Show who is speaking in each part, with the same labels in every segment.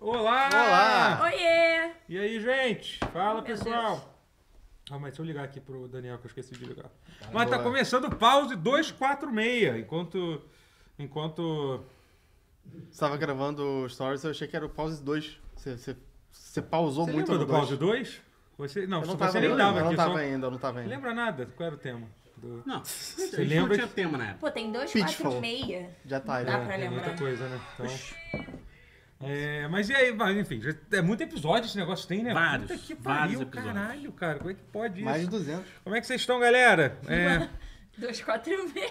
Speaker 1: Olá!
Speaker 2: Olá!
Speaker 3: Oiê!
Speaker 1: E aí, gente? Fala,
Speaker 3: Meu Deus.
Speaker 1: pessoal! Ah, mas deixa eu ligar aqui pro Daniel, que eu esqueci de ligar. mas tá
Speaker 2: Agora.
Speaker 1: começando o pause 246, enquanto... Enquanto...
Speaker 2: Estava gravando o Stories, eu achei que era o Pause 2. Você, você, você pausou
Speaker 1: Você
Speaker 2: muito
Speaker 1: lembra
Speaker 2: no
Speaker 1: do pause
Speaker 2: 2.
Speaker 1: 2? Você... Não,
Speaker 2: Eu não
Speaker 1: você
Speaker 2: tava,
Speaker 1: nem
Speaker 2: ainda,
Speaker 1: tava
Speaker 2: eu não
Speaker 1: aqui.
Speaker 2: tava
Speaker 1: Só...
Speaker 2: ainda, eu não tava ainda.
Speaker 1: Lembra nada? Qual era o tema? Do...
Speaker 4: Não, a gente
Speaker 1: lembra
Speaker 4: não tinha tema na época.
Speaker 3: Pô, tem dois,
Speaker 2: Pitfall.
Speaker 3: quatro e meia.
Speaker 2: Já tá,
Speaker 3: Dá
Speaker 2: né?
Speaker 3: pra
Speaker 1: tem
Speaker 3: lembrar.
Speaker 1: muita coisa, né? Então... É, mas e aí, mas, enfim, já- é muito episódio esse negócio tem, né?
Speaker 4: Vários,
Speaker 1: Puta que
Speaker 4: vários
Speaker 1: pariu,
Speaker 4: episódios.
Speaker 1: caralho, cara, como é que pode isso?
Speaker 2: Mais de 200.
Speaker 1: Como é que vocês estão, galera? É,
Speaker 3: Dois, quatro e meia.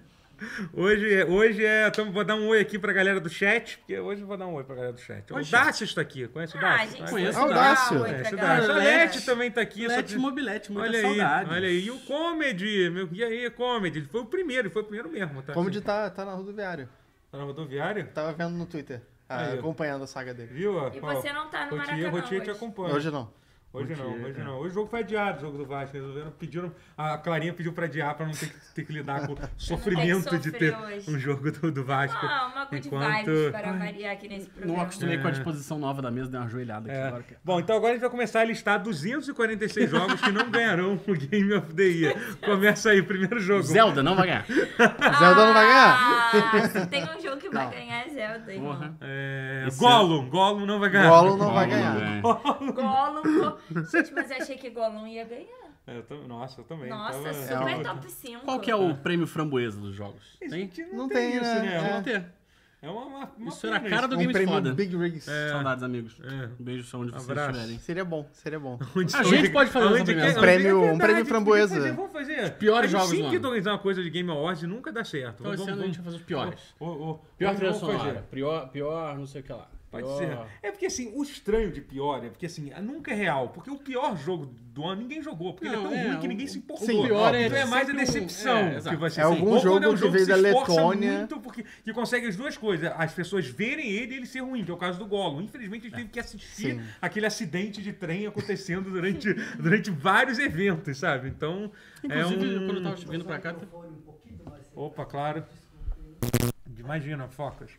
Speaker 1: Hoje, é- hoje é. Então vou dar um oi aqui pra galera do chat, porque hoje eu vou dar um oi pra galera do chat.
Speaker 4: Oi,
Speaker 1: o Dácio está aqui, conhece o
Speaker 3: Ah,
Speaker 1: Dácio?
Speaker 3: gente,
Speaker 4: Conheço né?
Speaker 3: vou
Speaker 2: o
Speaker 3: dar
Speaker 2: Dácio.
Speaker 3: um oi pra
Speaker 1: Conhece o
Speaker 3: galera.
Speaker 1: Dácio. A Lete também tá aqui. só
Speaker 4: Lete
Speaker 1: que-
Speaker 4: Mobilete, muita
Speaker 1: olha aí,
Speaker 4: saudade.
Speaker 1: olha aí. E o Comedy, meu. E aí, Comedy? Ele foi o primeiro, ele foi o primeiro mesmo, tá?
Speaker 2: Como de tá, tá na rodoviária.
Speaker 1: Tá na rodoviária?
Speaker 2: Tava vendo no Twitter, ah,
Speaker 1: Aí, ó.
Speaker 2: acompanhando a saga dele.
Speaker 1: Viu? ó?
Speaker 3: E
Speaker 1: Ó,
Speaker 3: você não tá no
Speaker 1: Rotier-
Speaker 3: Maracanã
Speaker 1: Rotier te
Speaker 3: hoje.
Speaker 1: acompanha.
Speaker 2: Hoje não.
Speaker 1: Hoje não,
Speaker 2: Porque,
Speaker 1: hoje
Speaker 2: é.
Speaker 1: não. Hoje o jogo foi adiado, o jogo do Vasco. Resolveram, pediram. A Clarinha pediu pra adiar pra não ter que, ter que lidar com o sofrimento de ter
Speaker 3: sofrer hoje.
Speaker 1: um jogo do, do Vasco.
Speaker 3: Ah, uma good
Speaker 1: Enquanto-
Speaker 3: vibes para variar aqui nesse
Speaker 4: Não
Speaker 3: programa.
Speaker 4: acostumei com a disposição nova da mesa, dei uma ajoelhada aqui
Speaker 1: É.
Speaker 4: agora. que-
Speaker 1: Bom, então agora a gente vai começar a listar 246 jogos que não ganharão o Game of the Year. Começa aí, primeiro jogo.
Speaker 4: Zelda não vai ganhar.
Speaker 2: Zelda não vai ganhar?
Speaker 3: Ah, se tem um jogo que vai ganhar é Zelda, irmão.
Speaker 4: Porra.
Speaker 1: É,
Speaker 4: Esse
Speaker 1: Gollum, Gollum não vai ganhar.
Speaker 2: Gollum não vai
Speaker 4: Gollum
Speaker 2: ganhar. Um
Speaker 3: Gollum. go- Gente, mas eu achei que Gollum ia ganhar.
Speaker 1: É, eu tam- Nossa, eu também.
Speaker 3: Nossa,
Speaker 4: então
Speaker 1: tava-
Speaker 3: super
Speaker 2: uma-
Speaker 3: top 5.
Speaker 4: é Qual que é o prêmio framboesa dos jogos?
Speaker 1: A
Speaker 4: Tem?
Speaker 1: gente não,
Speaker 2: Não
Speaker 1: tem,
Speaker 2: tem,
Speaker 1: isso,
Speaker 2: né?
Speaker 1: né?
Speaker 2: É.
Speaker 4: Não ter.
Speaker 1: É uma, uma, uma
Speaker 4: Isso era a
Speaker 1: pena
Speaker 4: cara do
Speaker 2: Um
Speaker 4: Games
Speaker 2: prêmio
Speaker 4: Foda.
Speaker 2: Big Rigs.
Speaker 4: Saudades, amigos.
Speaker 1: É.
Speaker 4: Um beijo só onde vocês
Speaker 1: Abraço.
Speaker 4: estiverem.
Speaker 2: Seria bom, seria bom.
Speaker 1: Onde-
Speaker 4: A gente
Speaker 1: onde-
Speaker 4: pode fazer
Speaker 1: aonde
Speaker 4: essa
Speaker 1: quer- aonde-
Speaker 4: premiação.
Speaker 2: Um prêmio-
Speaker 1: é
Speaker 2: um
Speaker 1: verdade,
Speaker 2: prêmio framboesa.
Speaker 1: Vamos fazer, vamos fazer. Os
Speaker 4: piores jogos do
Speaker 1: sempre
Speaker 4: ano.
Speaker 1: que organizar uma coisa de Game Awards nunca dá certo.
Speaker 4: Então
Speaker 1: Vamos-
Speaker 4: esse ano a
Speaker 1: vamos-
Speaker 4: gente vai fazer os piores.
Speaker 1: Ô, ô, ô,
Speaker 4: Pior
Speaker 1: vamos-
Speaker 4: trilha
Speaker 1: vamos fazer.
Speaker 4: sonora, pior, pior não sei o que lá.
Speaker 1: Pode
Speaker 4: pior...
Speaker 1: ser. É porque assim, o estranho de pior é porque assim, nunca é real. Porque o pior jogo do ano ninguém jogou. Porque ele é
Speaker 4: Não,
Speaker 1: tão
Speaker 4: é,
Speaker 1: ruim que
Speaker 4: o-
Speaker 1: ninguém se
Speaker 4: o
Speaker 1: importou.
Speaker 2: Sim, pior é
Speaker 1: então é mais a
Speaker 4: sempre um-
Speaker 1: decepção
Speaker 4: é,
Speaker 1: que
Speaker 4: exato.
Speaker 1: vai ser.
Speaker 2: É
Speaker 1: assim.
Speaker 2: algum
Speaker 1: Ou quando
Speaker 2: jogo
Speaker 1: é um
Speaker 2: que
Speaker 1: jogo
Speaker 2: veio
Speaker 1: se
Speaker 2: da
Speaker 1: esforça
Speaker 2: Letônia.
Speaker 1: Muito porque, que consegue as duas coisas. As pessoas verem ele e ele ser ruim, que é o caso do Gollum. Infelizmente a gente teve que assistir
Speaker 2: É. Sim.
Speaker 1: aquele acidente de trem acontecendo durante, durante vários eventos, sabe? Então.
Speaker 4: Inclusive,
Speaker 1: é um...
Speaker 4: quando eu tava vindo pra cá, tá-
Speaker 1: Opa, claro. Imagina, focas.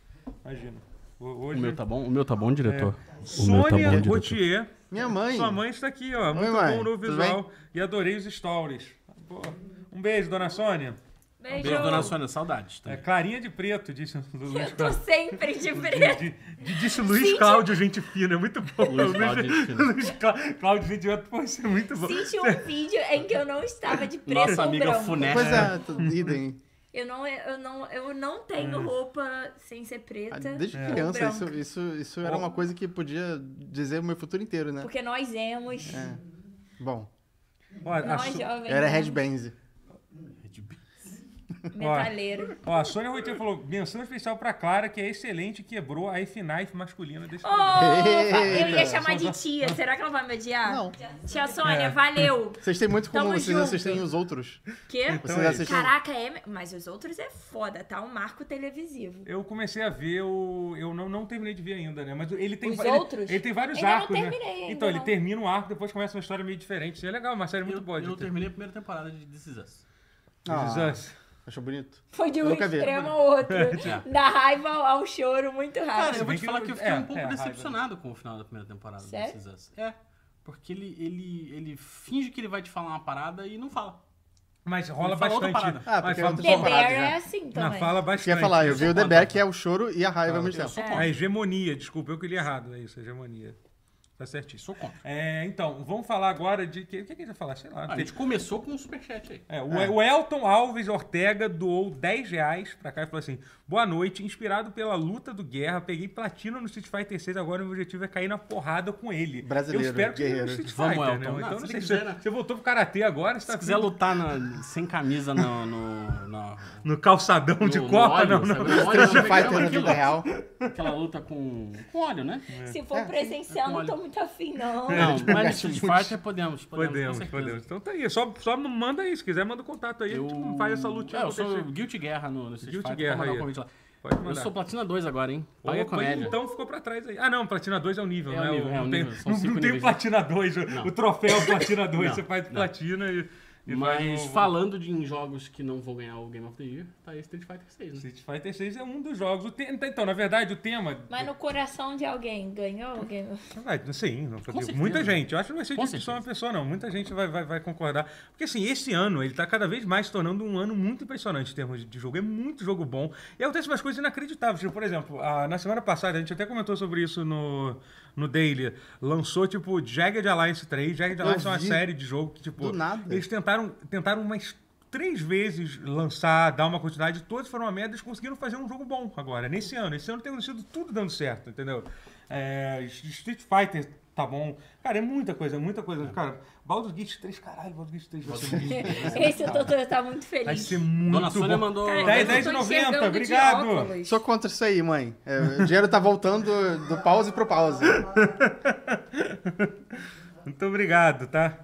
Speaker 1: Imagina. Ho-
Speaker 4: o
Speaker 1: Hoje...
Speaker 4: meu tá bom, o meu tá bom, diretor. O meu tá
Speaker 1: Sônia
Speaker 4: bom, diretor.
Speaker 1: Rotier.
Speaker 2: Minha mãe.
Speaker 1: Sua mãe está aqui, ó. Muito
Speaker 2: mãe.
Speaker 1: bom no
Speaker 2: Tudo
Speaker 1: visual. E adorei os stories. Pô, Um beijo, dona Sônia.
Speaker 3: Beijo.
Speaker 4: Beijo, dona Sônia, saudades. tá?
Speaker 1: É,
Speaker 4: também.
Speaker 1: clarinha de preto, disse o Luiz
Speaker 3: Eu tô
Speaker 1: Cláudio.
Speaker 3: sempre de
Speaker 1: De-
Speaker 3: preto.
Speaker 1: de- de- disse o Luiz Cláudio, gente fina, é muito bom.
Speaker 4: Luiz Cláudio, gente fina.
Speaker 1: Luiz Clá- Cláudio, gente fina, pô, isso é muito bom.
Speaker 3: Senti um vídeo em que eu não estava de preto
Speaker 4: Nossa
Speaker 3: ou
Speaker 4: amiga
Speaker 3: branco.
Speaker 4: Funé.
Speaker 2: Pois é, t- idem.
Speaker 3: Eu não, é, eu não, eu não tenho roupa sem ser preta.
Speaker 2: É. Ah, Desde
Speaker 1: É.
Speaker 3: ou
Speaker 2: criança,
Speaker 3: branca,
Speaker 2: isso, isso, isso era
Speaker 1: Ó.
Speaker 2: uma coisa que podia dizer o meu futuro inteiro, né?
Speaker 3: Porque nós emos.
Speaker 2: Bom,
Speaker 1: Ó, a,
Speaker 3: Nós
Speaker 1: Sô-
Speaker 3: jovens.
Speaker 2: É. eu era
Speaker 3: emos,
Speaker 2: headbands.
Speaker 4: É.
Speaker 1: É
Speaker 3: Metaleiro.
Speaker 1: ó, a Sônia Routier falou: menção especial pra Clara, que é excelente, quebrou a F-Knife masculina desse
Speaker 3: Oh,
Speaker 1: programa."
Speaker 3: eu
Speaker 2: Eita.
Speaker 3: ia chamar de tia. Será que ela vai me odiar?
Speaker 2: Não.
Speaker 3: Tia Sônia,
Speaker 1: É.
Speaker 3: valeu.
Speaker 2: Vocês têm muito como
Speaker 3: Ah. Tamo
Speaker 2: vocês
Speaker 3: junto.
Speaker 2: assistem os outros.
Speaker 3: Quê?
Speaker 1: Então
Speaker 2: Vocês
Speaker 1: é
Speaker 2: assistem.
Speaker 3: Caraca, é. Mas os outros é foda, tá? Um marco televisivo.
Speaker 1: Eu comecei a ver o. Eu não, não terminei de ver ainda, né? Mas ele tem
Speaker 3: Os
Speaker 1: va- ele-
Speaker 3: outros?
Speaker 1: Ele, tem vários
Speaker 3: Ainda não
Speaker 1: arcos. né?
Speaker 3: terminei ainda
Speaker 1: então, ele
Speaker 3: não.
Speaker 1: termina um arco, depois começa uma história meio diferente. Isso é legal, uma série muito
Speaker 4: Eu-
Speaker 1: boa. de
Speaker 4: Eu
Speaker 1: ter.
Speaker 4: terminei a primeira temporada de This Is Us.
Speaker 2: Ah,
Speaker 1: This is Us.
Speaker 2: achou bonito.
Speaker 3: Foi de
Speaker 2: Eu
Speaker 3: um
Speaker 2: nunca vi.
Speaker 3: extremo ao outro.
Speaker 4: Já.
Speaker 3: da raiva ao, ao choro, muito
Speaker 4: Cara,
Speaker 3: rápido.
Speaker 4: eu vou
Speaker 1: bem
Speaker 4: te
Speaker 1: que
Speaker 4: falar
Speaker 1: eu-
Speaker 4: que eu fiquei
Speaker 1: é,
Speaker 4: um pouco
Speaker 1: é,
Speaker 4: decepcionado com o final da primeira temporada do
Speaker 3: Sério?
Speaker 4: This Is Us. É, porque ele, ele, ele finge que ele vai te falar uma parada e não fala.
Speaker 1: Mas rola
Speaker 4: Ele fala outra
Speaker 1: bastante.
Speaker 4: parada.
Speaker 2: Ah,
Speaker 1: mas
Speaker 2: porque
Speaker 1: fala,
Speaker 2: outros
Speaker 3: The
Speaker 2: temporada
Speaker 3: Bear
Speaker 2: já.
Speaker 3: é assim
Speaker 1: na
Speaker 3: também.
Speaker 1: fala
Speaker 2: Quer
Speaker 1: bastante.
Speaker 2: falar, eu vi o The
Speaker 4: contra.
Speaker 2: Bear, que é o choro e a raiva
Speaker 1: Ah,
Speaker 2: ao mesmo
Speaker 4: Eu
Speaker 2: tempo.
Speaker 4: sou
Speaker 1: A
Speaker 4: contra.
Speaker 1: hegemonia, desculpa, eu que li errado. É isso, hegemonia. Tá certíssimo.
Speaker 4: Sou contra.
Speaker 1: É, então, vamos falar agora de. que- O que, que a gente vai falar? Sei lá.
Speaker 4: Ah, a
Speaker 1: tem-
Speaker 4: gente começou com um superchat aí.
Speaker 1: É, o, o Elton Alves Ortega doou 10 reais pra cá e falou assim: Boa noite, inspirado pela luta do Guerra, peguei platina no Street Fighter 6, agora o meu objetivo é cair na porrada com ele.
Speaker 2: Brasileiro,
Speaker 1: Eu espero que seja no
Speaker 2: guerreiro.
Speaker 1: Street
Speaker 4: Vamos,
Speaker 1: Fighter, né?
Speaker 4: Elton.
Speaker 1: Então,
Speaker 4: Não,
Speaker 1: não
Speaker 4: se
Speaker 1: sei
Speaker 4: ele
Speaker 1: se você,
Speaker 4: quiser, né?
Speaker 1: você voltou pro Karatê agora, você tá
Speaker 4: Se quiser
Speaker 1: vindo
Speaker 4: lutar na- sem camisa no, no, na-
Speaker 1: no calçadão
Speaker 4: no-
Speaker 1: de
Speaker 4: no
Speaker 1: Copa, não,
Speaker 4: óleo,
Speaker 1: não.
Speaker 4: sabe? No óleo,
Speaker 2: Street
Speaker 4: como é que
Speaker 2: Fighter
Speaker 4: chama
Speaker 2: na
Speaker 4: aquilo?
Speaker 2: vida real.
Speaker 4: Aquela luta com, com óleo, né?
Speaker 1: É.
Speaker 3: Se
Speaker 2: É.
Speaker 3: for presencial, não tô muito afim, não.
Speaker 4: Não, mas
Speaker 2: pega
Speaker 4: no Street Fighter podemos. Podemos,
Speaker 1: Podemos,
Speaker 4: com certeza.
Speaker 1: podemos. Então tá aí, só, só manda aí, se quiser manda o contato aí, a gente faz essa lutinha
Speaker 4: É, eu sou
Speaker 1: acontecer.
Speaker 4: Guilty Guerra no, no Street
Speaker 1: Guilty
Speaker 4: Fighter.
Speaker 1: Guerra
Speaker 4: vou mandar um
Speaker 1: aí.
Speaker 4: convite lá.
Speaker 1: Pode
Speaker 4: Eu
Speaker 1: mandar.
Speaker 4: sou Platina 2 agora, hein? Paga a
Speaker 1: Opa,
Speaker 4: comédia.
Speaker 1: então ficou pra trás aí. Ah, não, Platina 2 é o nível,
Speaker 4: É
Speaker 1: né?
Speaker 4: o nível, é
Speaker 1: não
Speaker 4: o
Speaker 1: tem,
Speaker 4: nível, são
Speaker 1: não- não
Speaker 4: cinco
Speaker 1: tem
Speaker 4: níveis.
Speaker 1: Platina 2, o-
Speaker 4: Não.
Speaker 1: o troféu Platina 2,
Speaker 4: Não,
Speaker 1: você faz
Speaker 4: não.
Speaker 1: platina e. E vai
Speaker 4: Mas
Speaker 1: no-
Speaker 4: falando de em jogos que não vão ganhar o Game of the Year, tá aí Street Fighter 6, né?
Speaker 1: Street Fighter 6 é um dos jogos. O te- Então, na verdade, o tema.
Speaker 3: Mas no coração de alguém ganhou o Game of
Speaker 1: Vai, Ah, sim, não,
Speaker 4: Com certeza.
Speaker 1: muita gente. Eu acho que não vai ser
Speaker 4: Com
Speaker 1: difícil só uma pessoa, não. Muita gente vai, vai, vai concordar. Porque, assim, esse ano ele tá cada vez mais se tornando um ano muito impressionante em termos de- de jogo. É muito jogo bom. E acontecem umas coisas inacreditáveis. Tipo, por exemplo, a- na semana passada, a gente até comentou sobre isso no, no Daily. Lançou, tipo, Jagged Alliance 3. Jagged
Speaker 2: Eu
Speaker 1: Alliance é uma
Speaker 2: vi.
Speaker 1: série de jogo que, tipo.
Speaker 2: Do nada.
Speaker 1: Eles tentaram, tentaram umas três vezes lançar, dar uma quantidade, todos foram uma merda, eles conseguiram fazer um jogo bom agora, nesse ano. Esse ano tem sido tudo dando certo, entendeu? É, Street Fighter tá bom. Cara, é muita coisa, é muita coisa. Cara, Baldur's Gate 3, caralho, Baldur's Gate 3 vai ser muito
Speaker 3: the Year. Esse eu tô, eu tá muito
Speaker 1: Vai
Speaker 3: feliz.
Speaker 1: ser muito
Speaker 4: Dona Sônia
Speaker 1: bom.
Speaker 4: mandou.
Speaker 3: Cara,
Speaker 1: 10,
Speaker 3: eu tô
Speaker 1: 10, 90,
Speaker 3: enxergando de
Speaker 1: obrigado.
Speaker 3: óculos.
Speaker 2: Sou contra isso aí, mãe. É, o dinheiro tá voltando do pause pro pause.
Speaker 1: Muito obrigado, tá?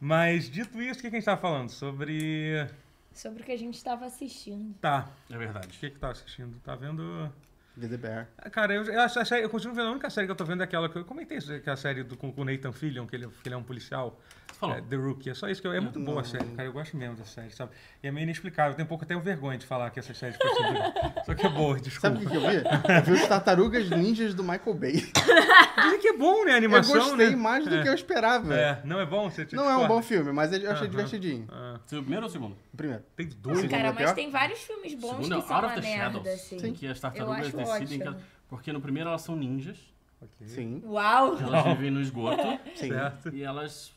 Speaker 1: Mas, dito isso, o que que a gente tava falando? Sobre...
Speaker 3: Sobre o que a gente tava assistindo.
Speaker 1: Tá,
Speaker 4: É
Speaker 1: o
Speaker 4: verdade.
Speaker 1: que que tá assistindo? Tá vendo...
Speaker 2: Be the Bear.
Speaker 1: Ah, Cara, eu, eu, acho a série- eu continuo vendo a única série que eu tô vendo é aquela que eu comentei, isso, que é a série do, com com o Nathan Fillion, que ele, que ele é um policial.
Speaker 4: Você falou.
Speaker 1: É, The Rookie. É só isso que eu. É muito boa a série,
Speaker 2: Hum.
Speaker 1: cara. Eu gosto mesmo dessa série, sabe? E é meio inexplicável. Tem um pouco até vergonha de falar que essa série foi assim, Só que é boa,
Speaker 2: Sabe
Speaker 1: desculpa.
Speaker 2: o que, que eu vi? Eu vi os Tartarugas Ninjas do Michael Bay.
Speaker 1: Dizem que é bom, né? A
Speaker 2: Eu
Speaker 1: animação.
Speaker 2: gostei
Speaker 1: né?
Speaker 2: mais do que eu esperava.
Speaker 1: É, não é bom? Você te
Speaker 2: Não é um bom
Speaker 1: discorda?
Speaker 2: filme, mas eu achei
Speaker 1: Aham.
Speaker 2: divertidinho.
Speaker 1: Ah,
Speaker 4: Você viu o primeiro ou o segundo?
Speaker 2: Primeiro.
Speaker 1: tem dois.
Speaker 2: Sim.
Speaker 1: né?
Speaker 3: Cara,
Speaker 2: é
Speaker 3: mas
Speaker 2: pior?
Speaker 3: tem vários filmes
Speaker 4: O
Speaker 3: bons
Speaker 4: segundo é
Speaker 3: que
Speaker 4: Out
Speaker 3: são uma
Speaker 4: of the
Speaker 3: merda,
Speaker 4: Shadows.
Speaker 3: assim.
Speaker 4: Que é as
Speaker 3: Eu
Speaker 4: tartarugas
Speaker 3: acho
Speaker 4: decidem.
Speaker 3: ótimo.
Speaker 4: que- Porque no primeiro elas são ninjas,
Speaker 1: Ok.
Speaker 2: Sim,
Speaker 3: Uau!
Speaker 4: elas vivem no esgoto
Speaker 2: sim.
Speaker 1: Certo.
Speaker 4: e elas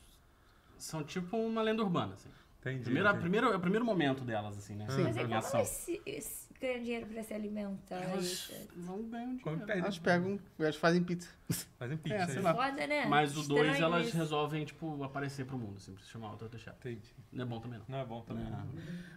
Speaker 4: são tipo uma lenda urbana, assim.
Speaker 1: Entendi.
Speaker 4: Primeiro, a
Speaker 1: entendi.
Speaker 4: primeiro, é o primeiro momento delas, assim, né?
Speaker 2: Sim.
Speaker 3: Mas é
Speaker 4: Em
Speaker 3: como
Speaker 4: ação.
Speaker 3: elas se- se ganham dinheiro pra se alimentar?
Speaker 4: Elas
Speaker 3: isso?
Speaker 4: não ganham
Speaker 1: Quando
Speaker 4: dinheiro.
Speaker 1: perde,
Speaker 2: Elas pegam, elas fazem pizza.
Speaker 1: Fazem pizza.
Speaker 4: É, sei
Speaker 1: aí.
Speaker 4: lá.
Speaker 3: Foda, né?
Speaker 4: Mas o dois
Speaker 3: Estranho
Speaker 4: elas
Speaker 3: isso.
Speaker 4: resolvem, tipo, aparecer pro mundo, assim, pra se chamar outra deixar.
Speaker 1: Entendi.
Speaker 4: Não é bom também, não.
Speaker 1: Não é bom também.
Speaker 4: Não.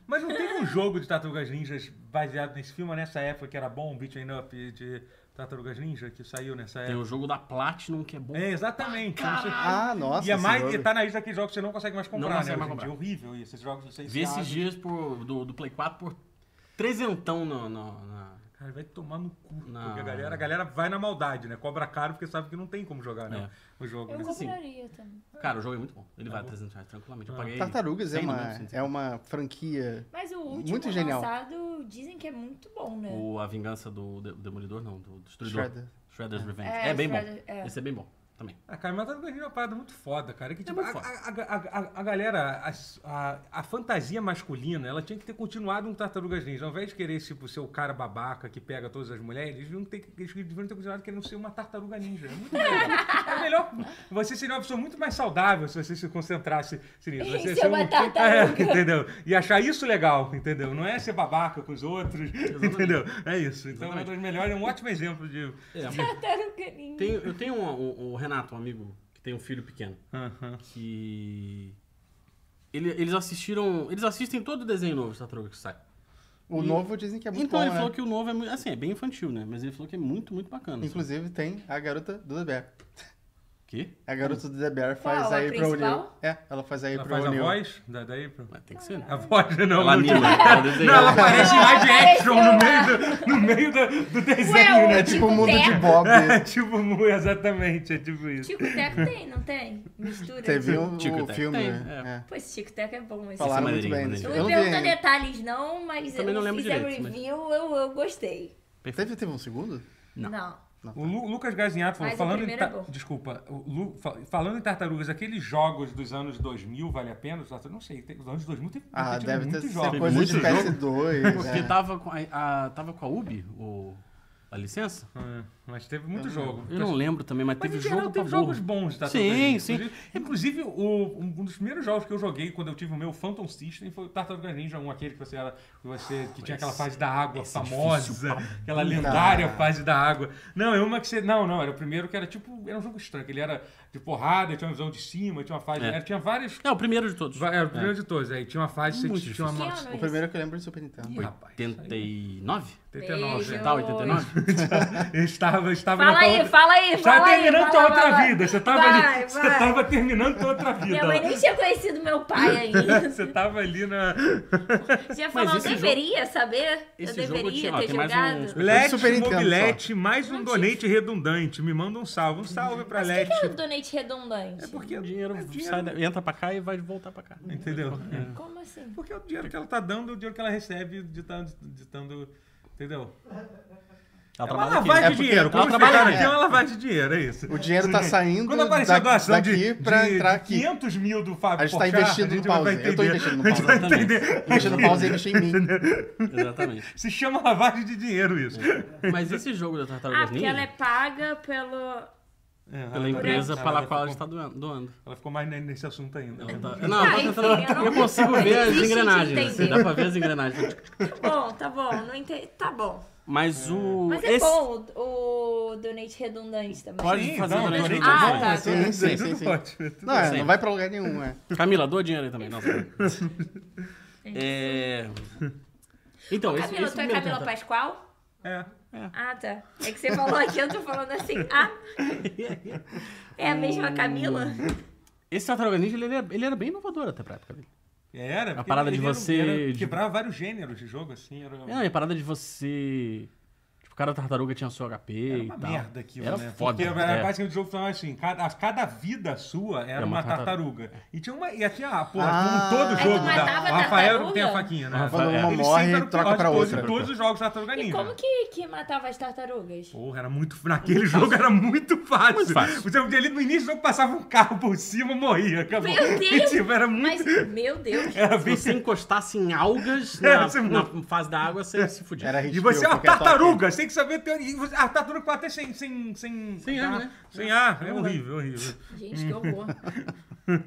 Speaker 1: Mas não teve um jogo de Tartarugas Ninjas baseado nesse filme nessa época que era bom, Beat 'em Up de Tartarugas Ninja, que saiu nessa
Speaker 4: Tem
Speaker 1: época?
Speaker 4: o jogo da Platinum, que é bom.
Speaker 1: É, exatamente. Não sei-
Speaker 2: Ah, nossa.
Speaker 1: e é mais,
Speaker 2: senhora.
Speaker 1: e tá na lista daqueles jogos que você não consegue mais comprar,
Speaker 4: Não consegue
Speaker 1: né?
Speaker 4: mais
Speaker 1: hoje em dia.
Speaker 4: comprar.
Speaker 1: É horrível isso. Esses jogos licenciados.
Speaker 4: Vi esses dias por, do, do Play 4 por trezentão no, no- na-
Speaker 1: Cara, vai tomar no cu.
Speaker 4: Não.
Speaker 1: Porque a galera, a galera vai na maldade, né? Cobra caro porque sabe que não tem como jogar, né? O jogo.
Speaker 3: Eu
Speaker 1: né?
Speaker 4: assim-
Speaker 3: compraria também.
Speaker 4: Cara, o jogo é muito bom. Ah. Ele vai a 300 reais tranquilamente. Eu paguei...
Speaker 2: Tartarugas é
Speaker 4: Tem no
Speaker 2: uma,
Speaker 4: meu, sim.
Speaker 2: é uma franquia.
Speaker 3: Mas o último
Speaker 2: Muito genial.
Speaker 3: lançado dizem que é muito bom, né?
Speaker 4: O, a vingança do De- Demolidor, não, do Destruidor.
Speaker 2: Shredder.
Speaker 4: Shredder's Revenge.
Speaker 3: É,
Speaker 4: É, bem
Speaker 3: Shredder-
Speaker 4: bom.
Speaker 3: é.
Speaker 4: Esse é bem bom também.
Speaker 1: Ah, cara, mas tá é uma parada muito foda, cara. Que, tipo,
Speaker 4: muito
Speaker 1: a,
Speaker 4: foda.
Speaker 1: a- a- a- a galera, a, a- a fantasia masculina, ela tinha que ter continuado um Tartarugas Ninja. Ao invés de querer tipo, ser o cara babaca que pega todas as mulheres, eles, deviam ter, eles deveriam ter continuado querendo ser uma Tartaruga Ninja. É muito melhor. é melhor. Você seria uma pessoa muito mais saudável se você se concentrasse nisso.
Speaker 3: Em
Speaker 1: Você
Speaker 3: ser uma tartaruga.
Speaker 1: É, entendeu? E achar isso legal, entendeu? Não é ser babaca com os outros, entendeu? É isso. Então é um dos melhores, é um ótimo exemplo de...
Speaker 4: É,
Speaker 3: Tartaruga Ninja.
Speaker 4: Tem- eu tenho um- o- o Renato, um amigo, que tem um filho pequeno. Ah.
Speaker 1: Aham.
Speaker 4: que ele- eles assistiram, eles assistem todo o desenho novo de Tartaruga que sai.
Speaker 2: O
Speaker 4: E-
Speaker 2: novo dizem que é muito
Speaker 4: então
Speaker 2: bom,
Speaker 4: ele
Speaker 2: né?
Speaker 4: falou que o novo é muito, assim, é bem infantil, né? Mas ele falou que é muito, muito bacana. assim.
Speaker 2: Inclusive tem a garota do The Bear.
Speaker 4: Que?
Speaker 2: A garota do The Bear faz
Speaker 3: Qual? A
Speaker 2: a April
Speaker 3: principal?
Speaker 2: O'Neil. É, ela faz a
Speaker 1: Ela
Speaker 2: April
Speaker 1: faz a
Speaker 2: O'Neil.
Speaker 1: voz da, da April?
Speaker 4: Ué, tem que ser, né?
Speaker 1: A voz não.
Speaker 4: Ela
Speaker 1: não-
Speaker 4: anima, ela desenha.
Speaker 1: Não, ela parece live action no
Speaker 3: Apareceu
Speaker 1: meio do, no meio do, do desenho,
Speaker 3: Ué,
Speaker 1: né?
Speaker 2: É tipo o mundo de
Speaker 3: Bear.
Speaker 2: Bob.
Speaker 1: É tipo, mu- exatamente, é tipo isso.
Speaker 3: Tico Teco tem, não tem? Mistura.
Speaker 2: Teve um,
Speaker 4: Tico e
Speaker 2: o
Speaker 4: Teco.
Speaker 2: filme,
Speaker 4: Tem,
Speaker 2: né? É.
Speaker 3: Pô, esse Tico Teco é bom. Esse
Speaker 2: Falaram
Speaker 4: é
Speaker 2: muito
Speaker 4: maneirinho,
Speaker 2: bem.
Speaker 4: maneirinho.
Speaker 2: desse
Speaker 3: Eu
Speaker 2: filme.
Speaker 3: não
Speaker 2: Eu
Speaker 3: me pergunta
Speaker 2: não vi.
Speaker 3: detalhes, não, mas
Speaker 4: Também
Speaker 3: eu
Speaker 4: não lembro
Speaker 3: fiz a
Speaker 4: direito, mas-
Speaker 3: review, eu, eu gostei.
Speaker 2: Teve, teve um segundo?
Speaker 4: Não.
Speaker 1: O Lu- Lucas Gazinhato falou,
Speaker 3: Mas o
Speaker 1: falando em
Speaker 3: primeiro é
Speaker 1: ta-
Speaker 3: bom.
Speaker 1: desculpa, o Lu- fa- falando em tartarugas, aqueles jogos dos anos 2000 vale a pena? Os tartarugas- Não sei, tem- os anos 2000 tem, tem
Speaker 2: Ah,
Speaker 1: tido
Speaker 2: deve ter
Speaker 1: muitos
Speaker 2: sido
Speaker 1: jogos.
Speaker 2: coisa de
Speaker 4: Muito
Speaker 2: PS2.
Speaker 4: Porque tá-
Speaker 2: é.
Speaker 4: tava com a, a- tava com a Ubi, o, a licença?
Speaker 1: É, mas teve muito jogo.
Speaker 4: Eu não lembro também, mas,
Speaker 1: Mas
Speaker 4: teve
Speaker 1: em geral
Speaker 4: jogo
Speaker 1: teve
Speaker 4: pra burro.
Speaker 1: jogos bons de Tartarugas
Speaker 4: Sim,
Speaker 1: Ninja.
Speaker 4: sim.
Speaker 1: Inclusive, inclusive, o- um dos primeiros jogos que eu joguei quando eu tive o meu Phantom System foi o Tartarugas Ninja 1, aquele que você era. Que, você, que tinha aquela fase da água
Speaker 4: esse é
Speaker 1: famosa,
Speaker 4: difícil pra
Speaker 1: aquela lendária
Speaker 2: caralho.
Speaker 1: fase da água. Não, é uma que você. Não, não, era o primeiro que era tipo. Era um jogo estranho, que ele era de porrada, tinha uma visão de cima, tinha uma fase.
Speaker 4: É.
Speaker 1: era- tinha vários.
Speaker 4: É, o primeiro de todos.
Speaker 1: va- Era o primeiro de todos, aí tinha uma fase que você
Speaker 4: Muito
Speaker 1: tinha uma.
Speaker 3: Que
Speaker 1: ma-
Speaker 3: ano
Speaker 2: O
Speaker 3: é esse?
Speaker 2: primeiro que eu lembro é do Super Nintendo.
Speaker 1: Ih, rapaz, isso aí.
Speaker 4: 89?
Speaker 1: 89,
Speaker 3: Beijo.
Speaker 1: né?
Speaker 4: Tá, 89?
Speaker 1: estava, estava na
Speaker 3: Fala
Speaker 1: tua
Speaker 3: aí,
Speaker 1: outra-
Speaker 3: fala aí,
Speaker 1: Estava
Speaker 3: fala aí,
Speaker 1: terminando
Speaker 3: vai
Speaker 1: tua
Speaker 3: lá,
Speaker 1: outra
Speaker 3: vai lá.
Speaker 1: vida. Você estava
Speaker 3: Vai,
Speaker 1: ali, você
Speaker 3: vai.
Speaker 1: estava terminando tua outra vida.
Speaker 3: Minha mãe
Speaker 4: então.
Speaker 3: nem tinha conhecido meu pai ainda.
Speaker 1: Você estava ali na
Speaker 3: Já falou, eu
Speaker 4: esse jogo-
Speaker 3: deveria saber? Eu
Speaker 4: esse jogo eu
Speaker 3: deveria
Speaker 4: tinha lá,
Speaker 3: ter
Speaker 4: tem mais
Speaker 3: jogado.
Speaker 4: uns-
Speaker 1: Let
Speaker 2: super Nintendo
Speaker 1: Mobilete, mais um
Speaker 3: Não
Speaker 1: donate redundante. Me manda um salve, um salve pra
Speaker 3: Mas o
Speaker 1: Let.
Speaker 3: que que é o donate redundante?
Speaker 1: É porque
Speaker 4: O dinheiro,
Speaker 1: é dinheiro. É.
Speaker 4: sai da- entra pra cá e vai voltar pra cá.
Speaker 1: Entendeu?
Speaker 3: Como assim?
Speaker 1: Porque é o dinheiro que ela tá dando, é o dinheiro que ela recebe de tanto, de tanto- entendeu?
Speaker 4: Ela
Speaker 1: É uma
Speaker 4: trabalha aqui.
Speaker 1: lavagem
Speaker 2: É
Speaker 1: de
Speaker 2: porque
Speaker 1: dinheiro.
Speaker 2: ela
Speaker 1: Como
Speaker 4: trabalha
Speaker 1: explicaram
Speaker 2: aqui.
Speaker 1: aqui, é uma lavagem de dinheiro, é isso.
Speaker 2: O dinheiro tá saindo
Speaker 1: Quando aparecer a
Speaker 2: da-
Speaker 1: doação de,
Speaker 2: daqui pra
Speaker 1: de-
Speaker 2: entrar
Speaker 1: de
Speaker 2: aqui.
Speaker 1: 500 mil do Fábio
Speaker 2: A gente tá
Speaker 1: Porchat,
Speaker 2: investindo
Speaker 1: a
Speaker 2: no
Speaker 1: gente vai
Speaker 2: pause. Eu tô
Speaker 1: entender.
Speaker 2: investindo no
Speaker 1: A gente vai
Speaker 2: pause.
Speaker 1: entender.
Speaker 2: Investindo Tá pausa e investi em mim.
Speaker 4: né? Exatamente.
Speaker 1: Se chama lavagem de dinheiro isso.
Speaker 2: É.
Speaker 4: Mas esse jogo da Tartaruga
Speaker 3: Ah, porque ela é paga pelo...
Speaker 1: É,
Speaker 4: pela empresa
Speaker 1: ela-
Speaker 4: pela qual tá- ela
Speaker 1: ficou-
Speaker 4: está doando. doando.
Speaker 1: Ela ficou mais ne- nesse assunto ainda.
Speaker 4: Ela tá- Não,
Speaker 3: Ah,
Speaker 4: ela tá
Speaker 3: enfim,
Speaker 4: tentando-
Speaker 3: eu não-
Speaker 4: eu consigo ver as
Speaker 3: Difícil de
Speaker 4: engrenagens. assim,
Speaker 3: entender.
Speaker 4: Dá pra ver as engrenagens.
Speaker 3: Tá bom, tá bom, não entendi. Tá bom.
Speaker 4: Mas o.
Speaker 3: Mas é
Speaker 4: esse-
Speaker 3: bom o, o donate redundante também.
Speaker 4: Pode
Speaker 1: Sim,
Speaker 4: fazer
Speaker 1: não,
Speaker 4: durante
Speaker 1: mas
Speaker 4: o
Speaker 1: é
Speaker 4: jogo.
Speaker 1: bom,
Speaker 3: Ah, tá.
Speaker 1: é tudo-
Speaker 2: Sim, sim,
Speaker 1: é tudo
Speaker 2: sim, sim.
Speaker 1: ótimo, é tudo
Speaker 2: Não, é,
Speaker 4: Sempre.
Speaker 2: não vai pra lugar nenhum, é.
Speaker 4: Camila, doa dinheiro aí também. Nossa. é. Então, esse,
Speaker 3: Camila,
Speaker 4: esse
Speaker 3: tu é
Speaker 4: primeiro
Speaker 3: Camila
Speaker 4: Tartar-
Speaker 3: Pascoal?
Speaker 1: É.
Speaker 3: Ah, tá. É que você falou aqui, eu tô falando assim. Ah, é a mesma Camila?
Speaker 4: Esse Tartaruga Ninja, ele era, ele era bem inovador até pra época dele.
Speaker 1: Era. porque
Speaker 4: parada
Speaker 1: ele
Speaker 4: de
Speaker 1: era-
Speaker 4: você-
Speaker 1: era-
Speaker 4: de-
Speaker 1: Quebrava vários gêneros de jogo, assim. Era,
Speaker 4: É, e a parada de você... Tipo, cada tartaruga tinha seu HP
Speaker 1: era
Speaker 4: e
Speaker 1: uma
Speaker 4: tal.
Speaker 1: merda aquilo,
Speaker 4: então. era
Speaker 1: né?
Speaker 4: Foda,
Speaker 1: Porque era
Speaker 4: é.
Speaker 1: basicamente o jogo falava assim, cada, a cada vida sua era,
Speaker 4: Era uma
Speaker 1: uma
Speaker 4: tartaruga.
Speaker 1: tartaruga. E tinha uma... E tinha, ah, porra,
Speaker 2: Ah.
Speaker 1: como todo
Speaker 2: Aí tu
Speaker 1: jogo. da-
Speaker 3: matava a
Speaker 1: o Rafael
Speaker 3: tartaruga?
Speaker 1: tem a faquinha, né?
Speaker 4: O Rafael
Speaker 2: Quando
Speaker 4: É.
Speaker 2: uma
Speaker 1: Ele
Speaker 2: morre,
Speaker 1: sempre era o pior
Speaker 2: troca
Speaker 1: de
Speaker 2: pra
Speaker 1: todos-
Speaker 2: outra.
Speaker 1: De todos os jogos da Tartaruga
Speaker 3: E
Speaker 1: Ninja.
Speaker 3: como que, que matava as tartarugas?
Speaker 1: Porra, era muito. Naquele jogo era muito fácil.
Speaker 4: Muito fácil.
Speaker 1: Você, ali no início do jogo passava um carro por cima, morria, acabou.
Speaker 3: Meu
Speaker 1: E,
Speaker 3: Deus!
Speaker 1: tipo, era muito.
Speaker 3: Mas, meu Deus.
Speaker 1: Era
Speaker 4: Se
Speaker 1: bem
Speaker 4: você encostasse em algas
Speaker 1: É,
Speaker 4: na,
Speaker 1: você
Speaker 4: na fase da água, você se fudia.
Speaker 2: Era
Speaker 1: E
Speaker 2: hit
Speaker 1: você é
Speaker 2: kill,
Speaker 1: uma
Speaker 2: qualquer toque.
Speaker 1: tartaruga, você tem que saber teoria. E você- A tartaruga pode até sem. Sem, sem,
Speaker 4: Sem ar, né?
Speaker 1: Sem ar, é horrível, horrível.
Speaker 3: Gente, que horror.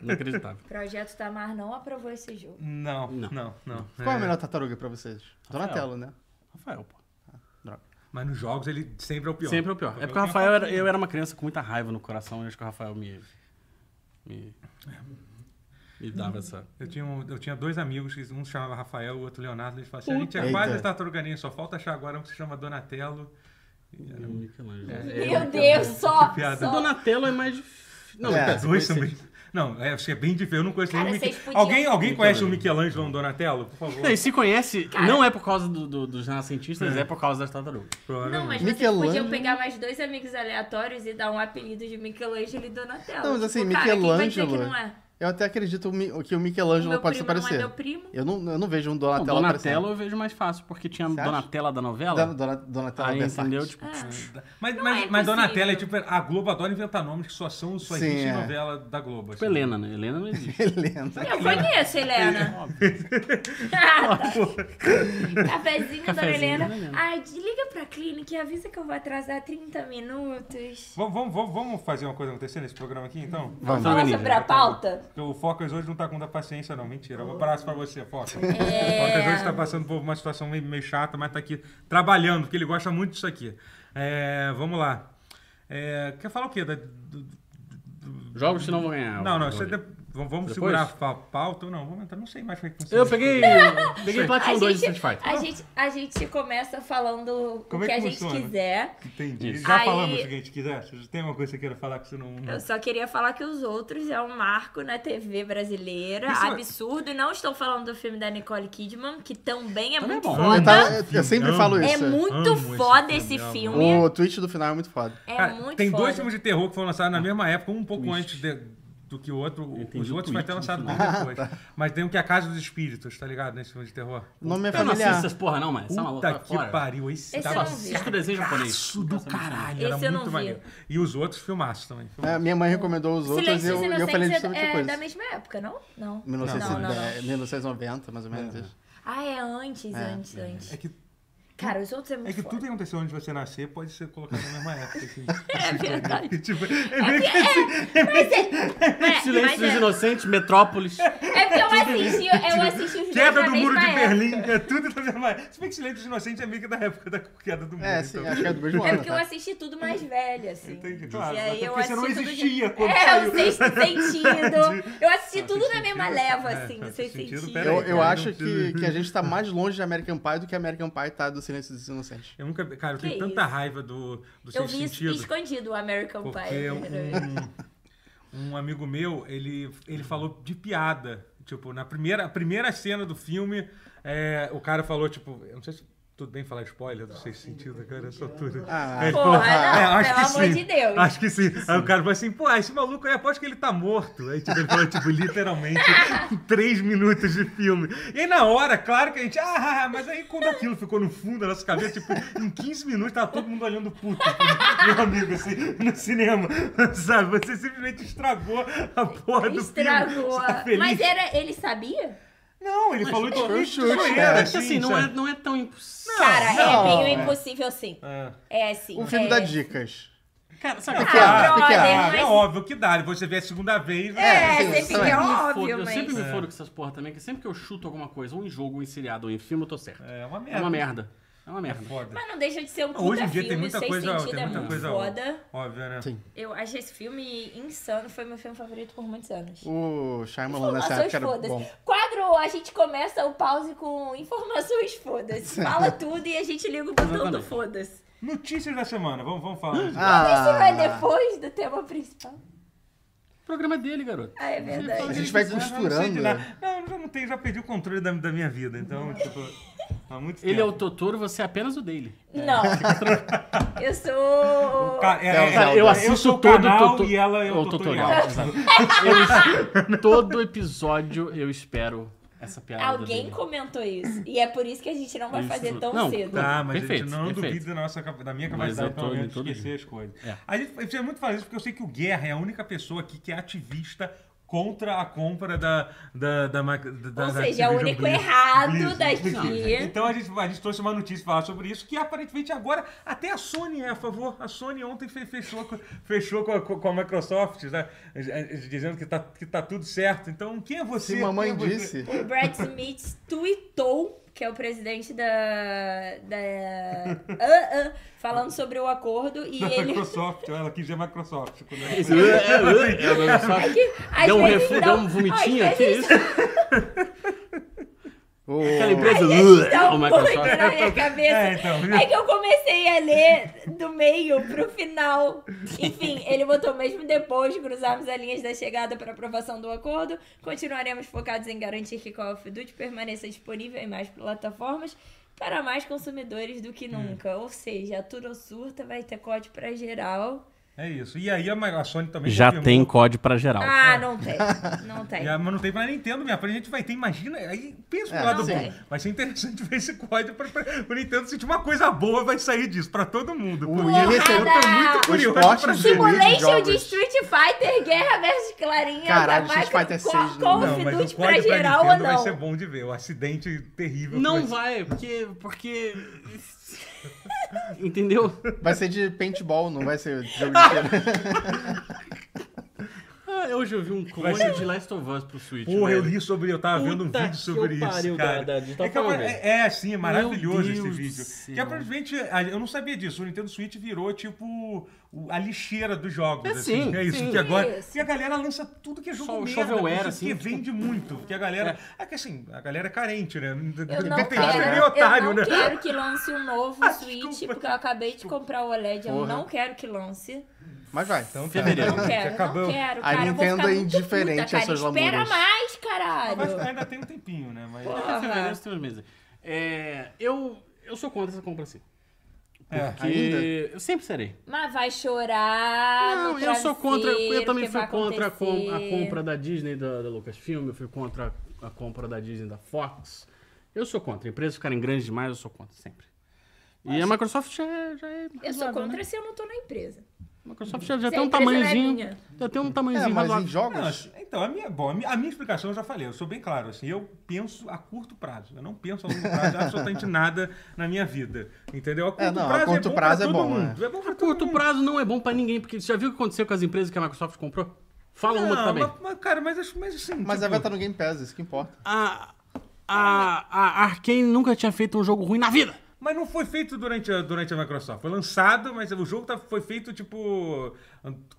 Speaker 4: Inacreditável.
Speaker 3: Projeto Tamar não aprovou esse jogo.
Speaker 1: Não,
Speaker 4: Não.
Speaker 1: não, não.
Speaker 2: Qual é a
Speaker 1: É.
Speaker 2: melhor tartaruga pra vocês? Donatello, né?
Speaker 4: Rafael, pô.
Speaker 2: Droga.
Speaker 1: Mas nos jogos ele sempre é o pior.
Speaker 4: Sempre é o pior. É porque o
Speaker 1: Eu-
Speaker 4: Rafael, era, eu era uma criança com muita raiva no coração e acho que o Rafael me... Me, me dava essa...
Speaker 1: Eu tinha, um- eu tinha dois amigos, que um se chamava Rafael, o outro Leonardo. Eles falavam assim: a gente é
Speaker 2: Eita.
Speaker 1: quase a tartaruga ninja, só falta achar agora um que se chama Donatello.
Speaker 4: é Michelangelo.
Speaker 3: meu Deus, só,
Speaker 1: piada.
Speaker 3: só.
Speaker 4: Donatello é mais difícil. Não,
Speaker 2: É.
Speaker 4: pera,
Speaker 1: Os dois
Speaker 2: você
Speaker 1: são bem... Não, é, acho que é bem difícil. Eu não conheço
Speaker 3: Cara,
Speaker 1: nenhum
Speaker 3: vocês
Speaker 1: Miche-
Speaker 3: podiam-
Speaker 1: Alguém, alguém conhece o
Speaker 4: Michelangelo.
Speaker 1: Michelangelo um Donatello? Por favor.
Speaker 4: Não, e se conhece, não é por causa do- do- dos renascentistas, é. por causa das tartarugas.
Speaker 3: Não,
Speaker 1: Provavelmente.
Speaker 3: mas vocês
Speaker 2: Michelangelo.
Speaker 3: podiam pegar mais dois amigos aleatórios e dar um apelido de Michelangelo e Donatello.
Speaker 2: Não, mas assim,
Speaker 3: Tipo, cara, quem vai dizer
Speaker 2: Michelangelo.
Speaker 3: que não é?
Speaker 2: Eu até acredito mi- que o
Speaker 3: O
Speaker 2: Michelangelo
Speaker 3: meu
Speaker 2: pode se
Speaker 3: primo não é
Speaker 2: parecer.
Speaker 3: meu primo?
Speaker 2: Eu não, eu não vejo um
Speaker 4: Não,
Speaker 2: Donatello
Speaker 4: Donatello
Speaker 2: aparecendo.
Speaker 4: eu vejo mais fácil, porque tinha
Speaker 2: Você acha? é
Speaker 4: Donatella da novela.
Speaker 2: Don- Dona- Donatello
Speaker 4: aí
Speaker 2: Versace.
Speaker 4: entendeu? Tipo,
Speaker 3: Ah,
Speaker 1: Mas,
Speaker 3: Não
Speaker 1: mas,
Speaker 3: é
Speaker 1: mas Donatello é tipo.
Speaker 3: impossível.
Speaker 1: A Globo adora inventar nomes que só são. Só
Speaker 2: Sim,
Speaker 1: existe em
Speaker 2: é.
Speaker 1: novela da Globo.
Speaker 4: tipo
Speaker 1: assim.
Speaker 4: Helena, né? Helena não existe.
Speaker 2: Helena.
Speaker 3: eu
Speaker 1: né?
Speaker 3: conheço, Helena. Ah, tá. Cafezinho, dona
Speaker 4: Cafezinho,
Speaker 3: Helena.
Speaker 4: dona Helena.
Speaker 3: Ai, de- liga pra clínica e avisa que eu vou atrasar 30 minutos.
Speaker 1: Vamos, vamos- vamos- vamos fazer uma coisa acontecer nesse programa aqui, então?
Speaker 4: Vamos.
Speaker 3: Vamos
Speaker 4: Organiza.
Speaker 3: sobre a pauta?
Speaker 1: Porque O Focas hoje não tá com muita paciência, não. Mentira. Um abraço pra você,
Speaker 3: É.
Speaker 1: Focas. O Focas hoje tá passando por uma situação meio, meio chata, mas tá aqui trabalhando, porque ele gosta muito disso aqui. É, vamos lá. É, quer falar o quê? Da- do-
Speaker 4: Jogos que não vão ganhar.
Speaker 1: Não, não,
Speaker 4: Vamos
Speaker 1: você
Speaker 4: ver.
Speaker 1: de- vamos vamos
Speaker 4: Depois?
Speaker 1: segurar a fa- pauta ou não? Vamos entrar, não sei mais o que aconteceu.
Speaker 4: Eu peguei. peguei
Speaker 3: A
Speaker 4: Platinum 2 de
Speaker 3: gente,
Speaker 4: Street Fighter.
Speaker 3: a, gente, a gente começa falando
Speaker 1: Como
Speaker 3: o
Speaker 1: é
Speaker 3: que
Speaker 1: que
Speaker 3: a gente
Speaker 1: funciona?
Speaker 3: quiser.
Speaker 1: Entendi.
Speaker 4: Isso.
Speaker 1: Já
Speaker 3: Aí-
Speaker 1: falamos o que a gente quiser. Se tem alguma coisa que você queira falar que você não.
Speaker 4: Hum.
Speaker 3: Eu só queria falar que Os Outros é um marco na TV brasileira,
Speaker 1: Isso é-
Speaker 3: absurdo. E não estou falando do filme da Nicole Kidman, que também é
Speaker 4: Também é
Speaker 3: muito
Speaker 4: bom.
Speaker 2: Eu,
Speaker 3: foda.
Speaker 2: tava- eu- eu sempre
Speaker 1: Amo.
Speaker 2: falo
Speaker 3: É
Speaker 2: isso.
Speaker 3: muito
Speaker 1: amo esse
Speaker 3: foda
Speaker 1: filme,
Speaker 3: esse
Speaker 1: amo.
Speaker 3: filme.
Speaker 2: O tweet do final é muito foda.
Speaker 3: É
Speaker 1: Cara,
Speaker 3: muito
Speaker 1: tem
Speaker 3: foda.
Speaker 1: dois filmes de terror que foram lançados na mesma época, um pouco
Speaker 4: Twist.
Speaker 1: antes de- do que o outro.
Speaker 4: entendi
Speaker 1: Os
Speaker 4: o
Speaker 1: outros vai
Speaker 4: tweet
Speaker 1: ter lançado
Speaker 4: no
Speaker 1: bem
Speaker 4: final.
Speaker 1: depois. Mas tem um que é a Casa dos Espíritos, tá ligado? Nesse filme de terror.
Speaker 2: O nome é
Speaker 4: Eu não assisto
Speaker 2: familiar.
Speaker 4: essas porra, não, mano. Essa maluca
Speaker 1: Puta
Speaker 4: tá
Speaker 1: que
Speaker 4: fora.
Speaker 1: pariu. Esse,
Speaker 3: Esse eu
Speaker 1: tava
Speaker 3: não vi.
Speaker 4: Assisto desenho tá japonês.
Speaker 1: Isso do caralho, era
Speaker 3: Esse eu não
Speaker 1: muito
Speaker 3: vi.
Speaker 1: maneiro. E os outros filmaços também.
Speaker 2: É, minha mãe recomendou os outros e
Speaker 3: Silêncio
Speaker 2: eu,
Speaker 3: dos
Speaker 2: e eu falei
Speaker 3: Inocentes
Speaker 1: tipo
Speaker 2: justamente
Speaker 3: é,
Speaker 2: a
Speaker 3: é da
Speaker 2: coisa.
Speaker 3: mesma época, não? Não. Não, não, não.
Speaker 2: 1910, 1990, mais ou menos. isso.
Speaker 3: Ah, é antes, antes, antes.
Speaker 1: É que,
Speaker 3: Cara, Os Outros é
Speaker 1: é
Speaker 3: muito
Speaker 1: que
Speaker 3: foda.
Speaker 1: tudo que aconteceu onde você nascer pode ser colocado na mesma época. assim.
Speaker 3: É verdade.
Speaker 1: Tipo, é meio que assim.
Speaker 3: Mas é, mas,
Speaker 4: Silêncio
Speaker 3: mas
Speaker 4: dos
Speaker 3: é,
Speaker 4: Inocentes, Metrópolis.
Speaker 3: é porque é eu assisti,
Speaker 1: Tipo,
Speaker 3: eu assisti os dois
Speaker 1: Queda
Speaker 3: na
Speaker 1: do Muro
Speaker 3: mesma
Speaker 1: de
Speaker 3: época.
Speaker 1: Berlim, é tudo da mesma época. Se bem que Silêncio Inocente é meio que da época da queda do muro.
Speaker 2: É, sim,
Speaker 1: então.
Speaker 2: acho que é do mesmo
Speaker 3: É
Speaker 2: ano.
Speaker 3: porque eu
Speaker 2: Tá?
Speaker 3: assisti tudo mais velha, assim.
Speaker 1: Entendi, claro.
Speaker 3: E aí
Speaker 1: até
Speaker 3: eu
Speaker 1: porque você não
Speaker 3: assisti tudo de-
Speaker 1: existia quando
Speaker 3: é,
Speaker 1: saiu.
Speaker 3: o sexto sentido. Eu assisti
Speaker 1: Ah,
Speaker 3: tudo
Speaker 1: Sexto
Speaker 3: na mesma
Speaker 1: Sentido,
Speaker 3: leva,
Speaker 1: é,
Speaker 3: assim, do
Speaker 1: Sexto
Speaker 3: seis
Speaker 1: Sentido,
Speaker 3: sentidos.
Speaker 1: peraí,
Speaker 2: Eu, eu
Speaker 1: cara,
Speaker 2: acho
Speaker 1: não
Speaker 2: que,
Speaker 1: precisa-
Speaker 2: que a gente tá mais longe de American Pie do que American Pie tá do Silêncio dos Inocentes.
Speaker 1: Eu nunca. Cara, eu
Speaker 3: Que
Speaker 1: tenho tanta
Speaker 3: isso?
Speaker 1: raiva do, do
Speaker 3: Eu
Speaker 1: Sexto
Speaker 3: vi
Speaker 1: Sentido.
Speaker 3: escondido o American Pie. né?
Speaker 1: Porque é
Speaker 3: a primeira vez.
Speaker 1: um, um amigo meu, ele, ele falou de piada. Tipo, na primeira, a primeira cena do filme, é, o cara falou, tipo, eu não sei se tudo bem falar spoiler do sexto sentido, cara, essa altura.
Speaker 2: Ah,
Speaker 1: Aí ele
Speaker 2: Porra,
Speaker 1: falou,
Speaker 3: não, pelo amor
Speaker 1: É, sim,
Speaker 3: de Deus.
Speaker 1: Acho que sim. Aí o cara falou assim, pô, esse maluco aí aposto que ele tá morto. Aí tipo, ele falou, tipo, literalmente, três minutos de filme. E aí, na hora, claro que a gente, ah, mas aí quando aquilo ficou no fundo da nossa cabeça, tipo, em 15 minutos tava todo mundo olhando puto, pro meu amigo, assim, no cinema. Sabe? Você simplesmente estragou a porra do filme.
Speaker 3: Estragou.
Speaker 1: um Você tá
Speaker 3: a-
Speaker 1: feliz?
Speaker 3: Mas é- era, ele sabia?
Speaker 1: Não, ele falou
Speaker 4: tipo,
Speaker 1: de
Speaker 2: foi um
Speaker 1: de
Speaker 2: chute,
Speaker 1: zoeira,
Speaker 2: cara.
Speaker 4: É que é assim, não é,
Speaker 1: sabe?
Speaker 4: não é tão impossível.
Speaker 3: Cara,
Speaker 2: não,
Speaker 3: é meio
Speaker 2: é.
Speaker 3: impossível, sim.
Speaker 1: É.
Speaker 3: É assim.
Speaker 2: O Um filme
Speaker 3: é...
Speaker 2: dá dicas.
Speaker 4: Cara, sabe o que
Speaker 2: que
Speaker 4: é?
Speaker 2: é?
Speaker 3: Ah, brother,
Speaker 2: É,
Speaker 1: Ah,
Speaker 3: mas...
Speaker 1: é óbvio que dá. Você vê a segunda vez,
Speaker 3: É,
Speaker 2: sim,
Speaker 3: você
Speaker 2: isso
Speaker 3: fica
Speaker 2: é.
Speaker 3: é
Speaker 4: Eu me fodo,
Speaker 3: óbvio,
Speaker 4: eu
Speaker 3: mas...
Speaker 4: sempre me fodo com essas porras também, que sempre que eu chuto alguma coisa, ou em jogo, ou em seriado, ou em filme, eu tô certo.
Speaker 1: É uma merda.
Speaker 4: É uma merda. É uma
Speaker 1: É
Speaker 4: merda.
Speaker 1: foda.
Speaker 3: Mas não deixa de ser um puta
Speaker 1: Hoje em dia
Speaker 3: filme,
Speaker 1: tem muita
Speaker 3: Seis
Speaker 1: coisa,
Speaker 3: Sentido
Speaker 1: tem
Speaker 3: é
Speaker 1: muita
Speaker 3: muito
Speaker 1: coisa
Speaker 3: foda.
Speaker 1: óbvia, né?
Speaker 2: Sim.
Speaker 3: Eu achei esse filme insano, foi meu filme favorito por muitos anos.
Speaker 2: O Shyamalan nessa
Speaker 3: Informações
Speaker 2: época era
Speaker 3: foda-se.
Speaker 2: bom.
Speaker 3: Quadro, a gente começa o pause com informações foda-se. Fala tudo e a gente liga o botão do
Speaker 4: Exatamente.
Speaker 3: foda-se.
Speaker 1: Notícias da semana, vamos, vamos falar. disso.
Speaker 3: Isso vai
Speaker 2: Ah,
Speaker 3: depois do tema principal.
Speaker 4: O programa é dele, garoto.
Speaker 3: Ah, é
Speaker 2: a
Speaker 3: verdade.
Speaker 2: gente vai
Speaker 1: Eu não sei de
Speaker 2: costurando. né?
Speaker 1: nada. Não, eu já não tenho, já perdi o controle da, da minha vida, então, tipo, há muito tempo.
Speaker 4: Ele é o Totoro, você é apenas o dele.
Speaker 3: Não. Eu sou.
Speaker 1: Ca- é,
Speaker 2: Cara,
Speaker 1: é,
Speaker 2: eu
Speaker 1: é,
Speaker 4: assisto
Speaker 1: sou o
Speaker 4: todo
Speaker 1: canal
Speaker 4: tuto-
Speaker 1: e ela é o,
Speaker 4: o
Speaker 1: tutorial.
Speaker 4: tutorial, exato. Eu- todo episódio eu espero essa piada.
Speaker 3: Alguém
Speaker 4: dele.
Speaker 3: comentou isso. E é por isso que a gente não vai
Speaker 4: Isso.
Speaker 3: fazer tão
Speaker 4: Não,
Speaker 3: cedo.
Speaker 4: tá.
Speaker 1: Tá, mas
Speaker 4: Perfeito,
Speaker 1: gente, não
Speaker 4: perfeito.
Speaker 1: duvido da, nossa, cap- da minha
Speaker 4: Mas
Speaker 1: capacidade
Speaker 4: eu tô
Speaker 1: pelo menos, de
Speaker 4: indo todo
Speaker 1: esquecer as coisas.
Speaker 4: É.
Speaker 1: A gente eu preciso muito falar isso porque eu sei que o Guerra é a única pessoa aqui que é ativista contra a compra da... da, da, ma- da- da
Speaker 3: Ou seja, é
Speaker 1: Activision
Speaker 3: o único
Speaker 1: Blizzard.
Speaker 3: errado
Speaker 1: Blizzard.
Speaker 3: daqui.
Speaker 1: Então a gente, a gente trouxe uma notícia pra falar sobre isso, que aparentemente agora até a Sony é a favor. A Sony ontem fe- fechou, com- fechou com, a, com a Microsoft, né? dizendo que tá, que tá tudo certo. Então, quem é você?
Speaker 2: Se mamãe
Speaker 1: Quem é você?
Speaker 2: disse.
Speaker 3: O Brad Smith tweetou, que é o presidente da. da. ah, ah, falando sobre o acordo e
Speaker 1: Da
Speaker 3: ele.
Speaker 1: Microsoft, ela quis dizer Microsoft. quando ela-
Speaker 4: Esse- é, é, é, é, é, só-
Speaker 3: É que às
Speaker 4: Deu um
Speaker 3: vezes
Speaker 4: reflu,
Speaker 3: dá
Speaker 4: deu um
Speaker 3: um-
Speaker 4: vomitinho
Speaker 3: às
Speaker 4: aqui,
Speaker 3: vezes-
Speaker 4: isso?
Speaker 3: É
Speaker 2: O...
Speaker 4: Aquela empresa.
Speaker 3: Dá
Speaker 4: o
Speaker 3: um
Speaker 4: Microsoft.
Speaker 3: doido na minha cabeça.
Speaker 1: É, então, viu?
Speaker 3: É que eu comecei a ler do meio pro final. Enfim, ele botou mesmo depois de cruzarmos as linhas da chegada para aprovação do acordo, continuaremos focados em garantir que Call of Duty permaneça disponível em mais plataformas para mais consumidores do que
Speaker 1: Hum.
Speaker 3: nunca. Ou seja, a Turo Surta vai ter código para geral.
Speaker 1: É isso. E aí a, Mi- a Sony também
Speaker 4: Já
Speaker 1: confirmou.
Speaker 4: tem código pra geral.
Speaker 3: Ah, não tem. Não tem.
Speaker 1: E a- mas não tem pra Nintendo, minha frente a gente vai ter, imagina, aí pensa no
Speaker 2: É,
Speaker 1: lado
Speaker 3: sim.
Speaker 1: bom. Vai ser interessante ver esse código pra, pra, pra Nintendo sentir uma coisa boa, vai sair disso, pra todo mundo.
Speaker 2: O
Speaker 1: Pô,
Speaker 2: Willian-
Speaker 1: eu tô muito
Speaker 2: Os
Speaker 1: curioso
Speaker 2: postes
Speaker 1: pra
Speaker 2: do
Speaker 1: ver.
Speaker 2: Willian-
Speaker 3: Simulation de
Speaker 2: jogos.
Speaker 3: Street Fighter, Guerra versus Clarinha,
Speaker 2: Caralho,
Speaker 3: da
Speaker 2: Street
Speaker 3: Micro-
Speaker 2: Fighter
Speaker 3: Co-
Speaker 2: 6 não.
Speaker 3: Call
Speaker 1: Não,
Speaker 3: of
Speaker 1: mas
Speaker 3: Duty
Speaker 1: o
Speaker 3: pra
Speaker 1: código pra
Speaker 3: geral ou
Speaker 1: Nintendo vai
Speaker 3: não?
Speaker 1: ser bom de ver. O acidente terrível. que
Speaker 4: Não
Speaker 1: ser.
Speaker 4: vai, porque. porque. Entendeu?
Speaker 2: Vai ser de paintball, não vai ser de jogo inteiro.
Speaker 4: Ah, hoje eu vi um clone
Speaker 1: ser-
Speaker 4: de Last of Us pro Switch.
Speaker 1: Porra, eu
Speaker 4: velho.
Speaker 1: li sobre, eu tava vendo um
Speaker 4: Puta
Speaker 1: vídeo sobre
Speaker 4: que eu pariu,
Speaker 1: isso, cara.
Speaker 4: da- da- de
Speaker 1: é, que é, uma-
Speaker 4: Topanga.
Speaker 1: é, é, assim, é maravilhoso
Speaker 4: Meu
Speaker 1: esse
Speaker 4: Deus
Speaker 1: vídeo.
Speaker 4: do céu.
Speaker 1: Que aparentemente, a- eu não sabia disso, o Nintendo Switch virou, tipo, o- a lixeira dos jogos.
Speaker 4: É,
Speaker 1: assim.
Speaker 4: sim,
Speaker 1: é isso
Speaker 4: sim.
Speaker 1: que agora...
Speaker 3: Isso.
Speaker 1: E a galera lança tudo que é jogo
Speaker 4: Só o
Speaker 1: merda,
Speaker 4: shovelware,
Speaker 1: porque
Speaker 4: assim, tipo-
Speaker 1: vende muito. Porque a galera... É. que assim, a galera é carente, né?
Speaker 3: Eu não,
Speaker 1: Tem gente que é
Speaker 3: quero,
Speaker 1: meio otário,
Speaker 3: eu não
Speaker 1: né?
Speaker 3: quero que lance um novo
Speaker 1: Ah,
Speaker 3: Switch,
Speaker 1: desculpa.
Speaker 3: porque eu acabei de comprar o OLED, eu
Speaker 2: Porra.
Speaker 3: não quero que lance.
Speaker 2: Mas vai.
Speaker 1: Então, tá.
Speaker 4: Fevereiro.
Speaker 3: Não quero,
Speaker 1: Acabou.
Speaker 3: não quero,
Speaker 2: A
Speaker 3: cara. eu vou
Speaker 2: Nintendo
Speaker 3: ficar
Speaker 2: é
Speaker 3: muito
Speaker 2: indiferente
Speaker 3: puta, cara.
Speaker 2: aos seus
Speaker 3: Espera
Speaker 2: lamúrios.
Speaker 1: Mas
Speaker 3: mais, caralho.
Speaker 1: ainda tem um tempinho, né? Mas...
Speaker 3: Pô.
Speaker 4: Até fevereiro você tem umas meses. É, eu, eu sou contra essa compra assim.
Speaker 1: É.
Speaker 4: Que
Speaker 2: Ainda?
Speaker 4: Eu sempre serei.
Speaker 3: Mas vai chorar
Speaker 4: Não,
Speaker 3: no
Speaker 4: eu sou contra.
Speaker 3: travesseiro,
Speaker 4: Eu também
Speaker 3: que
Speaker 4: fui
Speaker 3: vai
Speaker 4: contra a, com- a
Speaker 3: acontecer.
Speaker 4: compra da Disney da, da Lucasfilm, eu fui contra a, a compra da Disney da Fox. Eu sou contra. Empresas ficarem grandes demais, eu sou contra, sempre. E a Microsoft já é. Já é
Speaker 3: Eu sou
Speaker 4: razoável,
Speaker 3: contra
Speaker 4: Né?
Speaker 3: se eu não tô na empresa.
Speaker 4: A Microsoft já, já
Speaker 3: Se
Speaker 4: tem
Speaker 3: a
Speaker 4: um
Speaker 3: empresa não é
Speaker 4: tamanhozinho.
Speaker 3: minha.
Speaker 4: já tem um tamanhozinho
Speaker 2: É, mas em
Speaker 4: razoável.
Speaker 1: Não,
Speaker 2: jogos...
Speaker 1: então, a minha, bom, a minha, a minha explicação eu já falei, eu sou bem claro, assim, eu penso a curto prazo, eu não penso a longo prazo absolutamente nada na minha vida, entendeu? A curto
Speaker 2: não, a
Speaker 1: prazo,
Speaker 2: curto
Speaker 1: é bom
Speaker 2: prazo é
Speaker 1: pra todo
Speaker 2: bom,
Speaker 1: mundo, é bom pra
Speaker 4: A
Speaker 1: todo
Speaker 4: curto
Speaker 1: mundo.
Speaker 4: prazo não é bom pra ninguém, porque você já viu o que aconteceu com as empresas que a Microsoft comprou? Fala uma
Speaker 1: Não,
Speaker 4: também.
Speaker 1: mas, mas, cara, mas, acho- mas assim.
Speaker 2: Mas aí
Speaker 1: tipo,
Speaker 2: vai estar no Game Pass, isso que importa.
Speaker 4: A, a, a Arkane nunca tinha feito um jogo ruim na vida.
Speaker 1: Mas não foi feito durante a, durante a Microsoft. Foi lançado, mas o jogo tá- foi feito, tipo.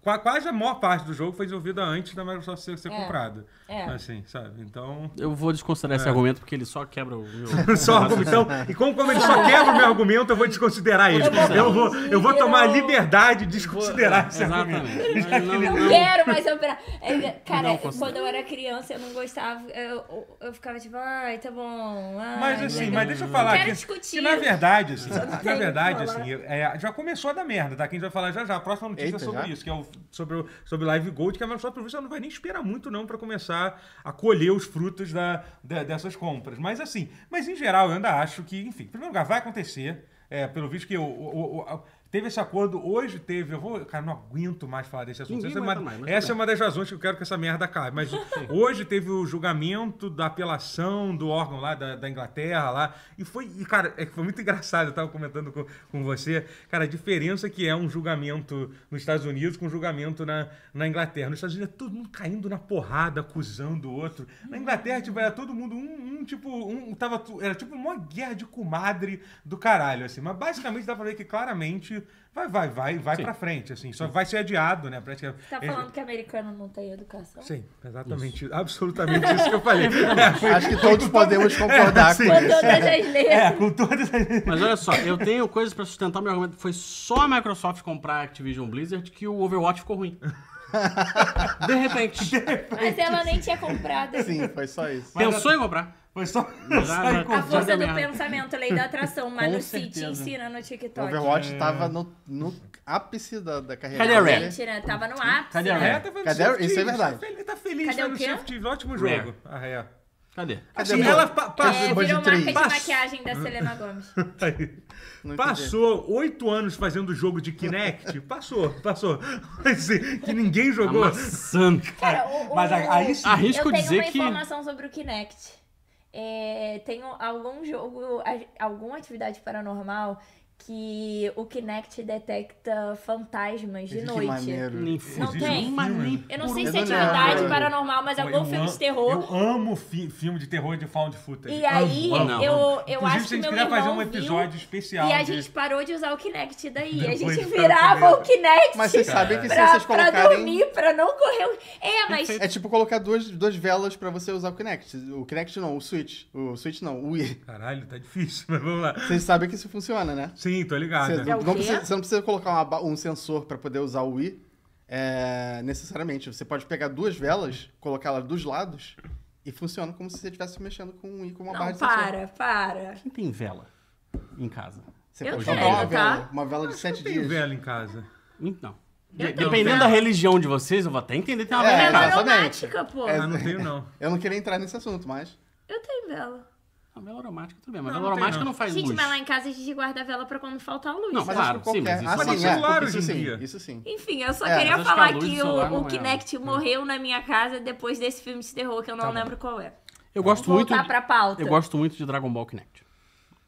Speaker 1: qua- Quase a maior parte do jogo foi desenvolvida antes da Microsoft ser, ser
Speaker 3: É.
Speaker 1: comprada.
Speaker 3: É.
Speaker 1: Assim, sabe? Então.
Speaker 4: Eu vou desconsiderar esse argumento porque ele só quebra o meu.
Speaker 1: Só argumento. Então, e como, como ele só quebra o meu argumento, eu vou desconsiderar ele. Eu vou, eu vou tomar a liberdade de desconsiderar
Speaker 4: É.
Speaker 1: esse argumento.
Speaker 4: Exatamente. Não,
Speaker 3: Eu
Speaker 4: não,
Speaker 3: quero mais operar. É, Cara,
Speaker 4: Não considero.
Speaker 3: quando eu era criança, eu não gostava. Eu, eu- eu ficava tipo, ai, tá bom. ai,
Speaker 1: Mas assim,
Speaker 3: legal."
Speaker 1: mas deixa eu falar
Speaker 3: Quero
Speaker 1: que,
Speaker 3: discutir.
Speaker 1: que na verdade, assim, na
Speaker 3: tenho
Speaker 1: verdade,
Speaker 3: o que
Speaker 1: assim, é, já começou a dar merda, tá? Que a gente vai falar já já. A próxima notícia
Speaker 2: Eita,
Speaker 1: é sobre
Speaker 2: já?
Speaker 1: isso, que é o, sobre, o, sobre Live Gold, que é a Microsoft pelo visto, ela não vai nem esperar muito não pra começar a colher os frutos da, da- dessas compras. Mas assim, mas em geral eu ainda acho que, enfim, em primeiro lugar, vai acontecer, é, pelo visto que o- o- o- a- Teve esse acordo, hoje teve. Eu vou. Cara, não aguento mais falar desse assunto.
Speaker 4: Ninguém
Speaker 1: Essa é uma,
Speaker 4: aguenta mais, mas
Speaker 1: essa é uma das razões que eu quero que essa merda acabe. Mas hoje teve o julgamento da apelação do órgão lá da, da Inglaterra lá. E foi, e, cara, é que foi muito engraçado. Eu tava comentando com, com você. Cara, a diferença que é um julgamento nos Estados Unidos com um julgamento na, na Inglaterra. Nos Estados Unidos é todo mundo caindo na porrada, acusando o outro. Na Inglaterra, tipo, era todo mundo um, um tipo, um tava, tu- era tipo uma guerra de comadre do caralho, assim. Mas basicamente dá pra ver que claramente vai, vai, vai, vai pra frente, assim. Só vai ser adiado, né? Praticamente.
Speaker 3: Tá
Speaker 1: Eles-
Speaker 3: falando que americano não tem
Speaker 2: Então.
Speaker 3: educação?
Speaker 1: Sim, exatamente, absolutamente isso que eu falei. É,
Speaker 2: Acho que todos podemos concordar
Speaker 1: sim.
Speaker 2: com
Speaker 3: Com
Speaker 2: isso.
Speaker 3: todas as leis.
Speaker 1: é, com todas as...
Speaker 4: Mas olha só, eu tenho coisas pra sustentar meu argumento. Foi só a Microsoft comprar a Activision Blizzard que o Overwatch ficou ruim. De repente.
Speaker 3: Mas ela nem tinha comprado.
Speaker 2: Sim, foi só isso.
Speaker 4: Pensou em comprar.
Speaker 1: Foi só...
Speaker 4: Já- já-
Speaker 3: A força
Speaker 4: Joga
Speaker 3: do
Speaker 4: merda.
Speaker 3: pensamento, lei da atração. Mas
Speaker 4: Com
Speaker 3: no City
Speaker 4: certeza.
Speaker 3: ensina no
Speaker 2: O
Speaker 3: TikTok.
Speaker 1: né?
Speaker 2: Overwatch tava no, no ápice da, da carreira
Speaker 4: Cadê a
Speaker 2: dele.
Speaker 4: Rare?
Speaker 3: Gente, né? Tava no ápice.
Speaker 4: Cadê a
Speaker 3: né?
Speaker 1: É, tá vendo
Speaker 2: Cadê-
Speaker 1: Shift
Speaker 2: isso é
Speaker 1: Team?
Speaker 2: verdade.
Speaker 1: Tá feliz, tá feliz
Speaker 3: Cadê
Speaker 1: tá
Speaker 3: o
Speaker 1: no
Speaker 3: quê?
Speaker 1: Shift Team, ótimo jogo. Ah, é.
Speaker 4: Cadê?
Speaker 2: Cadê
Speaker 1: Assim,
Speaker 2: a
Speaker 1: ela
Speaker 2: Rare?
Speaker 1: pa-
Speaker 3: É,
Speaker 1: passou...
Speaker 2: Boa de
Speaker 3: virou marca de
Speaker 2: três.
Speaker 3: maquiagem da Selena Gomes.
Speaker 2: Não entendi.
Speaker 1: Passou oito anos fazendo jogo de Kinect? Passou, passou. Mas, assim, que ninguém jogou.
Speaker 4: Amassando.
Speaker 3: Cara, o, o-
Speaker 1: Mas a- aí sim.
Speaker 4: Arrisco
Speaker 3: eu tenho
Speaker 4: dizer
Speaker 3: uma
Speaker 4: que-
Speaker 3: informação sobre o Kinect. É, tem algum jogo, a- alguma atividade paranormal que o Kinect detecta fantasmas de
Speaker 2: Que
Speaker 3: noite.
Speaker 2: maneiro.
Speaker 3: Não
Speaker 4: Nem
Speaker 1: Existe um
Speaker 3: tem?
Speaker 4: Uma
Speaker 1: filme.
Speaker 4: nem-
Speaker 3: Eu não sei
Speaker 2: Eu
Speaker 3: se
Speaker 2: não
Speaker 3: é atividade
Speaker 2: lembro.
Speaker 3: paranormal, mas é algum
Speaker 1: Eu
Speaker 3: filme de
Speaker 1: am-
Speaker 3: terror.
Speaker 1: Eu amo fi- filme de terror de found footage.
Speaker 3: E aí,
Speaker 4: amo, amo.
Speaker 3: eu, eu
Speaker 1: Inclusive,
Speaker 3: acho
Speaker 1: se a
Speaker 3: que
Speaker 1: gente
Speaker 3: meu
Speaker 1: quiser
Speaker 3: irmão
Speaker 1: fazer um
Speaker 3: viu,
Speaker 1: episódio especial
Speaker 3: E a
Speaker 1: de-
Speaker 3: gente parou de usar o Kinect daí. a
Speaker 1: Depois
Speaker 3: gente
Speaker 1: de tanto
Speaker 3: virava o
Speaker 1: medo.
Speaker 3: Kinect
Speaker 2: Mas vocês sabem que se
Speaker 3: pra,
Speaker 2: vocês
Speaker 3: pra
Speaker 2: colocarem...
Speaker 3: dormir, pra não correr. o- É, mas
Speaker 2: É tipo colocar duas, duas velas pra você usar o Kinect. O Kinect não, o Switch. O Switch não, o Wii.
Speaker 1: Caralho, tá difícil, mas vamos lá.
Speaker 2: Vocês sabem que isso funciona, né?
Speaker 1: Sim, tô ligado.
Speaker 2: Você
Speaker 3: É
Speaker 2: não,
Speaker 3: o
Speaker 2: não
Speaker 3: quê?
Speaker 2: precisa, você não precisa colocar uma ba- um sensor pra poder usar o Wii é, necessariamente. Você pode pegar duas velas, colocar elas dos lados e funciona como se você estivesse mexendo com um Wii com uma barra
Speaker 3: Não,
Speaker 2: de sensor.
Speaker 3: para, para.
Speaker 4: Quem tem vela em casa?
Speaker 2: Você
Speaker 3: Eu
Speaker 2: pode
Speaker 3: tenho,
Speaker 2: jogar uma
Speaker 3: tá?
Speaker 2: vela, uma vela de sete
Speaker 1: Tem
Speaker 2: dias.
Speaker 1: vela em casa.
Speaker 4: Não.
Speaker 3: Eu
Speaker 4: De-
Speaker 3: tenho
Speaker 1: vela.
Speaker 4: dependendo da religião de vocês, eu vou até entender que tem uma
Speaker 2: É,
Speaker 4: vela em
Speaker 3: É
Speaker 4: casa.
Speaker 2: exatamente. É.
Speaker 3: aromática, pô.
Speaker 1: Ah, não tenho, não.
Speaker 2: Eu não queria entrar nesse assunto, mas.
Speaker 3: Eu tenho vela.
Speaker 4: Não, vela aromática, tudo bem, mas
Speaker 1: Não,
Speaker 4: vela
Speaker 1: não tem,
Speaker 4: aromática
Speaker 1: não.
Speaker 4: não faz
Speaker 3: gente,
Speaker 4: luz.
Speaker 3: mas lá em casa a gente guarda a vela pra quando faltar luz. né?
Speaker 4: Não,
Speaker 2: Mas
Speaker 4: Claro,
Speaker 2: acho que
Speaker 4: sim, mas
Speaker 2: qualquer.
Speaker 4: isso
Speaker 2: ah,
Speaker 4: é
Speaker 2: sim,
Speaker 1: mais
Speaker 2: é,
Speaker 1: celular hoje
Speaker 2: isso
Speaker 1: em
Speaker 2: sim,
Speaker 1: dia.
Speaker 2: isso sim.
Speaker 3: Enfim, eu só
Speaker 2: É,
Speaker 3: queria
Speaker 4: mas acho que a
Speaker 3: falar
Speaker 4: luz
Speaker 3: que,
Speaker 4: do celular
Speaker 3: o,
Speaker 4: não
Speaker 3: o
Speaker 4: é.
Speaker 3: Kinect
Speaker 1: né?
Speaker 3: morreu na minha casa depois desse filme de terror que eu não lembro qual é.
Speaker 4: Eu gosto Tá muito.
Speaker 3: Voltar pra pauta.
Speaker 4: Eu gosto muito de Dragon Ball Kinect.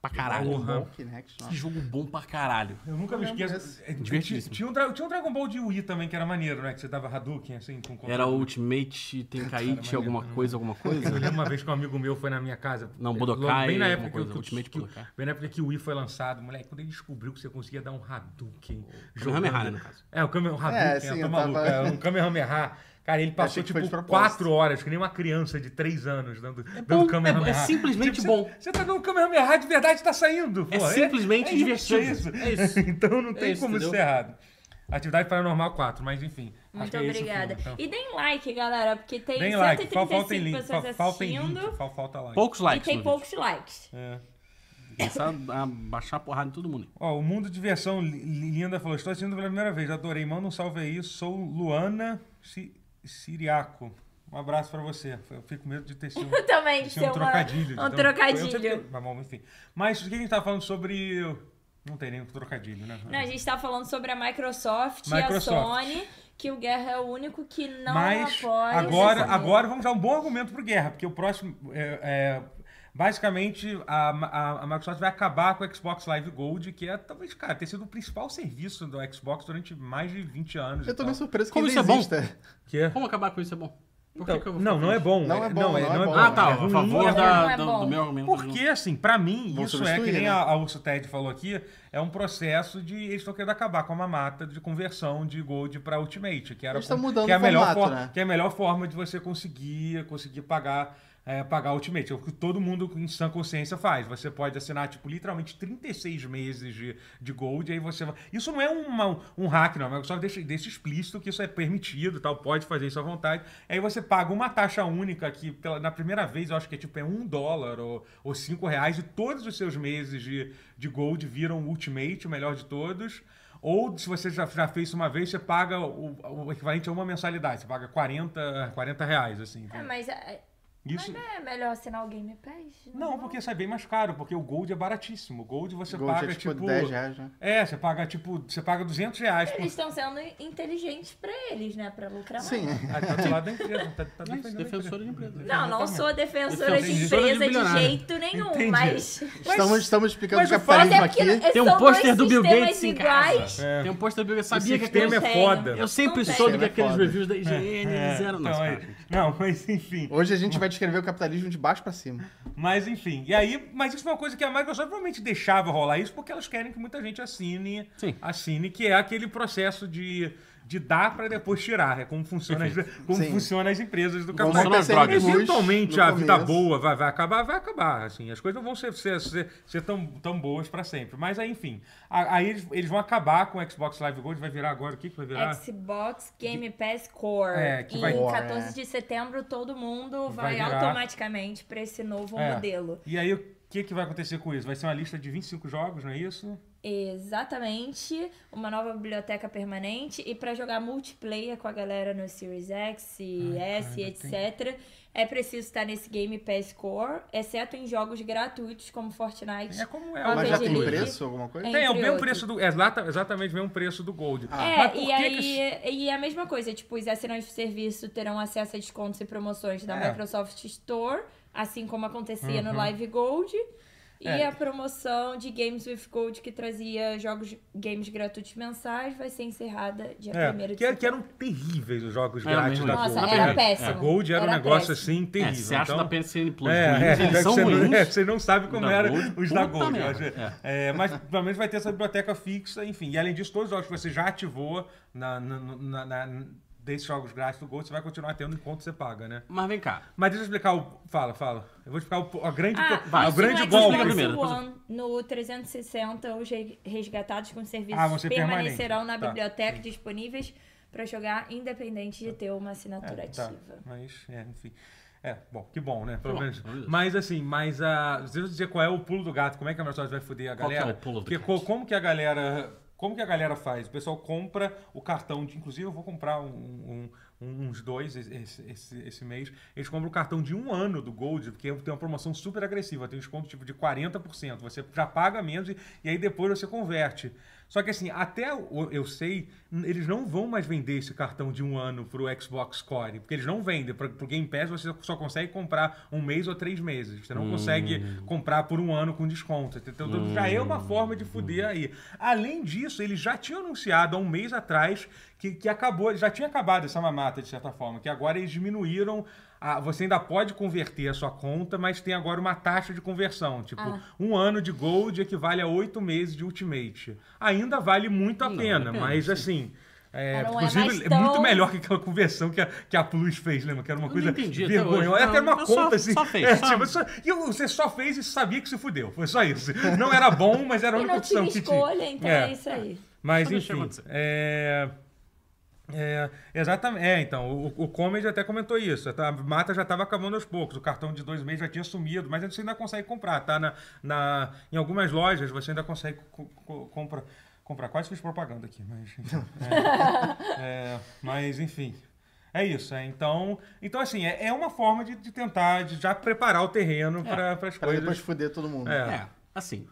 Speaker 4: Pra caralho.
Speaker 1: Porra.
Speaker 2: O Kinect,
Speaker 4: Que
Speaker 2: nossa.
Speaker 4: jogo bom pra caralho.
Speaker 1: Eu nunca me esqueço.
Speaker 2: desse.
Speaker 1: É, tinha-
Speaker 4: Divertidíssimo.
Speaker 1: Tinha um, Dra- tinha um Dragon Ball de Wii também, que era maneiro, né? Que você dava Hadouken, assim, com
Speaker 4: Era Ultimate, Tenkaichi, alguma coisa, alguma
Speaker 1: Eu
Speaker 4: coisa.
Speaker 1: lembro uma vez que um amigo meu foi na minha casa.
Speaker 4: Não,
Speaker 1: eh,
Speaker 4: Budokai,
Speaker 1: logo- Bem na época
Speaker 4: alguma
Speaker 1: que, eu-
Speaker 4: coisa,
Speaker 1: que,
Speaker 4: Ultimate
Speaker 1: que,
Speaker 4: Budokai.
Speaker 1: Bem na época que o Wii foi lançado, moleque, quando ele descobriu que você conseguia dar um Hadouken.
Speaker 4: Kamehameha, né, no caso.
Speaker 1: É, o Kamehameha, o Hadouken,
Speaker 2: É, sim,
Speaker 1: eu tô
Speaker 2: eu
Speaker 1: maluco.
Speaker 2: tava-
Speaker 1: É, um Kamehameha. Cara, ele passou
Speaker 2: achei que foi
Speaker 1: tipo
Speaker 2: de propósito.
Speaker 1: quatro horas, que nem uma criança de três anos dando, é
Speaker 4: bom,
Speaker 1: dando Kamehameha.
Speaker 4: é- é simplesmente
Speaker 1: Tipo,
Speaker 4: bom.
Speaker 1: Você, você tá dando Kamehameha de verdade, tá saindo.
Speaker 4: É
Speaker 1: pô.
Speaker 4: simplesmente
Speaker 1: é isso,
Speaker 4: divertido.
Speaker 1: É
Speaker 4: É
Speaker 1: isso.
Speaker 4: isso.
Speaker 1: então não tem
Speaker 4: isso,
Speaker 1: como
Speaker 4: entendeu?
Speaker 1: ser errado. Atividade Paranormal 4, mas enfim. acho
Speaker 3: Muito
Speaker 1: que é esse o filme,
Speaker 3: obrigada.
Speaker 1: então.
Speaker 3: E deem like, galera, porque tem
Speaker 1: Deem
Speaker 3: 135
Speaker 1: like, fal- faltem link,
Speaker 3: pessoas
Speaker 1: fal- faltem
Speaker 3: assistindo
Speaker 1: link, fal- falta like.
Speaker 4: Poucos
Speaker 3: e
Speaker 4: likes.
Speaker 3: tem
Speaker 4: no
Speaker 3: poucos likes.
Speaker 1: É.
Speaker 4: vídeo. Começar a baixar a porrada em todo mundo.
Speaker 1: Ó, o Mundo de Diversão Li- Li- Linda falou: Estou assistindo pela primeira vez, adorei. Manda um salve aí, sou Luana Ci- Siriaco. Um abraço pra você. Eu fico com medo de ter sido.
Speaker 3: Eu também,
Speaker 1: de
Speaker 3: de
Speaker 1: ser
Speaker 3: ser
Speaker 1: um
Speaker 3: uma-
Speaker 1: trocadilho.
Speaker 3: um
Speaker 1: de tão-
Speaker 3: trocadilho.
Speaker 1: Eu sei porque- Mas, bom, enfim. Mas o que a gente tava falando sobre. Não tem nenhum trocadilho, né?
Speaker 3: Não, a gente tá falando sobre a Microsoft, e a
Speaker 1: Microsoft.
Speaker 3: Sony, que o Guerra é o único que não
Speaker 1: Mas
Speaker 3: apoia.
Speaker 1: agora,
Speaker 3: Sim.
Speaker 1: agora vamos dar um bom argumento pro Guerra, porque o próximo. é, é, Basicamente, a, a, a Microsoft vai acabar com o Xbox Live Gold, que é talvez, cara, ter sido o principal serviço do Xbox durante mais de 20 anos.
Speaker 2: Eu tô meio surpreso que
Speaker 4: Como
Speaker 2: ainda
Speaker 4: isso é bom?
Speaker 2: exista.
Speaker 1: Que é...
Speaker 4: Como acabar com isso é bom? Por que
Speaker 1: Então,
Speaker 4: que eu vou
Speaker 1: não,
Speaker 4: ficar
Speaker 1: não é
Speaker 4: feliz?
Speaker 1: bom.
Speaker 2: Não é bom, não é bom.
Speaker 4: Ah, tá.
Speaker 1: É
Speaker 4: A
Speaker 1: ruim.
Speaker 4: favor
Speaker 3: É
Speaker 4: da-
Speaker 3: bom, é
Speaker 4: do,
Speaker 3: bom.
Speaker 4: do meu argumento.
Speaker 1: Porque, assim, pra mim,
Speaker 2: Vão
Speaker 1: isso é que
Speaker 2: substituir,
Speaker 1: nem
Speaker 2: né?
Speaker 1: a, a Urso Ted falou aqui, é um processo de eles estão querendo acabar com a mamata de conversão de Gold pra Ultimate, que era
Speaker 2: Eles tão
Speaker 1: com-
Speaker 2: mudando
Speaker 1: que é a
Speaker 2: o
Speaker 1: melhor
Speaker 2: formato,
Speaker 1: forma-
Speaker 2: né?
Speaker 1: que é a melhor forma de você conseguir conseguir pagar é, pagar Ultimate. É o que todo mundo em sã consciência faz. Você pode assinar, tipo, literalmente 36 meses de, de Gold, aí você vai... Isso não é uma- um hack, não. A Microsoft deixa, deixa explícito que isso é permitido e tal, pode fazer isso à vontade. Aí você paga uma taxa única que, pela, na primeira vez, eu acho que é tipo é um dólar ou, ou cinco reais, e todos os seus meses de, de Gold viram Ultimate, o melhor de todos. Ou se você já, já fez isso uma vez, você paga o, o equivalente a uma mensalidade. Você paga 40, 40 reais, assim.
Speaker 3: Ah, mas ah,
Speaker 1: Isso.
Speaker 3: não é melhor assinar o Game Pass?
Speaker 1: Não, porque isso é bem mais caro, porque o Gold é baratíssimo. O Gold você
Speaker 2: Gold
Speaker 1: paga,
Speaker 2: é
Speaker 1: tipo...
Speaker 2: tipo 10 reais, né?
Speaker 1: É, você paga, tipo, você paga 200 reais por...
Speaker 3: Eles estão sendo inteligentes pra eles, né? Pra lucrar mais.
Speaker 2: Sim.
Speaker 1: Ah, tá do lado da empresa, tá, tá
Speaker 4: Não, isso,
Speaker 1: defendendo a empresa.
Speaker 4: defensora de empresa.
Speaker 3: Não, não
Speaker 1: Exatamente.
Speaker 3: sou defensora de
Speaker 4: Defensora de
Speaker 3: empresa de,
Speaker 4: bilionário.
Speaker 3: jeito nenhum,
Speaker 1: Entendi.
Speaker 3: mas.
Speaker 2: Estamos, estamos explicando
Speaker 1: mas
Speaker 2: o
Speaker 1: o fato é
Speaker 2: capitalismo aqui.
Speaker 3: não-
Speaker 4: Tem um
Speaker 3: são
Speaker 4: pôster
Speaker 3: dois
Speaker 4: do Bill
Speaker 3: sistemas
Speaker 4: Gates em
Speaker 3: iguais.
Speaker 4: casa. Tem um pôster do Bill
Speaker 1: O
Speaker 4: Gates. Sabia que
Speaker 1: sistema
Speaker 4: aqueles...
Speaker 1: é
Speaker 3: tem. né?
Speaker 1: foda.
Speaker 4: Eu sempre
Speaker 3: Não tem.
Speaker 4: soube que
Speaker 2: Sistema é
Speaker 4: aqueles
Speaker 2: foda.
Speaker 4: reviews da IGN, eles eram...
Speaker 1: Então,
Speaker 4: Nossa,
Speaker 1: aí-
Speaker 4: cara.
Speaker 1: não, mas enfim.
Speaker 3: é
Speaker 2: Hoje a gente vai descrever o capitalismo de baixo pra cima.
Speaker 1: Mas enfim, e aí, mas isso foi uma coisa que a Microsoft provavelmente deixava rolar isso porque elas querem que muita gente assine,
Speaker 4: Sim.
Speaker 1: assine que é aquele processo de, de dar para depois tirar, é como funciona as, como
Speaker 2: Sim.
Speaker 1: funciona as empresas do
Speaker 2: Vamos
Speaker 1: capitalismo.
Speaker 4: Funciona as drogas.
Speaker 2: Plus
Speaker 1: Eventualmente
Speaker 2: no
Speaker 1: a vida
Speaker 2: começo.
Speaker 1: boa vai, vai acabar, vai acabar. Assim, as coisas não vão ser, ser, ser, ser tão, tão boas para sempre. Mas aí, enfim, a- aí eles, eles vão acabar com o Xbox Live Gold, vai virar agora o que, que vai virar?
Speaker 3: Xbox Game Pass Core.
Speaker 1: É, que
Speaker 3: e
Speaker 1: vai-
Speaker 3: em
Speaker 2: Core,
Speaker 3: 14
Speaker 2: é.
Speaker 3: de setembro todo mundo
Speaker 1: Vai
Speaker 3: vai,
Speaker 1: virar.
Speaker 3: automaticamente pra esse novo
Speaker 1: É.
Speaker 3: modelo.
Speaker 1: E aí, o que, que vai acontecer com isso? Vai ser uma lista de 25 jogos, não é isso?
Speaker 3: Exatamente, uma nova biblioteca permanente e pra jogar multiplayer com a galera no Series X, e S,
Speaker 1: cara,
Speaker 3: etc, é preciso estar nesse Game Pass Core, exceto em jogos gratuitos como Fortnite.
Speaker 1: É como é.
Speaker 3: Mas
Speaker 1: hoje
Speaker 2: Mas
Speaker 1: em
Speaker 2: já
Speaker 3: entendi.
Speaker 2: tem
Speaker 1: dia.
Speaker 2: preço, alguma coisa?
Speaker 3: É.
Speaker 1: Tem, é o
Speaker 3: Entre
Speaker 1: mesmo
Speaker 3: outros.
Speaker 1: preço do. exata- exatamente o mesmo preço do Gold.
Speaker 2: Ah.
Speaker 3: É,
Speaker 1: Mas por
Speaker 3: e
Speaker 1: que
Speaker 3: aí,
Speaker 1: que-
Speaker 3: e a mesma coisa, tipo, os assinantes de serviço terão acesso a descontos e promoções da
Speaker 1: É.
Speaker 3: Microsoft Store, assim como acontecia
Speaker 1: Uhum.
Speaker 3: no Live Gold. E
Speaker 1: É.
Speaker 3: a promoção de Games with Gold, que trazia jogos games gratuitos mensais, vai ser encerrada dia 1
Speaker 1: É,
Speaker 3: de
Speaker 1: que, que
Speaker 3: setembro.
Speaker 1: eram terríveis os jogos
Speaker 4: Era
Speaker 1: grátis
Speaker 4: mesmo.
Speaker 1: da
Speaker 3: Nossa,
Speaker 1: Gold.
Speaker 4: era
Speaker 1: É,
Speaker 3: péssimo.
Speaker 1: A Gold era, um
Speaker 3: Era
Speaker 1: negócio
Speaker 3: péssimo.
Speaker 1: assim
Speaker 4: É,
Speaker 1: terrível.
Speaker 4: você acha
Speaker 1: então...
Speaker 4: da PSN Plus
Speaker 1: É,
Speaker 4: ruim,
Speaker 1: é,
Speaker 4: eles
Speaker 1: já que
Speaker 4: são
Speaker 1: você,
Speaker 4: ruins.
Speaker 1: não, é, você não sabe como
Speaker 4: Da
Speaker 1: era
Speaker 4: Gold,
Speaker 1: os da
Speaker 4: puta
Speaker 1: Gold. eu
Speaker 4: merda,
Speaker 1: acho. É, mas pelo menos vai ter essa biblioteca fixa, enfim. E além disso, todos os jogos que você já ativou na, na- na- na- desses jogos grátis do Gold, você vai continuar tendo enquanto você paga, né?
Speaker 4: Mas vem cá.
Speaker 1: Mas deixa eu explicar o. Fala, fala. Eu vou explicar o, Tipo, a grande,
Speaker 3: Ah,
Speaker 1: o
Speaker 4: vai,
Speaker 1: grande
Speaker 3: se no
Speaker 1: golpe.
Speaker 4: Explica
Speaker 3: Xbox
Speaker 4: primeiro, depois eu-
Speaker 3: One, no 360, os re- resgatados com serviços
Speaker 1: Ah, vão ser
Speaker 3: permanecerão
Speaker 1: permanentes.
Speaker 3: na
Speaker 1: Tá.
Speaker 3: biblioteca disponíveis para jogar, independente de ter uma assinatura
Speaker 1: É, tá.
Speaker 3: ativa.
Speaker 1: Mas, é, enfim. É, bom, que bom, né? Pelo
Speaker 4: Bom,
Speaker 1: menos.
Speaker 4: pelo menos.
Speaker 1: Mas assim, mas a. Deixa eu dizer qual é o pulo do gato, como é que a Microsoft vai foder a
Speaker 4: Qual que é
Speaker 1: galera?
Speaker 4: o pulo do
Speaker 1: Porque
Speaker 4: gato?
Speaker 1: co- como que a galera. Como que a galera faz? O pessoal compra o cartão de. Inclusive, eu vou comprar um- um- um- uns dois esse, esse- esse mês. Eles compram o cartão de um ano do Gold, porque tem uma promoção super agressiva. Tem um desconto tipo de 40%. Você já paga menos e, e aí depois você converte. Só que assim, até o- eu sei, n- eles não vão mais vender esse cartão de um ano pro Xbox Core. Porque eles não vendem. Pro, pro Game Pass você só consegue comprar um mês ou três meses. Você não consegue comprar por um ano com desconto. Então, já é uma forma de fuder aí. Além disso, eles já tinham anunciado há um mês atrás que, que acabou, já tinha acabado essa mamata, de certa forma, que agora eles diminuíram. a- Ah, você ainda pode converter a sua conta, mas tem agora uma taxa de conversão. Tipo,
Speaker 3: Ah.
Speaker 1: um ano de Gold equivale a oito meses de Ultimate. Ainda vale muito a
Speaker 4: Não,
Speaker 1: pena,
Speaker 4: vale a pena,
Speaker 1: mas assim. é,
Speaker 3: Ela não é
Speaker 1: inclusive,
Speaker 3: mais
Speaker 1: é,
Speaker 3: tão-
Speaker 1: muito melhor que aquela conversão que a, que a Plus fez, lembra? Que era uma
Speaker 4: Eu não
Speaker 1: coisa
Speaker 4: entendi até
Speaker 1: vergonhosa.
Speaker 4: hoje,
Speaker 1: Era até
Speaker 4: não,
Speaker 1: uma
Speaker 4: eu
Speaker 1: conta
Speaker 4: só-
Speaker 1: assim.
Speaker 4: só fez,
Speaker 1: é,
Speaker 4: só-
Speaker 1: tipo, só- e você só fez e sabia que se fudeu. Foi só isso. Não era bom, mas era a
Speaker 3: E
Speaker 1: única
Speaker 3: não
Speaker 1: opção
Speaker 3: tinha
Speaker 1: que tinha.
Speaker 3: escolha, então
Speaker 1: É.
Speaker 3: é, isso aí.
Speaker 1: Mas
Speaker 4: Só deixa
Speaker 1: enfim,
Speaker 4: acontecer.
Speaker 1: é... É, exatamente. É, então, o, o Comedy até comentou isso. tá? A mata já estava acabando aos poucos. O cartão de dois meses já tinha sumido, mas você ainda consegue comprar, tá? Na, na, em algumas lojas você ainda consegue co- co- compra, comprar. Quase fiz propaganda aqui, mas. é, é, mas, enfim. É isso. é. Então, então assim, é, é uma forma de, de tentar de já preparar o terreno para as
Speaker 2: Pra depois
Speaker 1: coisas.
Speaker 2: fuder todo mundo.
Speaker 1: É.
Speaker 4: É, assim.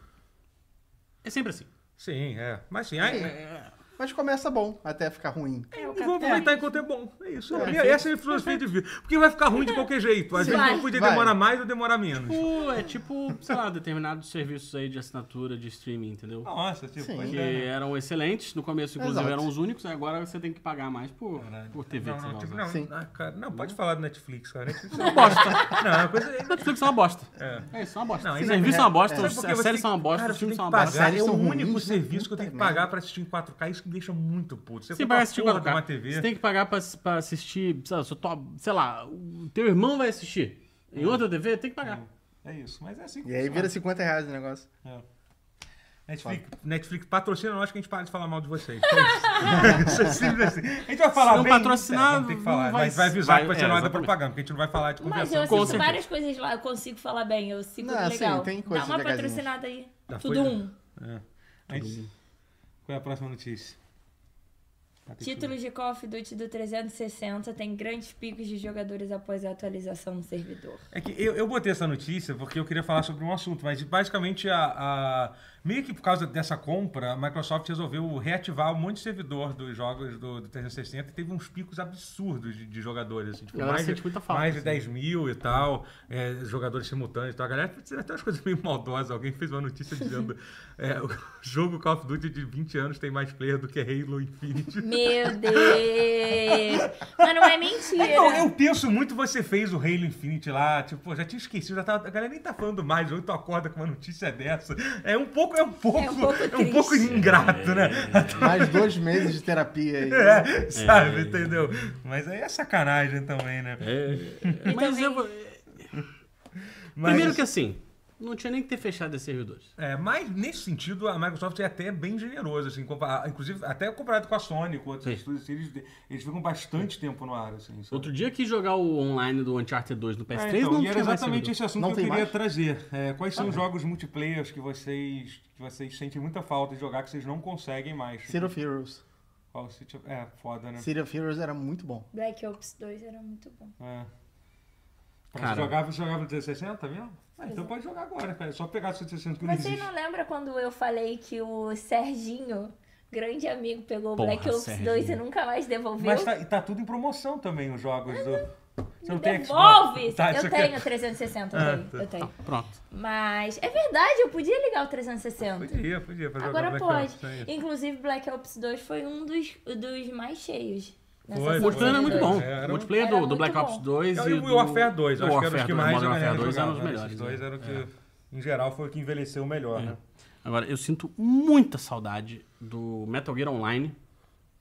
Speaker 4: É sempre assim.
Speaker 1: Sim, é. Mas sim, aí-
Speaker 4: É,
Speaker 2: Mas começa bom até ficar ruim.
Speaker 3: É, o
Speaker 1: E vamos
Speaker 3: capitalismo.
Speaker 1: aproveitar enquanto é bom. É isso.
Speaker 2: É.
Speaker 1: E Essa é a minha filosofia de vida. Porque vai ficar ruim de qualquer jeito. Às
Speaker 3: Sim.
Speaker 1: vezes não
Speaker 3: Vai,
Speaker 1: podia
Speaker 2: vai.
Speaker 1: demorar mais ou demorar menos.
Speaker 4: Tipo, é tipo, sei lá, determinados serviços aí de assinatura, de streaming, entendeu?
Speaker 1: Nossa, tipo,
Speaker 2: Sim.
Speaker 1: pois
Speaker 4: Que
Speaker 1: é, né?
Speaker 4: eram excelentes, no começo, inclusive,
Speaker 2: Exato.
Speaker 4: eram os únicos, aí agora você tem que pagar mais por,
Speaker 1: Caralho.
Speaker 4: por TV.
Speaker 1: É, Não,
Speaker 4: que é. você
Speaker 1: não,
Speaker 4: vai
Speaker 1: tipo,
Speaker 4: usar.
Speaker 1: não,
Speaker 2: Sim.
Speaker 1: ah, cara, não, pode falar do Netflix, cara. Netflix é
Speaker 4: Uma
Speaker 1: uma
Speaker 4: bosta.
Speaker 1: bosta. Não, é uma coisa.
Speaker 4: Netflix é uma bosta.
Speaker 1: É.
Speaker 4: É isso, é uma bosta.
Speaker 1: Não,
Speaker 4: Os
Speaker 1: isso
Speaker 4: serviços
Speaker 2: é-
Speaker 4: são uma bosta,
Speaker 1: Sabe
Speaker 4: os-
Speaker 1: por quê?
Speaker 4: as
Speaker 1: Você
Speaker 4: séries
Speaker 1: tem-
Speaker 4: são uma bosta,
Speaker 1: cara,
Speaker 4: os
Speaker 1: você tem
Speaker 4: filmes
Speaker 1: que
Speaker 4: são uma
Speaker 1: pagar.
Speaker 4: bosta.
Speaker 2: Séries
Speaker 1: É o
Speaker 2: são ruins,
Speaker 1: único
Speaker 2: puta
Speaker 1: serviço que eu tenho que
Speaker 2: merda.
Speaker 1: pagar pra assistir em 4K. Isso que me deixa muito puto. Você
Speaker 4: Você tem que
Speaker 1: compra
Speaker 4: pagar
Speaker 1: uma
Speaker 4: assistir
Speaker 1: porra de
Speaker 4: 4K.
Speaker 1: uma TV.
Speaker 4: Você tem que pagar pra, pra assistir, sei lá, sua tua- sei lá, o teu irmão vai assistir. Em outra TV, tem que pagar.
Speaker 1: É isso, mas é assim que
Speaker 2: E aí
Speaker 1: funciona.
Speaker 2: vira 50 reais o negócio.
Speaker 1: É. Netflix, Netflix patrocina nós que a gente para de falar mal de vocês. É isso. Isso é simples assim. A gente vai falar
Speaker 4: Se não
Speaker 1: bem.
Speaker 4: patrocinar,
Speaker 1: é, vamos ter que falar.
Speaker 4: não vai-
Speaker 1: mas vai avisar
Speaker 4: vai-
Speaker 1: que vai ser
Speaker 4: é,
Speaker 1: na hora da
Speaker 4: exatamente.
Speaker 1: propaganda, porque a gente não vai falar de
Speaker 3: Mas
Speaker 1: conversa.
Speaker 3: eu
Speaker 4: Com
Speaker 3: assisto
Speaker 4: certeza.
Speaker 3: várias coisas lá, eu consigo falar bem, eu sigo
Speaker 2: Não,
Speaker 3: legal.
Speaker 2: sim, tem coisas
Speaker 3: Dá uma
Speaker 2: legaisinhas.
Speaker 3: patrocinada aí.
Speaker 1: Já foi, né?
Speaker 3: Tudo um.
Speaker 1: É. Mas- Qual é a próxima notícia? Tá
Speaker 3: Títulos de Call of Duty do 360 têm grandes picos de jogadores após a atualização no servidor.
Speaker 1: É que eu, eu botei essa notícia porque eu queria falar sobre um assunto, mas basicamente a, a- meio que por causa dessa compra, a Microsoft resolveu reativar um monte de servidor dos jogos do, do 360 e teve uns picos absurdos de, de jogadores, assim, tipo,
Speaker 4: Galera
Speaker 1: mais, de,
Speaker 4: sente muita falta,
Speaker 1: mais de
Speaker 4: assim.
Speaker 1: 10 mil e tal, é, jogadores simultâneos e tal. A galera fez até umas coisas meio maldosas. Alguém fez uma notícia dizendo é, o jogo Call of Duty de 20 anos tem mais player do que Halo Infinite.
Speaker 3: Meu Deus! Mas não é mentira.
Speaker 1: Não, eu penso muito você fez o Halo Infinite lá, tipo, pô, já tinha esquecido, já tava, a galera nem tá falando mais, hoje tu acorda com uma notícia dessa. É um pouco, é um pouco, é um
Speaker 3: pouco
Speaker 1: pouco,
Speaker 3: triste.
Speaker 1: ingrato, né?
Speaker 2: Mais dois meses de terapia aí.
Speaker 1: É, sabe, entendeu? Mas aí é sacanagem também, né?
Speaker 4: É. Mas
Speaker 3: Então,
Speaker 4: eu vou-
Speaker 1: Mas,
Speaker 4: Primeiro que assim, não tinha nem que ter fechado esses servidores.
Speaker 1: É, mas nesse sentido a Microsoft é até bem generosa, assim, compa- inclusive até comparado com a Sony, com outros
Speaker 4: Sim.
Speaker 1: estúdios, assim, eles, eles ficam bastante tempo no ar, assim. sabe?
Speaker 4: Outro dia eu quis jogar o online do Uncharted 2 no PS3,
Speaker 1: É, então,
Speaker 4: não
Speaker 1: e era
Speaker 4: tinha mais Ah,
Speaker 1: exatamente
Speaker 4: servidor.
Speaker 1: esse assunto
Speaker 2: Não
Speaker 1: que eu
Speaker 2: tem
Speaker 1: queria
Speaker 2: mais?
Speaker 1: trazer. É, quais são os jogos multiplayers que vocês, que vocês sentem muita falta de jogar que vocês não conseguem mais?
Speaker 2: City of Heroes.
Speaker 1: Qual City of- É, foda, né?
Speaker 2: City of Heroes era muito bom.
Speaker 3: Black Ops 2 era muito bom.
Speaker 1: É. Mas
Speaker 4: Cara.
Speaker 1: Você jogava, você jogava no 360 mesmo? Ah, então pode jogar agora, cara. É só pegar o 360 que não
Speaker 3: Você
Speaker 1: existe.
Speaker 3: não lembra quando eu falei que o Serginho, grande amigo, pegou o
Speaker 4: Porra,
Speaker 3: Black Ops 2 e
Speaker 4: Serginho.
Speaker 3: nunca mais devolveu?
Speaker 1: Mas tá, e tá tudo em promoção também, os jogos do... Você
Speaker 3: Me
Speaker 1: tem Xbox?
Speaker 3: devolve!
Speaker 1: Tá,
Speaker 3: eu
Speaker 1: você
Speaker 3: tenho
Speaker 1: quer-
Speaker 3: 360
Speaker 1: Ah,
Speaker 3: também,
Speaker 1: tá.
Speaker 3: eu tenho.
Speaker 4: Pronto.
Speaker 3: Mas é verdade, eu podia ligar o 360.
Speaker 1: Podia, podia. Pra
Speaker 3: Agora
Speaker 1: jogar Black
Speaker 3: pode.
Speaker 1: Ops, é isso.
Speaker 3: Inclusive, Black Ops 2 foi um dos, dos mais cheios. nessa
Speaker 1: Foi,
Speaker 4: O
Speaker 3: sessão
Speaker 4: multiplayer era
Speaker 3: de
Speaker 4: muito
Speaker 3: dois.
Speaker 4: bom.
Speaker 1: É, era um-
Speaker 4: O multiplayer
Speaker 3: Era
Speaker 4: do, do Black
Speaker 3: muito bom.
Speaker 4: Ops 2
Speaker 1: Eu
Speaker 4: e
Speaker 1: e É o
Speaker 4: do...
Speaker 1: Warfare 2, eu
Speaker 4: do
Speaker 1: acho que eram os que mais
Speaker 4: Modern
Speaker 1: a galera
Speaker 4: Warfare 2 eram os
Speaker 1: jogava, né?
Speaker 4: melhores.
Speaker 1: Esses dois
Speaker 4: né? É.
Speaker 1: eram o que, em geral, foi o que envelheceu melhor, né?
Speaker 4: Agora, eu sinto muita saudade do Metal Gear Online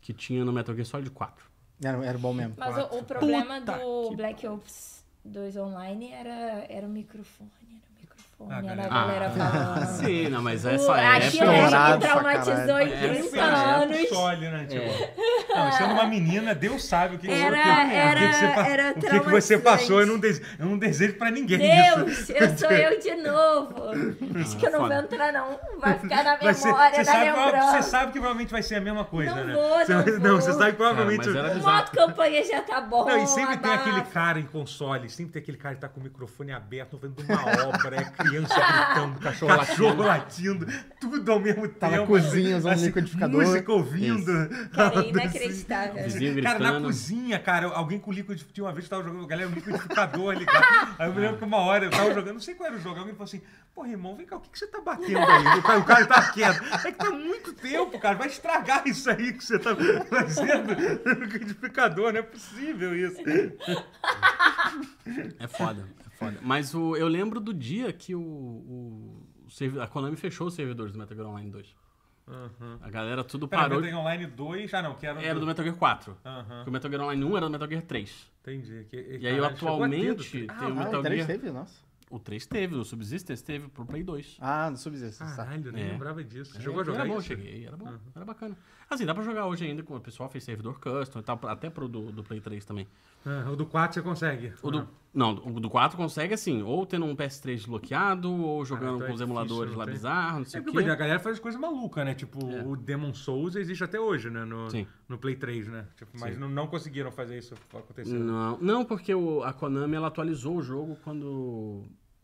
Speaker 4: que tinha no Metal Gear Solid 4.
Speaker 2: Era, era bom mesmo.
Speaker 3: Mas o, o problema
Speaker 4: Puta
Speaker 3: do
Speaker 4: que
Speaker 3: Black Ops 2 Online era, era o microfone, era o microfone,
Speaker 1: Ah,
Speaker 3: era
Speaker 1: galera.
Speaker 3: a galera falando.
Speaker 4: Sim, não, mas
Speaker 3: Ah. O-
Speaker 4: essa
Speaker 3: a
Speaker 4: é
Speaker 3: China
Speaker 4: época...
Speaker 3: acho que
Speaker 2: estourado pra
Speaker 3: traumatizou
Speaker 2: caralho.
Speaker 3: em 30
Speaker 1: Pensa,
Speaker 3: anos.
Speaker 1: Console, né? Tipo, não, sendo uma menina, Deus sabe o que,
Speaker 3: Era-
Speaker 1: o que,
Speaker 3: era-
Speaker 1: o que, que, você, pa-
Speaker 3: era
Speaker 1: o que, que você
Speaker 3: traumatizante.
Speaker 1: passou. Eu não, dese- eu não desejo pra ninguém isso.
Speaker 3: Deus, eu sou eu de novo. Acho que eu não vou
Speaker 4: foda.
Speaker 3: entrar, não. Um Vai ficar na
Speaker 1: Vai ser-
Speaker 3: memória,
Speaker 1: sabe,
Speaker 3: na
Speaker 1: você
Speaker 3: lembrança.
Speaker 1: sabe que provavelmente vai ser a mesma coisa,
Speaker 3: Não
Speaker 1: né?
Speaker 3: vou,
Speaker 1: você,
Speaker 3: não vou.
Speaker 1: você sabe que provavelmente.
Speaker 4: Cara, mas era-
Speaker 3: O modo campanha já tá bom.
Speaker 1: Não, e sempre tem
Speaker 3: abafa.
Speaker 1: aquele cara em console, sempre tem aquele cara que tá com o microfone aberto, no vendo uma obra, é criança gritando, cachorro, cachorro latindo, tudo ao mesmo
Speaker 2: Tá na
Speaker 1: tempo. Assim,
Speaker 2: cozinha, usando liquidificador.
Speaker 1: Música ouvindo.
Speaker 3: Cara, é inacreditável.
Speaker 4: Vizinho
Speaker 1: Cara, na
Speaker 4: gritando.
Speaker 1: cozinha, cara, alguém com liquidificador. Tinha uma vez que tava jogando, galera, um liquidificador ligado. Aí eu me lembro que uma hora eu tava jogando, não sei qual era o jogo, alguém falou assim: porra, irmão, vem cá, o que, que você tá batendo aí? O cara, o cara tá quieto. É que tá muito tempo, cara, vai estragar isso aí que você tá fazendo no liquidificador, não é possível isso.
Speaker 4: É foda, é foda. Mas o, eu lembro do dia que o, o, servi- a Konami fechou os servidores do Metal Gear Online 2.
Speaker 1: Uhum.
Speaker 4: A galera tudo parou. É,
Speaker 1: Parou. Tem online 2, ah não, que era.
Speaker 4: Era do Metal Gear 4.
Speaker 1: Aham.
Speaker 4: Porque o Metal Gear Online 1 era do Metal Gear 3.
Speaker 1: Entendi. Que,
Speaker 4: E aí, eu
Speaker 1: caralho, chegou a ter do-
Speaker 4: atualmente,
Speaker 1: Ah,
Speaker 4: tem um- o
Speaker 2: Ah,
Speaker 4: Metal
Speaker 2: o 3
Speaker 4: Gear.
Speaker 2: teve? Nossa.
Speaker 4: O 3 teve, o Subsistence teve pro Play 2.
Speaker 2: Ah, no Subsistence. tá.
Speaker 1: Caralho, eu nem
Speaker 4: É.
Speaker 1: lembrava disso. Chegou a
Speaker 4: Era
Speaker 1: jogar
Speaker 4: bom,
Speaker 1: isso? Uhum.
Speaker 4: cheguei. Era bom, era bacana. Assim, dá pra jogar hoje ainda, com o pessoal fez servidor custom e tal, até pro do, do Play 3 também.
Speaker 1: Ah, o do 4 você consegue. Ah.
Speaker 4: O do, não, o do 4 consegue assim, ou tendo um PS3 desbloqueado, ou jogando
Speaker 1: então é
Speaker 4: com os
Speaker 1: difícil,
Speaker 4: emuladores
Speaker 1: não
Speaker 4: lá
Speaker 1: tem?
Speaker 4: bizarros, não sei
Speaker 1: É
Speaker 4: o
Speaker 1: porque
Speaker 4: quê.
Speaker 1: a galera faz coisas malucas, né? Tipo, o Demon Souls existe até hoje, né? No,
Speaker 4: É. Sim.
Speaker 1: no Play 3, né? Tipo, mas não, não conseguiram fazer isso acontecer.
Speaker 4: Não, não porque o- a Konami ela atualizou o jogo quando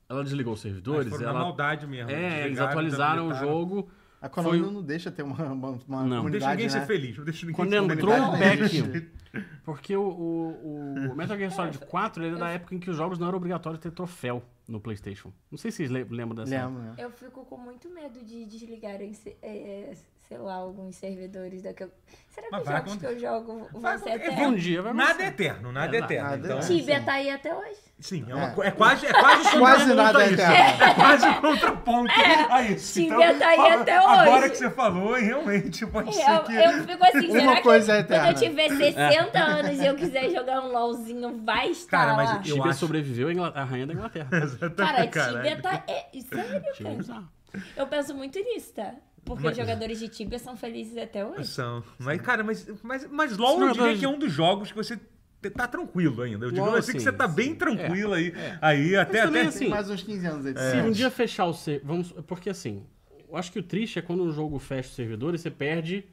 Speaker 4: ela desligou os
Speaker 1: Mas
Speaker 4: servidores.
Speaker 1: Ah, foram na
Speaker 4: Ela,
Speaker 1: maldade mesmo.
Speaker 4: é, eles
Speaker 1: desligaram,
Speaker 4: atualizaram o
Speaker 1: desabilitaram.
Speaker 4: jogo
Speaker 2: A Konami
Speaker 4: Foi-
Speaker 2: não deixa ter uma, uma, uma
Speaker 1: Não
Speaker 4: Não.
Speaker 1: deixa
Speaker 2: comunidade,
Speaker 1: ninguém
Speaker 2: né?
Speaker 1: ser feliz. Não deixa ninguém
Speaker 4: Quando
Speaker 1: ser
Speaker 4: entrou
Speaker 1: feliz.
Speaker 4: o
Speaker 2: Comunidade não
Speaker 4: Beck, porque o, o, o Metal Gear Solid 4 ele é da época em que os jogos não era obrigatório ter troféu no PlayStation. Não sei se vocês le- lembram dessa.
Speaker 2: Lembro, né?
Speaker 3: Eu fico com muito medo de desligarem, se- é, sei lá, alguns servidores daqui. a- Será que
Speaker 1: Mas é
Speaker 3: os
Speaker 1: vai
Speaker 3: jogos que eu jogo
Speaker 1: Vai
Speaker 3: vão
Speaker 1: acontecer.
Speaker 3: ser
Speaker 4: Um
Speaker 3: eternos?
Speaker 4: dia vai
Speaker 1: Nada é
Speaker 4: acontecer.
Speaker 1: eterno, nada
Speaker 4: É,
Speaker 1: é eterno.
Speaker 2: nada é
Speaker 1: então,
Speaker 2: eterno.
Speaker 3: Tibia tá aí até hoje.
Speaker 1: sim, é, uma
Speaker 2: É.
Speaker 1: co- é quase, é quase, o
Speaker 2: Quase
Speaker 1: contraponto
Speaker 2: nada
Speaker 1: a
Speaker 2: é
Speaker 1: isso.
Speaker 2: eterno. É.
Speaker 1: É quase o contraponto a isso. Então,
Speaker 3: Tibia tá aí
Speaker 1: fala-
Speaker 3: até
Speaker 1: Agora
Speaker 3: hoje.
Speaker 1: que você falou, realmente
Speaker 2: É,
Speaker 1: pode ser
Speaker 3: É, Eu,
Speaker 1: que.
Speaker 3: eu fico assim,
Speaker 2: Uma
Speaker 3: será
Speaker 2: coisa é
Speaker 3: que quando
Speaker 2: eterna.
Speaker 3: eu tiver 60 anos e eu quiser jogar um LOLzinho, vai estar
Speaker 1: Cara, mas
Speaker 3: lá.
Speaker 1: eu
Speaker 4: Tibia
Speaker 1: acho- É.
Speaker 4: sobreviveu à Ingla- à rainha da Inglaterra.
Speaker 3: Cara,
Speaker 1: Caralho.
Speaker 3: Tibia tá... É, sério,
Speaker 4: Tibia é
Speaker 3: cara.
Speaker 4: bizarro.
Speaker 3: Eu penso muito nisso, tá? Porque
Speaker 1: Mas-
Speaker 3: jogadores de Tibia são felizes até hoje.
Speaker 1: São. Mas, cara, mas, mas, mas LOL eu
Speaker 4: Senhor
Speaker 1: diria
Speaker 4: Dois-
Speaker 1: que é um dos jogos que você te- tá tranquilo ainda. Eu digo
Speaker 4: LOL,
Speaker 1: assim que
Speaker 4: sim,
Speaker 1: você tá
Speaker 4: sim. É,
Speaker 1: bem tranquilo aí. Aí até.
Speaker 4: também,
Speaker 1: até...
Speaker 4: assim,
Speaker 2: Tem mais uns 15 anos aí.
Speaker 4: Se um
Speaker 2: É.
Speaker 4: dia fechar o ser, vamos, porque assim, eu acho que o triste é quando um jogo fecha o servidor e você perde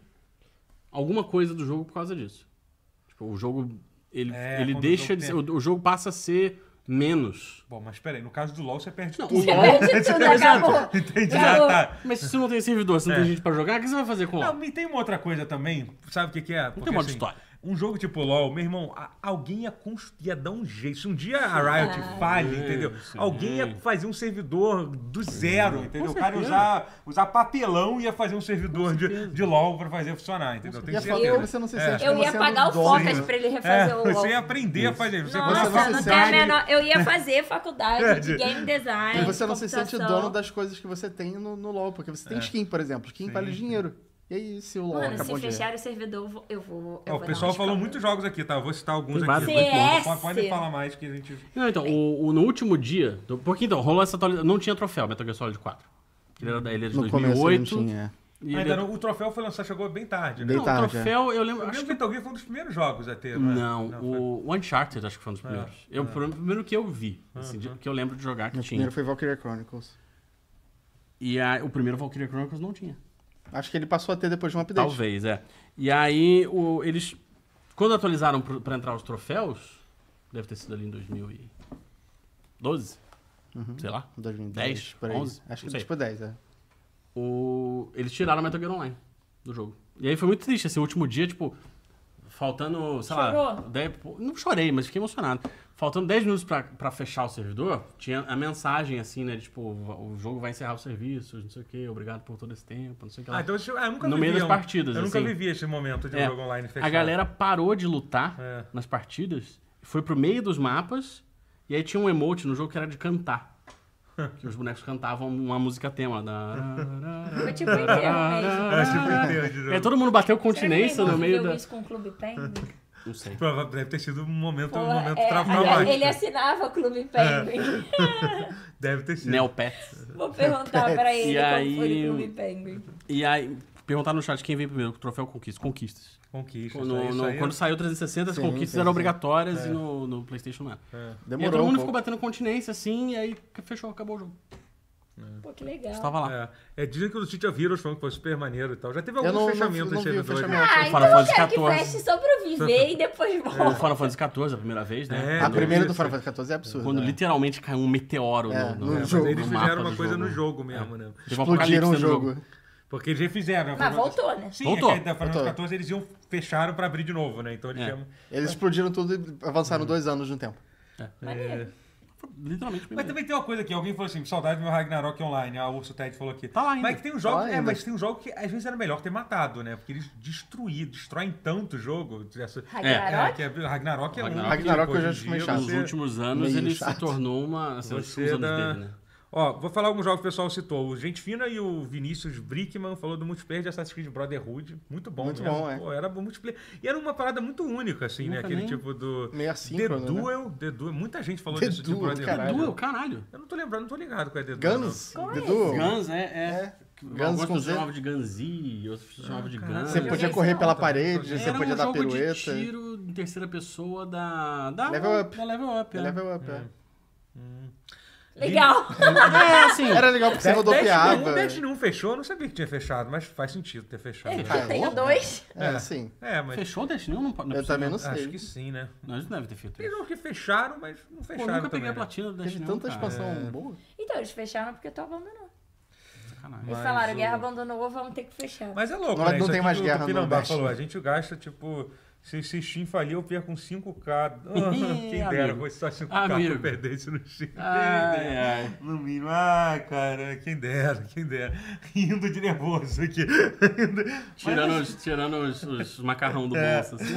Speaker 4: alguma coisa do jogo por causa disso. Tipo, o jogo ele,
Speaker 1: É,
Speaker 4: ele
Speaker 1: quando o
Speaker 4: deixa
Speaker 1: jogo
Speaker 4: de ser,
Speaker 1: tem-
Speaker 4: o, o jogo passa a ser menos.
Speaker 1: Bom, mas peraí, no caso do LOL você perde
Speaker 4: Não,
Speaker 1: tudo. né?
Speaker 4: o
Speaker 3: Eu
Speaker 4: LOL-
Speaker 3: perdi
Speaker 1: é
Speaker 3: tudo,
Speaker 1: tipo,
Speaker 4: Exato.
Speaker 3: acabou.
Speaker 1: Entendi.
Speaker 3: Acabou.
Speaker 1: Ah, tá.
Speaker 4: Mas se você não tem servidor,
Speaker 2: É.
Speaker 4: se não tem gente pra jogar, o que você vai fazer com o LoL?
Speaker 1: Não, e tem uma outra coisa também, sabe o que, que é? Porque,
Speaker 4: modo história.
Speaker 1: Um jogo tipo LOL, meu irmão, a- alguém ia, cons- ia dar um jeito. Se um dia a Riot
Speaker 3: Ah.
Speaker 1: falhe, entendeu?
Speaker 4: sim.
Speaker 1: Alguém ia fazer um servidor do zero, entendeu? O cara ia
Speaker 4: certeza.
Speaker 1: usar, usar papelão e ia fazer um servidor de, de LOL pra fazer funcionar, entendeu?
Speaker 2: E
Speaker 1: Tem
Speaker 2: a
Speaker 1: certeza.
Speaker 2: falta que você não se sente
Speaker 3: Eu
Speaker 2: como
Speaker 3: ia
Speaker 2: sendo
Speaker 3: pagar o
Speaker 2: dono.
Speaker 3: Focas pra ele
Speaker 1: É,
Speaker 3: refazer o LOL.
Speaker 1: você ia aprender a fazer. Você
Speaker 3: Nossa,
Speaker 1: você
Speaker 2: não
Speaker 1: se
Speaker 3: não
Speaker 2: se
Speaker 3: tem a
Speaker 1: sente-
Speaker 3: menor... Eu ia fazer faculdade de
Speaker 1: É, de-
Speaker 3: game design.
Speaker 2: E você não se sente
Speaker 3: computação.
Speaker 2: dono das coisas que você tem no, no LoL, porque
Speaker 4: É.
Speaker 2: você tem skin, por exemplo. Skin vale dinheiro. E aí, se o LoL
Speaker 3: Mano,
Speaker 2: acabou
Speaker 3: se
Speaker 2: de...
Speaker 3: fechar o servidor, eu vou. Eu vou eu
Speaker 1: Ó, o
Speaker 3: vou
Speaker 1: pessoal
Speaker 3: dar
Speaker 1: falou
Speaker 3: uns
Speaker 1: muitos
Speaker 3: calma.
Speaker 1: jogos aqui, tá? Eu vou citar alguns
Speaker 4: Tem
Speaker 1: aqui.
Speaker 4: vários,
Speaker 3: muito bom.
Speaker 1: Pode- Pode falar mais que a gente.
Speaker 4: Não, então, o, o- no último dia, do- porque então, rolou essa atualização, não tinha troféu Metal Gear Solid 4. Ele era da ilha de
Speaker 2: No começo ele não
Speaker 4: 2008.
Speaker 2: tinha.
Speaker 4: e ele- é
Speaker 1: Ainda não- o troféu foi lançado, chegou bem tarde, né?
Speaker 2: Bem
Speaker 4: Não, o
Speaker 2: tarde,
Speaker 4: troféu,
Speaker 1: Eu
Speaker 4: eu lembro, acho
Speaker 1: lembro
Speaker 4: que
Speaker 1: que Metal Gear foi um dos primeiros jogos a ter, né?
Speaker 4: Não,
Speaker 1: foi-
Speaker 4: o o Uncharted acho que foi um dos primeiros. eu, foi o primeiro que eu vi, assim, de- que eu lembro de jogar que
Speaker 2: Meu
Speaker 4: tinha.
Speaker 2: primeiro foi Valkyria Chronicles.
Speaker 4: E a- o primeiro Valkyria Chronicles não tinha.
Speaker 2: Acho que ele passou a ter depois de um update.
Speaker 4: Talvez, é. E aí, o- eles, quando atualizaram pro- pra entrar os troféus, deve ter sido ali em 2012, sei lá,
Speaker 2: 2010,
Speaker 4: 10,
Speaker 2: por aí.
Speaker 4: 11,
Speaker 2: Acho
Speaker 4: não
Speaker 2: que
Speaker 4: sei.
Speaker 2: tipo 10, é.
Speaker 4: o, eles tiraram o Metal Gear Online do jogo. E aí foi muito triste, esse último dia, tipo, faltando, sei lá...
Speaker 3: Chorou?
Speaker 4: 10 pô, não chorei, mas fiquei emocionado. Faltando 10 minutos pra, pra fechar o servidor, tinha a mensagem, assim, né, de, tipo, o jogo vai encerrar os serviços, não sei o quê, obrigado por todo esse tempo, não sei o que lá.
Speaker 1: Ah, então eu, ah, eu nunca
Speaker 4: No
Speaker 1: vivi
Speaker 4: meio das
Speaker 1: um-
Speaker 4: partidas,
Speaker 1: Eu nunca
Speaker 4: assim.
Speaker 1: vivi esse momento de um
Speaker 4: É,
Speaker 1: jogo online fechado.
Speaker 4: A galera parou de lutar
Speaker 1: É.
Speaker 4: nas partidas, foi pro meio dos mapas, e aí tinha um emote no jogo que era de cantar. Que os bonecos cantavam uma música tema. Da...
Speaker 3: Foi tipo inteiro mesmo.
Speaker 1: É, tipo, inteiro de
Speaker 4: É,
Speaker 1: jogo.
Speaker 4: todo mundo
Speaker 3: Será
Speaker 4: bateu
Speaker 3: que
Speaker 4: continência
Speaker 3: o
Speaker 4: no
Speaker 3: Neymar
Speaker 4: meio
Speaker 3: viu
Speaker 4: da.
Speaker 3: isso com o Clube Pen?
Speaker 4: Não sei.
Speaker 1: Prova- Deve ter sido um momento, um
Speaker 3: Porra,
Speaker 1: momento
Speaker 3: é,
Speaker 1: tra-
Speaker 3: aliás,
Speaker 1: traumático. É.
Speaker 3: ele assinava Clube Penguin.
Speaker 1: Deve ter sido.
Speaker 4: Neopets.
Speaker 3: Vou perguntar pra ele
Speaker 4: E
Speaker 3: como
Speaker 4: aí-
Speaker 3: foi o Clube Penguin.
Speaker 4: E aí, perguntaram no chat quem veio primeiro, troféu conquista. Conquistas.
Speaker 1: Conquista. né? isso
Speaker 4: No-
Speaker 1: aí, isso
Speaker 4: no-
Speaker 1: aí. é
Speaker 4: quando saiu 360, as
Speaker 2: Sim,
Speaker 4: conquistas
Speaker 2: sim,
Speaker 4: eram
Speaker 2: sim.
Speaker 4: obrigatórias e no, no Playstation não era. e aí,
Speaker 2: Demorou
Speaker 4: todo mundo
Speaker 2: um
Speaker 4: ficou
Speaker 2: pouco.
Speaker 4: batendo continência, assim, e aí fechou, acabou o jogo.
Speaker 3: Pô, que legal.
Speaker 4: Estava lá.
Speaker 1: É, é, dizem que o City of Heroes foi, foi super maneiro e tal. Já teve
Speaker 2: Eu
Speaker 1: alguns
Speaker 2: não- não-
Speaker 1: fechamentos
Speaker 2: não
Speaker 1: em
Speaker 2: vi o
Speaker 1: servidores. né?
Speaker 2: fechamento.
Speaker 3: Ah, então
Speaker 4: Final
Speaker 3: eu
Speaker 4: Fantasy
Speaker 3: quero que
Speaker 4: 14.
Speaker 3: feche só pra eu viver e depois
Speaker 4: O
Speaker 3: volta.
Speaker 4: Final Fantasy XIV, a primeira vez, né?
Speaker 1: É,
Speaker 2: É. A
Speaker 1: né?
Speaker 2: primeira do
Speaker 1: Isso.
Speaker 2: Final Fantasy XIV é absurda.
Speaker 4: Quando
Speaker 2: né?
Speaker 4: literalmente caiu um meteoro
Speaker 2: É,
Speaker 4: no,
Speaker 2: no
Speaker 4: no,
Speaker 1: Mas
Speaker 2: jogo.
Speaker 1: eles
Speaker 4: no
Speaker 1: fizeram
Speaker 4: mapa
Speaker 1: uma
Speaker 4: do
Speaker 1: coisa no jogo mesmo, né?
Speaker 4: Teve um
Speaker 2: Explodiram o
Speaker 4: apocalipse dentro do
Speaker 2: jogo.
Speaker 1: Porque eles refizeram.
Speaker 3: Mas voltou, né?
Speaker 1: Sim,
Speaker 4: Voltou.
Speaker 1: é que da Final
Speaker 2: Voltou.
Speaker 1: 14 eles iam fecharam pra abrir de novo, né? Então eles
Speaker 4: É.
Speaker 1: chamam.
Speaker 2: Eles explodiram tudo e avançaram dois anos no tempo.
Speaker 1: é,
Speaker 3: Maneiro.
Speaker 4: Foi Literalmente.
Speaker 1: Mas também tem uma coisa aqui, alguém falou assim, saudade do meu Ragnarok online, a Urso Ted falou aqui.
Speaker 4: Tá lá ainda.
Speaker 1: Mas que tem um jogo,
Speaker 2: Tá lá
Speaker 1: é,
Speaker 2: ainda.
Speaker 1: mas tem um jogo que às vezes era melhor ter matado, né? Porque eles destruíram, destroem tanto o jogo. Essa, é,
Speaker 3: Ragnarok?
Speaker 1: que é, Ragnarok é um.
Speaker 4: Ragnarok.
Speaker 2: Ragnarok
Speaker 1: que,
Speaker 2: eu já
Speaker 1: hoje em
Speaker 2: acho meio
Speaker 1: dia,
Speaker 2: chato.
Speaker 4: Nos
Speaker 1: você-
Speaker 4: últimos anos
Speaker 2: meio
Speaker 4: ele se
Speaker 2: chato.
Speaker 4: tornou uma. Assim, os últimos
Speaker 1: Você
Speaker 4: anos
Speaker 1: da...
Speaker 4: dele, né?
Speaker 1: Ó, vou falar alguns jogos que o pessoal citou. O Gente Fina e o Vinícius Brickman falou do multiplayer de Assassin's Creed Brotherhood. Muito bom,
Speaker 2: Muito
Speaker 1: mesmo.
Speaker 2: bom, é.
Speaker 1: Pô, era bom multiplayer. E era uma parada muito única, assim, né?
Speaker 4: Nunca
Speaker 1: Aquele
Speaker 4: nem-
Speaker 1: tipo do.
Speaker 2: Meio
Speaker 1: The
Speaker 2: assíncrono, né?
Speaker 1: Duel, The Duel. Muita gente falou
Speaker 2: The
Speaker 1: disso de
Speaker 2: Duel,
Speaker 1: Brotherhood.
Speaker 2: caralho.
Speaker 4: Duel, caralho.
Speaker 1: Eu não tô lembrando, não tô ligado qual é The Duel. não.
Speaker 2: Guns?
Speaker 3: Qual
Speaker 2: The
Speaker 3: é
Speaker 2: Duel?
Speaker 4: Guns é. é...
Speaker 2: Guns com
Speaker 4: Alguns pessoas
Speaker 2: Z.
Speaker 4: chamavam de Gunzi, outras pessoas chamavam de
Speaker 1: Ah, caralho.
Speaker 4: Guns.
Speaker 2: Você
Speaker 3: Eu
Speaker 2: podia
Speaker 3: joguei
Speaker 2: correr
Speaker 3: esse
Speaker 2: pela
Speaker 3: ontem.
Speaker 2: parede, você
Speaker 4: Era
Speaker 2: podia
Speaker 4: um
Speaker 2: dar
Speaker 4: jogo
Speaker 2: pirueta.
Speaker 4: de tiro em terceira pessoa da. da
Speaker 2: Level Up.
Speaker 4: Da level up,
Speaker 2: É
Speaker 4: é.
Speaker 2: Level up, é.
Speaker 1: é.
Speaker 3: Legal.
Speaker 4: É, assim.
Speaker 2: Era legal porque você
Speaker 1: 10
Speaker 2: rodopiava.
Speaker 1: de 1, 10 de 1 fechou, eu não sabia que tinha fechado, mas faz sentido ter fechado. né?
Speaker 3: Eu
Speaker 2: Cara,
Speaker 3: tenho
Speaker 2: louco.
Speaker 3: dois.
Speaker 2: É, sim.
Speaker 1: É, mas
Speaker 4: É, Fechou o Destiny? Não, não é
Speaker 2: Eu
Speaker 4: possível.
Speaker 2: também não
Speaker 1: acho
Speaker 2: sei.
Speaker 1: que sim, né?
Speaker 4: Não, eles não devem ter feito
Speaker 1: Tem
Speaker 4: isso.
Speaker 1: jogos que fecharam, mas não
Speaker 4: Pô,
Speaker 1: fecharam
Speaker 4: nunca
Speaker 1: também.
Speaker 4: peguei a
Speaker 1: né?
Speaker 4: platina do Destiny.
Speaker 2: Teve
Speaker 4: não,
Speaker 2: tanta
Speaker 4: cara.
Speaker 2: expansão boa.
Speaker 3: Então, eles fecharam porque tu abandonou.
Speaker 4: sacanagem.
Speaker 3: Eles falaram,
Speaker 1: o-
Speaker 3: guerra abandonou, vamos ter que fechar.
Speaker 1: Mas é louco,
Speaker 2: Não,
Speaker 1: né?
Speaker 2: não
Speaker 1: Isso
Speaker 2: tem
Speaker 1: aqui
Speaker 2: mais
Speaker 1: que o
Speaker 2: guerra no
Speaker 1: Tupinambá
Speaker 2: Nordeste.
Speaker 1: falou, a gente gasta, tipo, se, se Steam falir, eu perco uns 5K. Ah, Quem dera,
Speaker 4: Amigo.
Speaker 1: foi só 5K que eu
Speaker 4: Amigo. Ah, é.
Speaker 1: perdesse no Steam. Quem
Speaker 4: Ai,
Speaker 1: dera.
Speaker 4: ai.
Speaker 1: No mínimo, ah, cara, quem dera, quem dera. Rindo de nervoso aqui. Rindo.
Speaker 4: Tirando, os, tirando os, os macarrão do bolso, assim.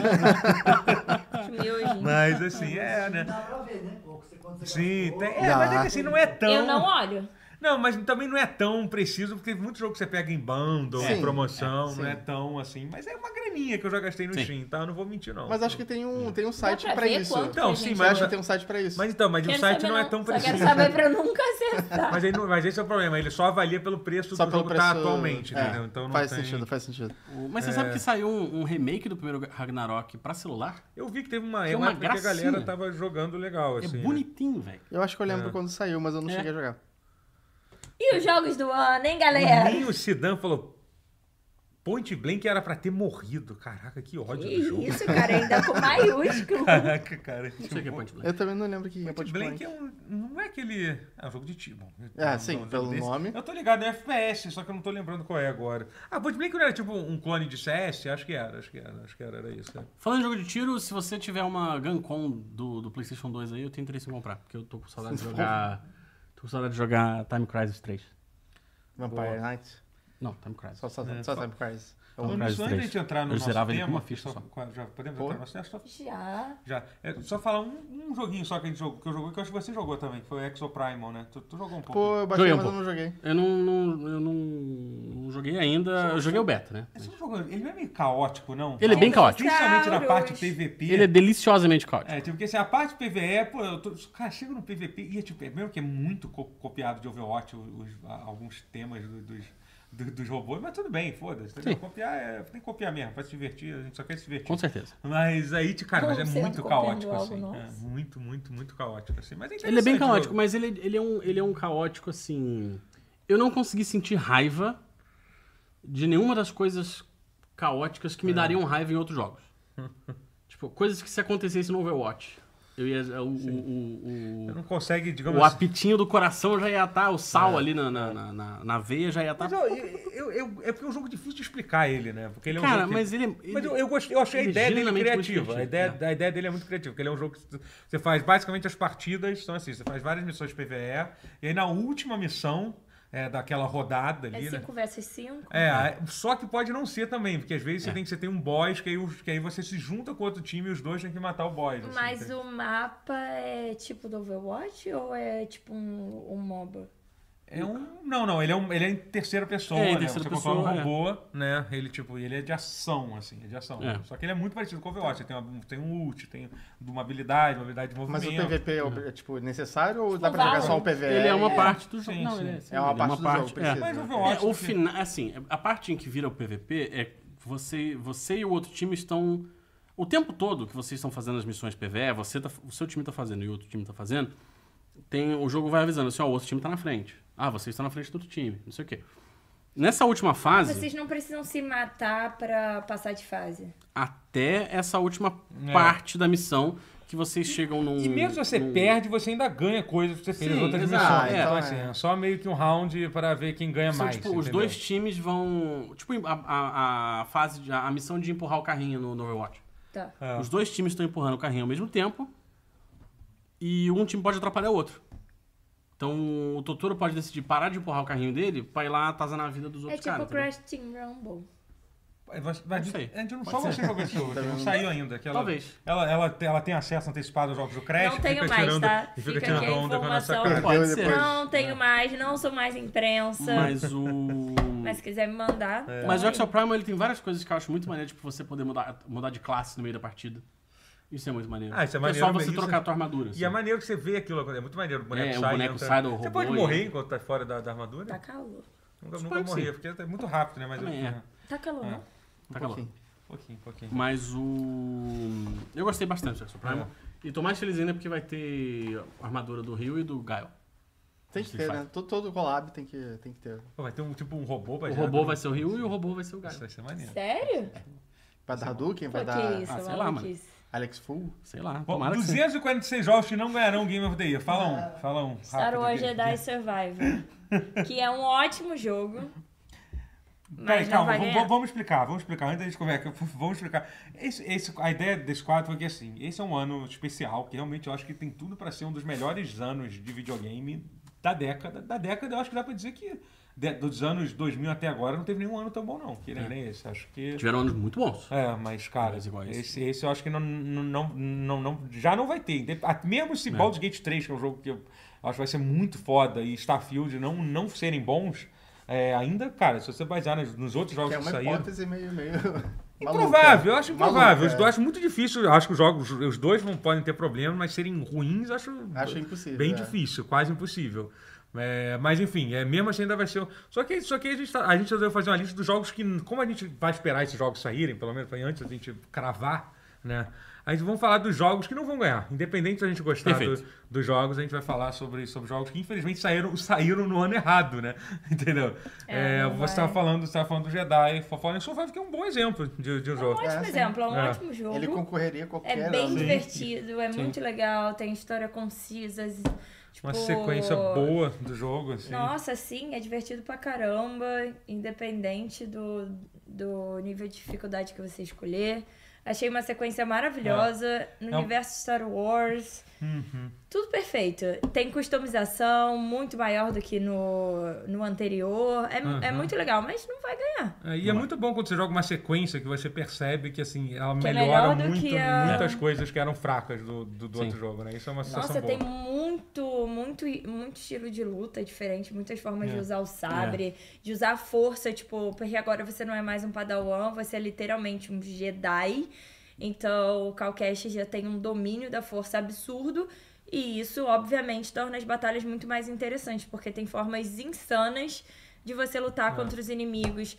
Speaker 3: Miojinho.
Speaker 1: Mas assim, é, né?
Speaker 5: Dá pra ver, né? Ou você- quando você
Speaker 1: Sim,
Speaker 5: gastou,
Speaker 1: tem, é, mas é que assim, não é tão.
Speaker 3: Eu não olho.
Speaker 1: Não, mas também não é tão preciso, porque muito jogo que você pega em bundle,
Speaker 2: Sim.
Speaker 1: em promoção,
Speaker 2: É, sim.
Speaker 1: não é tão assim. Mas é uma graninha que eu já gastei no
Speaker 4: Sim.
Speaker 1: Steam, tá? Eu não vou mentir, não.
Speaker 2: Mas acho que tem um, tem um site
Speaker 3: pra
Speaker 2: pra,
Speaker 3: ver
Speaker 2: isso.
Speaker 3: quanto?
Speaker 1: Então,
Speaker 3: Oi,
Speaker 1: sim,
Speaker 3: gente,
Speaker 2: Você
Speaker 1: mas.
Speaker 2: acha que tem um site pra isso?
Speaker 1: Mas então, mas o
Speaker 3: Quero
Speaker 1: site
Speaker 3: saber,
Speaker 1: não é tão
Speaker 3: Só quero
Speaker 1: preciso.
Speaker 3: saber pra eu nunca acertar.
Speaker 1: Mas, aí não- mas esse é o problema, ele só avalia pelo preço
Speaker 2: Só
Speaker 1: do
Speaker 2: pelo
Speaker 1: jogo que
Speaker 2: preço...
Speaker 1: tá atualmente,
Speaker 2: é,
Speaker 1: entendeu? Então não
Speaker 2: faz
Speaker 1: tem-
Speaker 2: sentido, faz sentido.
Speaker 4: O- Mas você sabe que saiu um, um remake do primeiro Ragnarok pra celular?
Speaker 1: Eu vi que teve uma
Speaker 4: Que é
Speaker 1: época
Speaker 4: uma
Speaker 1: que a galera
Speaker 4: gracinha.
Speaker 1: tava jogando legal,
Speaker 4: É
Speaker 1: assim. né?
Speaker 4: bonitinho, velho.
Speaker 2: Eu acho que eu lembro quando saiu, mas eu não
Speaker 4: É.
Speaker 2: cheguei a jogar.
Speaker 3: E os jogos do ano, hein, galera?
Speaker 1: Nem o Sidan falou. Point Blank era pra ter morrido. Caraca, que ódio do jogo.
Speaker 3: Que isso, cara, ainda com maiúsculo.
Speaker 1: Caraca, cara. um
Speaker 4: Não sei o que é Point Blank.
Speaker 2: Eu também não lembro o que é
Speaker 1: Point Blank é um, não é aquele. É um jogo de tiro. bom, eu-
Speaker 2: É,
Speaker 1: eu-
Speaker 2: sim,
Speaker 1: eu- eu-
Speaker 2: pelo nome.
Speaker 1: Eu tô ligado, é FPS, só que eu não tô lembrando qual é agora. Ah, Point Blank não era tipo um clone de CS? Acho que era, acho que era, acho que era, era isso. é. Cara.
Speaker 4: Falando em jogo de tiro, se você tiver uma Guncon do, do PlayStation 2 aí, eu tenho interesse em comprar, porque eu tô com saudade de jogar. Tô com saudade de jogar Time Crisis 3.
Speaker 2: Vampire Knight.
Speaker 4: Não, Time Crisis.
Speaker 2: Só, só, só Time Crisis. É um-
Speaker 1: Falando
Speaker 4: Crysis
Speaker 1: nisso, antes da
Speaker 4: 3.
Speaker 1: gente entrar no
Speaker 4: Eu
Speaker 1: nosso
Speaker 4: zerava ele
Speaker 1: tema,
Speaker 4: com uma ficha
Speaker 1: só-
Speaker 4: só.
Speaker 1: já podemos
Speaker 2: Pô.
Speaker 1: entrar no nosso tema? Só-
Speaker 3: Já.
Speaker 1: Já. É, só falar um, um joguinho só que a gente jogou, que eu joguei, que eu acho que você jogou também, que foi o Exoprimal, né? Tu, tu jogou um pouco.
Speaker 2: Pô,
Speaker 1: né?
Speaker 2: eu baixei,
Speaker 4: Joguei um
Speaker 2: mas eu
Speaker 4: pouco.
Speaker 2: não joguei.
Speaker 4: Eu não, não- eu não, não joguei ainda. Eu joguei o beta, né?
Speaker 1: Você não jogou- Ele não é meio caótico, não?
Speaker 4: Ele é bem caótico.
Speaker 1: Principalmente na
Speaker 3: Dinossauros.
Speaker 1: parte PVP.
Speaker 4: Ele é deliciosamente caótico.
Speaker 1: É, tipo, porque assim, a parte PVE, pô, eu tô, cara, chega no PVP e é tipo, é mesmo que é muito co- copiado de Overwatch os- os- a- alguns temas do- dos, do- dos robôs, mas tudo bem, foda-se, entendeu?
Speaker 4: Sim.
Speaker 1: Copiar é, tem que copiar mesmo, pra se divertir, a gente só quer se divertir.
Speaker 4: Com certeza.
Speaker 1: Mas aí, te- cara, mas é
Speaker 3: Como você
Speaker 1: muito
Speaker 3: copiando
Speaker 1: caótico,
Speaker 3: algo,
Speaker 1: assim.
Speaker 3: nossa.
Speaker 1: É muito, muito, muito caótico, assim. Mas é
Speaker 4: Ele é bem
Speaker 1: interessante,
Speaker 4: caótico,
Speaker 1: eu-
Speaker 4: mas ele, ele, é um, ele é um caótico assim. Eu não consegui sentir raiva de nenhuma das coisas caóticas que me
Speaker 1: É.
Speaker 4: dariam raiva em outros jogos. tipo, coisas que se acontecesse no Overwatch. Eu ia. é, O, o, o,
Speaker 1: Você
Speaker 4: o,
Speaker 1: não consegue, digamos assim.
Speaker 4: o apitinho do coração já ia estar, o sal ali na, na, na- na- na veia já ia tá. estar.
Speaker 1: Mas é eu- eu- eu- é porque é um jogo difícil de explicar ele, né? Porque ele é um
Speaker 4: Cara,
Speaker 1: jogo que-
Speaker 4: mas ele,
Speaker 1: Mas
Speaker 4: ele-
Speaker 1: eu, eu, gostei, eu achei a
Speaker 4: ele é
Speaker 1: ideia dele
Speaker 4: genuinamente muito
Speaker 1: criativa. A
Speaker 4: divertido,
Speaker 1: ideia,
Speaker 4: né?
Speaker 1: a ideia dele é muito criativa, porque ele é um jogo que tu- você faz basicamente as partidas, são assim, você faz várias missões PVE, e aí na última missão é, daquela rodada
Speaker 3: É
Speaker 1: ali, né?
Speaker 3: 5 versus 5.
Speaker 1: É, só que pode não ser também, porque às vezes
Speaker 4: É.
Speaker 1: você, tem, você tem um boss que aí, os- que aí você se junta com outro time e os dois têm que matar o boss. assim,
Speaker 3: Mas
Speaker 1: entende?
Speaker 3: o mapa é tipo do Overwatch ou é tipo um, um MOBA?
Speaker 1: É um. Não, não, ele é, um, ele é em terceira pessoa,
Speaker 4: É, em
Speaker 1: né?
Speaker 4: terceira
Speaker 1: Você controla um
Speaker 4: pessoa,
Speaker 1: robô, né? Ele, tipo, ele é de ação, assim, é de ação.
Speaker 4: É.
Speaker 1: Só que ele é muito parecido com o Overwatch. Ele tem, uma- tem um ult, tem uma habilidade, uma habilidade de
Speaker 2: Mas
Speaker 1: movimento.
Speaker 2: o PVP é, ob- é, tipo, necessário ou dá pra
Speaker 3: Valorant.
Speaker 2: jogar só o PVE?
Speaker 4: Ele é uma parte do jogo.
Speaker 1: Sim,
Speaker 4: Não,
Speaker 1: sim.
Speaker 4: ele é,
Speaker 2: É uma
Speaker 4: ele
Speaker 2: parte do jogo, precisa.
Speaker 1: Mas o
Speaker 2: né?
Speaker 1: Overwatch.
Speaker 4: É, o
Speaker 1: assim,
Speaker 4: final, assim, a parte em que vira o PVP é você, você e o outro time estão o tempo todo que vocês estão fazendo as missões PVE, você tá- o seu time tá fazendo e o outro time tá fazendo, tem o jogo vai avisando assim, ó, o outro time tá na frente. Ah, você está na frente do outro time, não sei o quê. Nessa última fase,
Speaker 3: Vocês não precisam se matar pra passar de fase.
Speaker 4: até essa última
Speaker 1: É.
Speaker 4: parte da missão que vocês chegam num
Speaker 1: E mesmo se você
Speaker 4: num-
Speaker 1: perde, você ainda ganha coisas que você fez
Speaker 4: Hum, Sim,
Speaker 1: nas outras
Speaker 4: exato,
Speaker 1: missões. então,
Speaker 2: é. Então,
Speaker 1: assim,
Speaker 2: é.
Speaker 1: é só meio que um round pra ver quem ganha
Speaker 4: São,
Speaker 1: é mais.
Speaker 4: tipo, os
Speaker 1: entendeu?
Speaker 4: dois times vão. Tipo, a, a- a fase, de, a missão de empurrar o carrinho no, no Overwatch.
Speaker 3: Tá.
Speaker 1: É.
Speaker 4: Os dois times estão empurrando o carrinho ao mesmo tempo. E um time pode atrapalhar o outro. Então o Totoro pode decidir parar de empurrar o carrinho dele pra ir lá atazanar a vida dos
Speaker 3: É
Speaker 4: outros
Speaker 3: tipo
Speaker 4: caras. tá entendeu?
Speaker 3: Crash Team Rumble.
Speaker 1: Mas, mas
Speaker 4: sei.
Speaker 1: a gente não só você jogou esse jogo, a gente não saiu ainda. que ela-
Speaker 4: Talvez.
Speaker 1: Ela, ela, ela tem acesso antecipado aos jogos do Crash.
Speaker 3: Não tenho
Speaker 1: fica
Speaker 3: mais,
Speaker 1: tirando,
Speaker 3: tá?
Speaker 1: E fica,
Speaker 3: Fica
Speaker 1: tirando
Speaker 3: aqui a
Speaker 1: onda com a nossa
Speaker 3: informação.
Speaker 1: cara.
Speaker 4: Pode
Speaker 2: Perdeu
Speaker 4: ser.
Speaker 2: depois.
Speaker 3: Não tenho mais, não sou mais imprensa. Mas,
Speaker 4: é. Mas o.
Speaker 3: se quiser me mandar. tá. tamo
Speaker 4: Mas o
Speaker 3: aí.
Speaker 4: Axel Prime ele tem várias coisas que eu acho muito maneiro, tipo você poder mudar, mudar de classe no meio da partida. Isso é muito maneiro.
Speaker 1: Ah, isso é
Speaker 4: Porque
Speaker 1: maneiro,
Speaker 4: só você
Speaker 1: mas isso
Speaker 4: trocar
Speaker 1: é-
Speaker 4: a tua armadura. assim.
Speaker 1: E é maneiro que você vê aquilo acontecendo. É muito maneiro. O boneco
Speaker 4: É, o
Speaker 1: sai.
Speaker 4: boneco
Speaker 1: entra.
Speaker 4: sai do
Speaker 1: Você
Speaker 4: robô
Speaker 1: pode
Speaker 4: e-
Speaker 1: morrer enquanto tá fora da, da armadura?
Speaker 3: Tá calor.
Speaker 1: Nunca, nunca
Speaker 4: Suponho que
Speaker 1: morrer,
Speaker 4: sim.
Speaker 1: porque é muito rápido, né? Mas
Speaker 4: Também
Speaker 1: eu-
Speaker 4: é.
Speaker 3: Tá calor, não?
Speaker 4: Tá calor.
Speaker 1: um Pouquinho, um pouquinho.
Speaker 4: Mas o. Eu gostei bastante do Axel Prime.
Speaker 1: É.
Speaker 4: E tô mais feliz ainda porque vai ter a armadura do Rio e do Gaio.
Speaker 2: Tem que ter, né? Todo, todo collab tem que, tem que ter.
Speaker 1: Pô, vai ter um tipo um robô pra
Speaker 4: O
Speaker 1: gerar
Speaker 4: robô
Speaker 1: tudo.
Speaker 4: vai ser o Rio e o robô vai ser o
Speaker 1: Isso
Speaker 4: Gaio.
Speaker 1: vai ser maneiro.
Speaker 3: Sério?
Speaker 2: Vai dar Hadouken,
Speaker 3: Pô,
Speaker 2: vai dar...
Speaker 3: que isso,
Speaker 4: é. Ah, sei lá,
Speaker 3: lá,
Speaker 4: mano.
Speaker 3: isso.
Speaker 2: Alex Fogo?
Speaker 4: Sei lá,
Speaker 5: Bom,
Speaker 4: tomara que sim.
Speaker 5: 246 jogos que não ganharão Game of the Year. Fala um, fala um.
Speaker 3: Star
Speaker 5: rápido
Speaker 3: Wars
Speaker 5: aqui.
Speaker 3: Jedi Survivor. que é um ótimo jogo. Um
Speaker 5: Peraí,
Speaker 3: Mas não
Speaker 5: calma,
Speaker 3: vai
Speaker 5: vamos,
Speaker 3: ganhar.
Speaker 5: vamos explicar, vamos explicar. Antes da gente conversar, vamos explicar. Esse, esse- a ideia desse quadro foi que assim, esse é um ano especial, que realmente eu acho que tem tudo pra ser um dos melhores anos de videogame da década. Da década, eu acho que dá pra dizer que de- dos anos 2000 até agora não teve nenhum ano tão bom, não. Que nem
Speaker 4: É.
Speaker 5: nem esse. Acho que.
Speaker 4: Tiveram anos muito bons.
Speaker 5: É, mas, cara,
Speaker 4: Mas igual esse.
Speaker 5: esse, esse eu acho que não, não, não, não, não- já não vai ter. Indep- a- Mesmo se Baldur's Gate 3, que é um jogo que eu acho que vai ser muito foda, e Starfield não, não serem bons, é, ainda, cara, se você basear nos, nos outros jogos
Speaker 2: Que
Speaker 5: que,
Speaker 2: é uma
Speaker 5: saíram...
Speaker 2: hipótese meio. meio
Speaker 1: Improvável, eu acho
Speaker 2: Maluca,
Speaker 1: improvável. Os
Speaker 2: é.
Speaker 1: dois, acho muito difícil. Eu acho que os jogos, os dois não podem ter problema, mas serem ruins, acho,
Speaker 2: Acho impossível,
Speaker 1: bem
Speaker 2: é.
Speaker 1: difícil, quase impossível. É, mas enfim, é, mesmo assim ainda vai ser. um- Só que, só que a, gente tá- a gente resolveu fazer uma lista dos jogos que, como a gente vai esperar esses jogos saírem, pelo menos pra- antes da gente cravar, né? A gente vamos falar dos jogos que não vão ganhar. Independente da gente gostar do-
Speaker 4: Perfeito.
Speaker 1: dos jogos, a gente vai falar sobre, sobre jogos que infelizmente saíram, saíram no ano errado, né? Entendeu?
Speaker 3: É,
Speaker 1: É,
Speaker 3: não
Speaker 1: você
Speaker 3: vai.
Speaker 1: tava falando, você tava falando do Jedi, Fallen Survive, que é um bom exemplo de, de um
Speaker 3: Um
Speaker 1: jogo.
Speaker 3: ótimo
Speaker 2: É, sim.
Speaker 3: exemplo, é um
Speaker 1: É.
Speaker 3: ótimo jogo.
Speaker 2: Ele concorreria a
Speaker 3: É
Speaker 2: qualquer. um.
Speaker 3: bem
Speaker 2: ano.
Speaker 3: divertido, é muito legal, tem história concisa. z- Tipo,
Speaker 1: Uma sequência boa do jogo, assim.
Speaker 3: Nossa, sim, é divertido pra caramba, independente do, do nível de dificuldade que você escolher. Achei uma sequência maravilhosa no
Speaker 5: É um- Uhum.
Speaker 3: universo Star Wars. Tudo perfeito. Tem customização muito maior do que no, no anterior. É, é
Speaker 1: Uhum.
Speaker 3: muito legal, mas não vai ganhar.
Speaker 1: É, e é muito bom quando você joga uma sequência que você percebe que assim, ela
Speaker 3: Que é
Speaker 1: melhora
Speaker 3: melhor do
Speaker 1: muito,
Speaker 3: que a-
Speaker 1: muitas coisas que eram fracas do, do, do
Speaker 4: Sim.
Speaker 1: outro jogo, né? Isso é uma sensação
Speaker 3: Nossa,
Speaker 1: boa.
Speaker 3: tem muito, muito, muito estilo de luta diferente, muitas formas
Speaker 1: É.
Speaker 3: de usar o sabre, de usar a força, tipo, porque agora você não é mais um padawan, você é literalmente um Jedi. Então, o Calcash já tem um domínio da força absurdo. E isso, obviamente, torna as batalhas muito mais interessantes, porque tem formas insanas de você lutar
Speaker 1: É.
Speaker 3: contra os inimigos.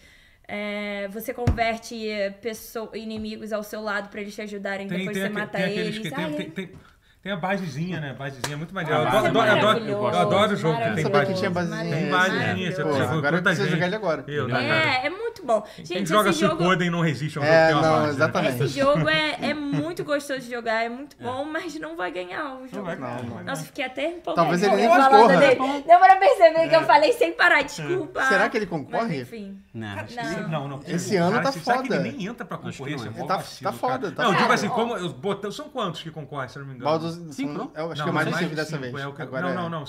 Speaker 3: É, você converte eh, pesso- inimigos ao seu lado pra eles te ajudarem
Speaker 1: Tem,
Speaker 3: depois
Speaker 1: tem
Speaker 3: você
Speaker 1: aque-
Speaker 3: mata
Speaker 1: tem
Speaker 3: eles.
Speaker 1: aqueles que tem,
Speaker 3: Ai, é
Speaker 1: tem, tem, tem a basezinha, né? Basezinha é muito maneiro.
Speaker 3: Ah,
Speaker 1: eu,
Speaker 3: mas
Speaker 1: adoro, adoro,
Speaker 3: é
Speaker 1: eu adoro- eu
Speaker 3: maravilhoso,
Speaker 1: adoro jogo que
Speaker 2: Eu
Speaker 1: tem
Speaker 2: sabia
Speaker 1: base.
Speaker 2: que tinha
Speaker 3: maravilhoso,
Speaker 2: basezinha.
Speaker 1: Tem basezinha,
Speaker 3: maravilhoso.
Speaker 1: você
Speaker 2: Pô,
Speaker 1: precisa
Speaker 2: agora eu
Speaker 1: quanta
Speaker 2: preciso
Speaker 1: gente.
Speaker 2: jogar ele agora.
Speaker 1: Eu, né, cara?
Speaker 3: É, é muito bom.
Speaker 1: Quem
Speaker 3: Gente,
Speaker 1: joga
Speaker 3: esse jogo,
Speaker 1: Suicoden não resiste a um jogo que
Speaker 2: É,
Speaker 1: tem uma
Speaker 2: não,
Speaker 1: base, né?
Speaker 2: exatamente.
Speaker 3: esse jogo é, é muito gostoso de jogar, é muito bom, mas não vai ganhar o jogo.
Speaker 1: é
Speaker 5: vai ganhar,
Speaker 2: Não, não.
Speaker 3: Nossa, eu fiquei até empolgada.
Speaker 2: Talvez ele nem
Speaker 3: falando
Speaker 2: concorra.
Speaker 3: dele. Deu pra perceber
Speaker 1: É.
Speaker 3: que eu falei sem parar, desculpa.
Speaker 2: Será que ele
Speaker 3: Mas
Speaker 2: concorre?
Speaker 3: enfim.
Speaker 4: Não, acho que-
Speaker 3: Não.
Speaker 5: Não, não. porque
Speaker 2: Esse
Speaker 5: o
Speaker 2: ano
Speaker 5: cara,
Speaker 2: tá
Speaker 5: se- será que
Speaker 2: foda.
Speaker 5: ele nem entra pra
Speaker 4: que
Speaker 5: concorrer,
Speaker 4: não
Speaker 5: esse
Speaker 4: é.
Speaker 5: é mó
Speaker 2: Tá-
Speaker 5: vacilo,
Speaker 2: tá foda,
Speaker 5: cara.
Speaker 2: tá
Speaker 1: Não,
Speaker 3: foda.
Speaker 1: tipo assim,
Speaker 3: Ó.
Speaker 1: como, eu botei- são quantos que concorrem, se eu não me engano?
Speaker 2: Baldur's-
Speaker 4: Cinco,
Speaker 2: são-
Speaker 4: não?
Speaker 2: eu acho
Speaker 1: não,
Speaker 2: que é mais de
Speaker 1: mais
Speaker 2: 5
Speaker 1: de
Speaker 2: dessa
Speaker 1: cinco,
Speaker 2: vez.
Speaker 1: é o que-
Speaker 2: Agora
Speaker 1: não,
Speaker 2: é.
Speaker 1: não, não.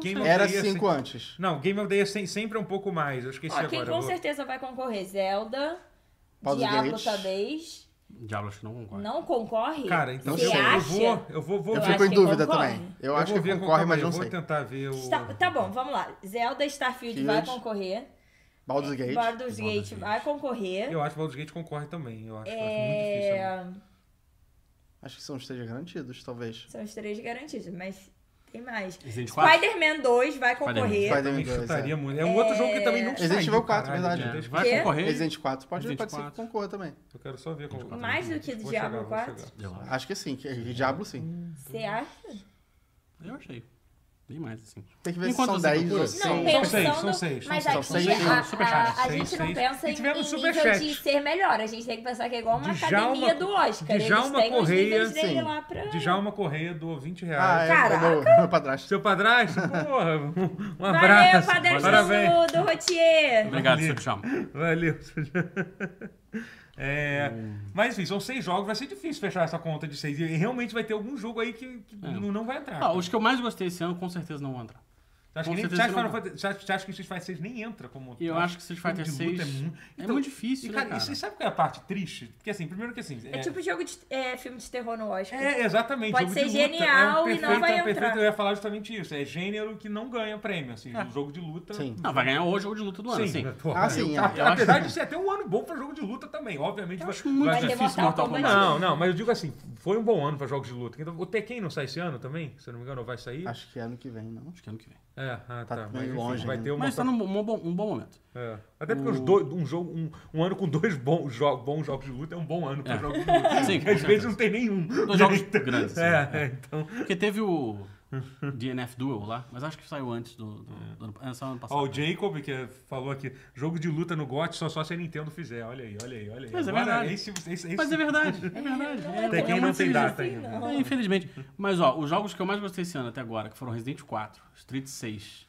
Speaker 1: Game of
Speaker 2: Era
Speaker 1: the Year,
Speaker 2: 5
Speaker 1: assim-
Speaker 2: antes.
Speaker 1: Não, Game of the Year sem- sempre é um pouco mais. Eu esqueci
Speaker 3: Ó, quem
Speaker 1: agora.
Speaker 3: com
Speaker 1: eu vou-
Speaker 3: certeza vai concorrer? Zelda,
Speaker 2: Baldur's
Speaker 3: Diablo
Speaker 2: Gate.
Speaker 3: talvez.
Speaker 4: Diablo, acho que não concorda.
Speaker 3: Não concorre?
Speaker 1: Cara, então
Speaker 3: Você
Speaker 1: eu, eu
Speaker 3: acha?
Speaker 1: vou. Eu vou, vou
Speaker 2: Eu
Speaker 3: Eu
Speaker 1: ver.
Speaker 3: acho
Speaker 2: fico em
Speaker 3: que
Speaker 2: dúvida
Speaker 3: concorre.
Speaker 2: também. Eu
Speaker 1: Eu
Speaker 2: acho
Speaker 1: vou
Speaker 2: que
Speaker 1: ver é com
Speaker 2: concorre,
Speaker 1: calma
Speaker 2: mas
Speaker 1: aí,
Speaker 2: não
Speaker 1: eu vou
Speaker 2: sei.
Speaker 1: tentar ver o.
Speaker 3: Tá, tá bom, vamos lá. Zelda Starfield vai
Speaker 2: Starfield.
Speaker 3: concorrer.
Speaker 2: Baldur's Gate.
Speaker 3: Baldur's
Speaker 4: Baldur's
Speaker 3: Gate vai
Speaker 4: Gate.
Speaker 3: concorrer.
Speaker 1: Eu acho que o Baldur's Gate concorre também. Eu acho, eu acho muito difícil. um
Speaker 3: É...
Speaker 2: Acho que são os três garantidos, talvez.
Speaker 3: São os três garantidos, mas tem mais.
Speaker 4: Resident 4?
Speaker 3: Spider-Man 2 vai concorrer.
Speaker 1: Eu também
Speaker 2: Spider-Man dois,
Speaker 1: chutaria
Speaker 2: é.
Speaker 1: muito. É um outro jogo que também não saiu.
Speaker 2: Resident Evil 4,
Speaker 1: caralho,
Speaker 2: verdade.
Speaker 1: meu Deus.
Speaker 4: É, vai
Speaker 3: Quê?
Speaker 4: concorrer.
Speaker 2: Resident 4 pode,
Speaker 4: Resident
Speaker 2: pode ser que
Speaker 4: 4.
Speaker 2: concorra também.
Speaker 1: Eu quero só ver como.
Speaker 3: Mais do que
Speaker 1: Vou
Speaker 3: Diablo
Speaker 1: chegar, vou
Speaker 3: 4?
Speaker 1: chegar.
Speaker 4: Eu,
Speaker 2: Acho que sim. Que, Diablo sim.
Speaker 3: Você acha?
Speaker 4: eu achei. Bem mais, assim.
Speaker 2: Tem que ver
Speaker 4: Enquanto
Speaker 2: se são
Speaker 4: você
Speaker 2: 10 ou
Speaker 4: procura.
Speaker 2: cinco.
Speaker 3: Não,
Speaker 1: São
Speaker 3: pensando,
Speaker 1: seis, são seis, são
Speaker 3: mas
Speaker 1: seis.
Speaker 3: aqui
Speaker 2: São seis,
Speaker 3: a,
Speaker 4: super
Speaker 3: a-
Speaker 4: chat.
Speaker 3: a gente
Speaker 1: Seis,
Speaker 3: não
Speaker 1: seis.
Speaker 3: pensa
Speaker 1: E
Speaker 3: em, em
Speaker 1: tivemos super
Speaker 3: nível de
Speaker 1: chat.
Speaker 3: ser melhor. A gente tem que pensar que é igual uma
Speaker 1: Djalma-
Speaker 3: academia do Oscar. Eles
Speaker 1: Djalma
Speaker 3: têm os níveis
Speaker 1: Correia,
Speaker 3: dele
Speaker 2: sim.
Speaker 3: lá pra...
Speaker 1: Djalma Correia doou 20
Speaker 2: Ah, é,
Speaker 1: reais.
Speaker 2: é meu, meu padrasto.
Speaker 1: Seu padrasto? Porra, um- um
Speaker 3: Valeu,
Speaker 1: abraço. Parabéns.
Speaker 3: padrasto do, do Rotier.
Speaker 4: Obrigado,
Speaker 1: Valeu.
Speaker 4: seu chamo.
Speaker 1: Valeu. É,
Speaker 4: Hum.
Speaker 1: Mas enfim, são seis jogos, vai ser difícil fechar essa conta de seis. E realmente vai ter algum jogo aí que, que não não vai entrar.
Speaker 4: Ah, os que eu mais gostei esse ano, com certeza não vão entrar.
Speaker 1: Você acha
Speaker 4: com
Speaker 1: que nem-
Speaker 4: certeza
Speaker 1: você acha que
Speaker 4: não
Speaker 1: Final Fantasy- você acha- você acha que o Street Fighter 6 nem entra como. tá?
Speaker 4: E eu acho que Street
Speaker 1: jogo
Speaker 4: Fighter
Speaker 1: de luta
Speaker 4: 6
Speaker 1: mu- Então,
Speaker 4: é muito difícil,
Speaker 1: e,
Speaker 4: né,
Speaker 1: cara,
Speaker 4: cara?
Speaker 1: E você sabe qual é a parte triste? Porque assim, primeiro que assim.
Speaker 3: É tipo jogo de é, filme de terror no Oscar.
Speaker 1: É, exatamente.
Speaker 3: Pode
Speaker 1: jogo de
Speaker 3: ser
Speaker 1: luta.
Speaker 3: genial
Speaker 1: é um
Speaker 3: e
Speaker 1: perfeito,
Speaker 3: não vai
Speaker 1: é um perfeito,
Speaker 3: entrar.
Speaker 1: Eu ia falar justamente isso. É gênero que não ganha prêmio, assim. Um jogo de luta.
Speaker 2: Sim.
Speaker 4: Não, vai ganhar o jogo de luta do ano, É. sim.
Speaker 1: né, pô,
Speaker 2: Ah, sim,
Speaker 1: a-
Speaker 2: é.
Speaker 4: Eu
Speaker 1: Apesar
Speaker 4: acho-
Speaker 1: de ser até um ano bom pra jogo de luta também, obviamente.
Speaker 4: Eu acho muito
Speaker 3: Vai ter
Speaker 4: difícil
Speaker 3: Mortal
Speaker 4: Mortal
Speaker 3: Kombat.
Speaker 4: Kombat.
Speaker 1: Não, não, mas eu digo assim, foi um bom ano pra jogos de luta. Então, o Tekken não sai esse ano também? Se eu não me engano, vai sair?
Speaker 2: Acho que é ano que vem, não.
Speaker 4: Acho que é ano que vem.
Speaker 1: É, ah, tá.
Speaker 2: Tá meio
Speaker 1: mas, enfim,
Speaker 2: longe
Speaker 1: vai
Speaker 2: ainda.
Speaker 1: ter uma.
Speaker 4: Mas tá num bom- bom- um bom momento.
Speaker 1: É. Até porque os dois, um, jogo, um, um ano com dois bons, jo- bons jogos de luta é um bom ano pra
Speaker 4: É.
Speaker 1: jogos de luta.
Speaker 4: Sim,
Speaker 1: Porque
Speaker 4: com
Speaker 1: às vezes
Speaker 4: certeza.
Speaker 1: não tem nenhum.
Speaker 4: Dois jogos grandes,
Speaker 1: Então, É,
Speaker 4: né?
Speaker 1: é, então.
Speaker 4: Porque teve o DNF Duel lá, mas acho que saiu antes do, do, do ano, é, saiu ano passado.
Speaker 1: Ó, o Jacob que falou aqui, jogo de luta no GOT só só se a Nintendo fizer. Olha aí, olha aí, olha aí.
Speaker 4: Mas é
Speaker 1: Agora,
Speaker 4: verdade.
Speaker 1: Esse, esse- esse-
Speaker 4: Mas é verdade, é verdade.
Speaker 3: Não é
Speaker 1: Até quem
Speaker 3: tão
Speaker 1: não tem
Speaker 3: simples
Speaker 1: data
Speaker 3: assim,
Speaker 1: ainda.
Speaker 3: não.
Speaker 4: É, infelizmente. Mas ó, os jogos que eu mais gostei esse ano até agora, que foram Resident 4, Street 6,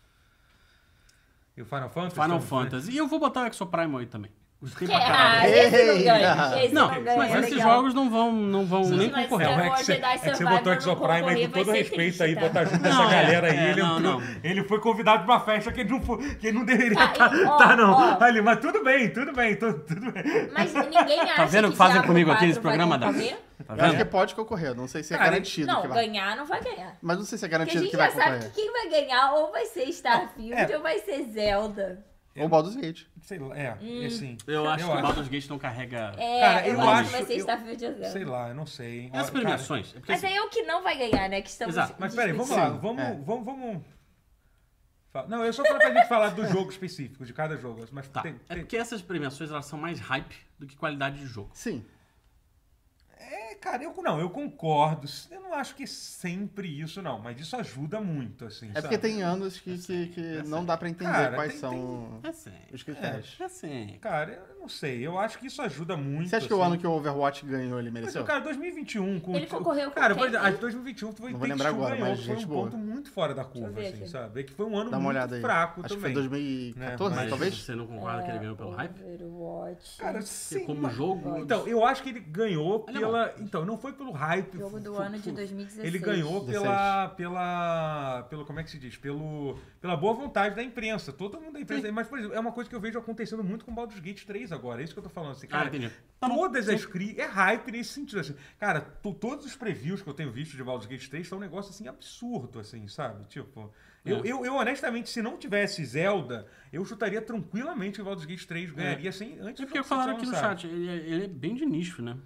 Speaker 1: E o Final Fantasy?
Speaker 4: Final
Speaker 1: também, né?
Speaker 4: Fantasy, e eu vou botar o Exoprime aí também. Gostei
Speaker 3: Que-
Speaker 4: pra
Speaker 1: É.
Speaker 3: ah,
Speaker 4: caralho.
Speaker 3: esse não ganha.
Speaker 2: Eita.
Speaker 3: Esse
Speaker 4: Não,
Speaker 3: não, ganha.
Speaker 4: mas
Speaker 3: é
Speaker 4: esses
Speaker 3: legal.
Speaker 4: jogos não vão, não vão nem
Speaker 3: Mas
Speaker 4: concorrer.
Speaker 3: Star
Speaker 1: Não, é que
Speaker 3: Wars
Speaker 1: você,
Speaker 3: Jedi
Speaker 1: é que você
Speaker 3: Survivor
Speaker 1: botou
Speaker 3: não
Speaker 1: Exoprime aí
Speaker 3: concorrer,
Speaker 1: com
Speaker 3: vai
Speaker 1: todo o
Speaker 3: ser
Speaker 1: respeito
Speaker 3: triste,
Speaker 1: aí,
Speaker 3: tá?
Speaker 1: botar junto
Speaker 4: Não,
Speaker 1: essa
Speaker 4: é,
Speaker 1: galera aí.
Speaker 4: é,
Speaker 1: ele,
Speaker 4: não,
Speaker 1: entrou-
Speaker 4: não.
Speaker 1: ele foi convidado pra uma festa que ele não, foi- que ele não deveria
Speaker 3: Tá,
Speaker 1: estar,
Speaker 3: e, ó,
Speaker 1: tá, não.
Speaker 3: ó.
Speaker 1: Ali, mas tudo bem, tudo bem, tu- tudo bem.
Speaker 3: Mas ninguém acha
Speaker 4: Tá vendo o que
Speaker 3: que
Speaker 4: fazem
Speaker 3: Diablo
Speaker 4: comigo
Speaker 3: 4
Speaker 4: aqui nesse
Speaker 3: vai
Speaker 4: programa, Dá?
Speaker 3: concorrer?
Speaker 4: Tá
Speaker 2: Eu acho que
Speaker 4: vendo?
Speaker 2: pode concorrer, não sei se é
Speaker 6: Cara,
Speaker 2: garantido
Speaker 3: Não,
Speaker 2: que vai.
Speaker 3: ganhar não vai ganhar.
Speaker 1: Tá
Speaker 2: Mas não sei se é
Speaker 3: Porque a
Speaker 2: garantido
Speaker 3: gente
Speaker 2: que vai
Speaker 3: já sabe
Speaker 2: concorrer.
Speaker 3: que quem vai ganhar ou vai ser Starfield
Speaker 1: É.
Speaker 3: ou vai ser Zelda.
Speaker 2: Ou Baldur's Gate.
Speaker 1: Sei lá, é,
Speaker 3: Hum.
Speaker 1: assim.
Speaker 4: Eu acho que o Baldur's Gate não carrega
Speaker 3: É,
Speaker 1: Cara,
Speaker 3: eu,
Speaker 1: eu
Speaker 3: acho, que
Speaker 1: acho-
Speaker 3: vai ser
Speaker 1: eu-
Speaker 3: Starfield ou Zelda.
Speaker 1: Sei lá, eu não sei.
Speaker 4: as
Speaker 1: Cara,
Speaker 4: premiações. É porque,
Speaker 3: Mas
Speaker 4: assim,
Speaker 3: aí é o que não vai ganhar, né? Que estamos
Speaker 4: Exato.
Speaker 1: Mas peraí, vamos lá, vamos,
Speaker 2: É.
Speaker 1: vamos, vamos. Fa- Não, eu só falo pra gente falar do jogo específico, de cada jogo. Mas
Speaker 4: tá.
Speaker 1: tem,
Speaker 4: É
Speaker 1: tem-
Speaker 4: porque essas premiações elas são mais hype do que qualidade de jogo.
Speaker 2: Sim.
Speaker 1: É, cara, eu não, eu concordo. Eu não acho que é sempre isso, não, mas isso ajuda muito, assim.
Speaker 2: É porque
Speaker 1: sabe?
Speaker 2: tem anos que, que, que não dá pra entender
Speaker 1: Cara,
Speaker 2: quais
Speaker 1: tem-
Speaker 2: são
Speaker 4: É assim.
Speaker 2: os critérios.
Speaker 4: É assim.
Speaker 1: Cara, eu não sei. Eu acho que isso ajuda muito.
Speaker 2: Você acha que o
Speaker 1: assim.
Speaker 2: ano que o Overwatch ganhou, ele
Speaker 1: Mas,
Speaker 2: mereceu?
Speaker 1: cara, 2021 com.
Speaker 3: Ele concorreu com
Speaker 1: Cara,
Speaker 3: quem?
Speaker 1: mas, ah, 2021 foi
Speaker 2: Não vou
Speaker 1: Take
Speaker 2: lembrar
Speaker 1: Two
Speaker 2: agora,
Speaker 1: ganhou,
Speaker 2: mas
Speaker 1: foi
Speaker 2: gente
Speaker 1: um
Speaker 2: boa.
Speaker 1: ponto muito fora da curva,
Speaker 3: ver
Speaker 1: assim,
Speaker 3: aqui.
Speaker 1: sabe? É que foi um ano
Speaker 2: Dá uma
Speaker 1: muito
Speaker 2: olhada aí.
Speaker 1: fraco
Speaker 2: Acho que
Speaker 1: também.
Speaker 2: foi 2014,
Speaker 1: É,
Speaker 4: Mas
Speaker 2: talvez?
Speaker 4: você não concorda que ele ganhou pelo hype?
Speaker 3: Overwatch.
Speaker 2: um.
Speaker 1: Cara,
Speaker 4: Porque
Speaker 1: sim,
Speaker 4: como
Speaker 1: mas-
Speaker 4: jogo...
Speaker 1: Então, eu acho que ele ganhou
Speaker 4: Ele é
Speaker 1: pela. então, não foi pelo hype.
Speaker 3: Jogo do
Speaker 1: fu-
Speaker 3: ano de
Speaker 1: fu-
Speaker 3: 2016.
Speaker 1: Ele ganhou
Speaker 2: 16.
Speaker 1: pela, pela. pelo. Como é que se diz? Pelo, pela boa vontade da imprensa. Todo mundo da imprensa. Mas, por exemplo, é uma coisa que eu vejo acontecendo muito com Baldur's Gate 3 agora. É isso que eu tô falando. Assim,
Speaker 4: Ah,
Speaker 1: cara,
Speaker 4: entendi.
Speaker 1: Todas as críticas. É hype nesse sentido. Assim. Cara, tu- todos os previews que eu tenho visto de Baldur's Gate 3 são um negócio assim absurdo, assim, sabe? Tipo. Eu,
Speaker 4: É.
Speaker 1: eu, eu, honestamente, se não tivesse Zelda, eu chutaria tranquilamente que Baldur's Gate 3 ganharia sem antes
Speaker 4: É
Speaker 1: do
Speaker 4: porque
Speaker 1: jogo ser
Speaker 4: falaram aqui no
Speaker 1: lançado.
Speaker 4: chat, ele, é- ele é bem de nicho, né?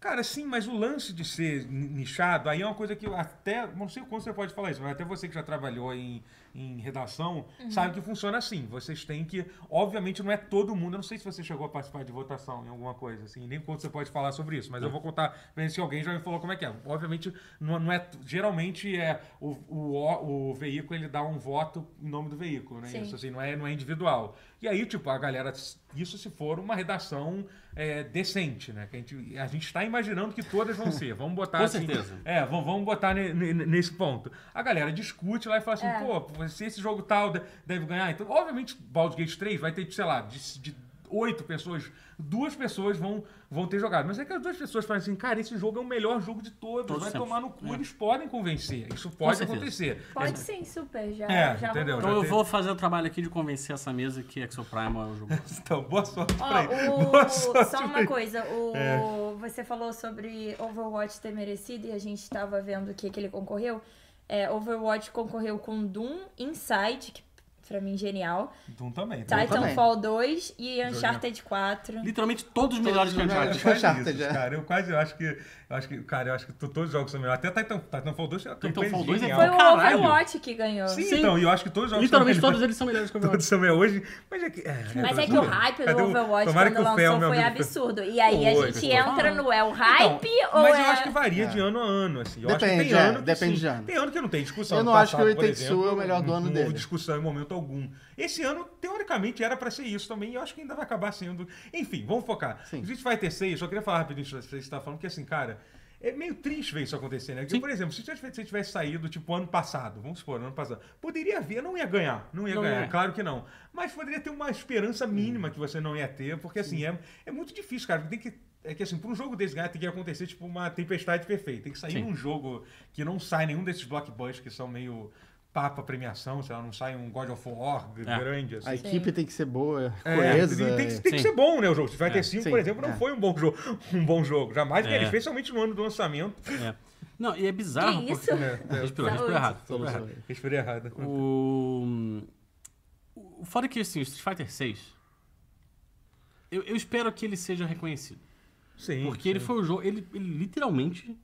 Speaker 1: Cara, sim, mas o lance de ser ni- nichado, aí é uma coisa que eu até. Não sei como você pode falar isso, mas até você que já trabalhou em, em redação sabe que funciona assim. Vocês têm que. Obviamente não é todo mundo. Eu não sei se você chegou a participar de votação em alguma coisa, assim, nem quanto você pode falar sobre isso, mas eu vou contar pra gente se alguém já me falou como é que é. Obviamente, não, não é. Geralmente é o, o, o- o veículo ele dá um voto em nome do veículo, né?
Speaker 3: Sim.
Speaker 1: Isso, assim, não é, não é individual. E aí, tipo, a galera, isso se for uma redação é, decente, né? Que a gente a gente está imaginando que todas vão ser. Vamos botar
Speaker 4: Com
Speaker 1: assim,
Speaker 4: certeza.
Speaker 1: É, vamos, vamos botar ne- ne- nesse ponto. A galera discute lá e fala assim,
Speaker 3: É.
Speaker 1: pô, se esse jogo tal de- deve ganhar, então, obviamente, Baldur's Gate 3 vai ter, sei lá, de, de oito pessoas, duas pessoas vão, vão ter jogado. Mas é que as duas pessoas falam assim, cara, esse jogo é o melhor jogo de todos,
Speaker 4: Todos
Speaker 1: vai
Speaker 4: sempre. É.
Speaker 1: tomar no cu, eles podem convencer. Isso pode
Speaker 4: certeza.
Speaker 1: acontecer.
Speaker 3: Pode sim, super. Já,
Speaker 1: É,
Speaker 3: já
Speaker 1: entendeu?
Speaker 3: rolou.
Speaker 4: Então eu
Speaker 1: tem-
Speaker 4: vou fazer o trabalho aqui de convencer essa mesa que Exoprime é o jogo.
Speaker 1: Então, boa sorte pra ele.
Speaker 3: Ó,
Speaker 1: Boa
Speaker 3: o-
Speaker 1: sorte
Speaker 3: só
Speaker 1: pra
Speaker 3: uma
Speaker 1: ele.
Speaker 3: coisa, o,
Speaker 1: É.
Speaker 3: você falou sobre Overwatch ter merecido e a gente tava vendo o que, que ele concorreu. É, Overwatch concorreu com Doom, Inside, que pra mim é genial,
Speaker 1: Doom também. né?
Speaker 3: Titanfall 2 e Uncharted 4.
Speaker 4: Literalmente todos os melhores que a gente
Speaker 2: melhores.
Speaker 4: vai.
Speaker 1: Eu quase
Speaker 2: Uncharted,
Speaker 1: isso,
Speaker 2: é.
Speaker 1: cara. Eu quase eu acho que. Eu acho que, cara, eu acho que to- todos os jogos são melhores. Até Titan, Titanfall 2 é uma
Speaker 4: Titanfall
Speaker 1: campanha
Speaker 4: 2 é
Speaker 1: genial.
Speaker 3: Foi o
Speaker 4: Caralho.
Speaker 3: Overwatch que ganhou.
Speaker 1: Sim,
Speaker 4: Sim.
Speaker 1: então, e eu acho que todos os jogos são
Speaker 4: Literalmente todos
Speaker 1: melhores.
Speaker 4: eles são melhores que o
Speaker 1: Todos
Speaker 4: Overwatch.
Speaker 1: são melhores hoje. Mas é que. É,
Speaker 3: Mas é
Speaker 1: todos
Speaker 3: que o
Speaker 1: são-
Speaker 3: hype do
Speaker 1: Cadê o-
Speaker 3: Overwatch
Speaker 1: tomara
Speaker 3: quando
Speaker 1: que o
Speaker 3: lançou
Speaker 1: Fel, meu
Speaker 3: foi
Speaker 1: amigo,
Speaker 3: absurdo. E aí a
Speaker 1: Foi,
Speaker 3: gente
Speaker 1: foi.
Speaker 3: entra no é o
Speaker 1: Então,
Speaker 3: hype ou
Speaker 1: mas
Speaker 3: é...
Speaker 1: eu acho que varia de ano a ano, assim. Eu acho que
Speaker 2: Depende,
Speaker 1: tem
Speaker 2: é,
Speaker 1: ano que
Speaker 2: depende
Speaker 1: sim.
Speaker 2: de ano.
Speaker 1: Tem ano que não tem discussão.
Speaker 2: Eu não
Speaker 1: No
Speaker 2: acho que o
Speaker 1: passado, por
Speaker 2: Itaisu
Speaker 1: exemplo,
Speaker 2: é o melhor do ano
Speaker 1: não
Speaker 2: dele.
Speaker 1: houve discussão em momento algum. Esse ano, teoricamente, era pra ser isso também, e eu acho que ainda vai acabar sendo. Enfim, vamos focar.
Speaker 2: Sim.
Speaker 1: O Street Fighter 6, eu só queria falar rapidinho sobre o que você está falando, que assim, cara. É meio triste ver isso acontecer, né? Porque,
Speaker 4: Sim.
Speaker 1: por exemplo, se o Street Fighter 6 tivesse saído, tipo, ano passado, vamos supor, ano passado, poderia haver, não ia ganhar. Não ia
Speaker 4: Não é. Hum.
Speaker 1: ganhar,
Speaker 4: ia.
Speaker 1: claro que não. Mas poderia ter uma esperança mínima que você não ia ter, porque assim, é, é muito difícil, cara. Tem que. É que assim, para um jogo desse ganhar, tem que acontecer tipo uma tempestade perfeita. Tem que sair
Speaker 4: Sim.
Speaker 1: um jogo que não sai nenhum desses blockbusters que são meio papa premiação, sei lá, não sai um God of War
Speaker 4: É.
Speaker 1: grande, assim.
Speaker 2: A equipe tem que ser boa,
Speaker 1: É,
Speaker 2: coesa.
Speaker 1: tem, tem que- tem que
Speaker 4: Sim.
Speaker 1: ser bom, né, o jogo. Se vai ter 5,
Speaker 2: sim,
Speaker 1: por exemplo, não
Speaker 2: é.
Speaker 1: foi um bom jogo. Um bom jogo. Jamais que
Speaker 4: É.
Speaker 1: ele, especialmente no ano do lançamento.
Speaker 4: É. Não, e é bizarro.
Speaker 3: Que
Speaker 4: porque-
Speaker 3: isso?
Speaker 4: Respirou, respirou
Speaker 3: Saúde.
Speaker 4: errado.
Speaker 2: Só- só-
Speaker 1: Respirei É. errado.
Speaker 4: O... o foda é que assim, o Street Fighter 6, eu, eu espero que ele seja reconhecido.
Speaker 1: Sim.
Speaker 4: Porque ele
Speaker 1: sim.
Speaker 4: foi o jogo. Ele, ele literalmente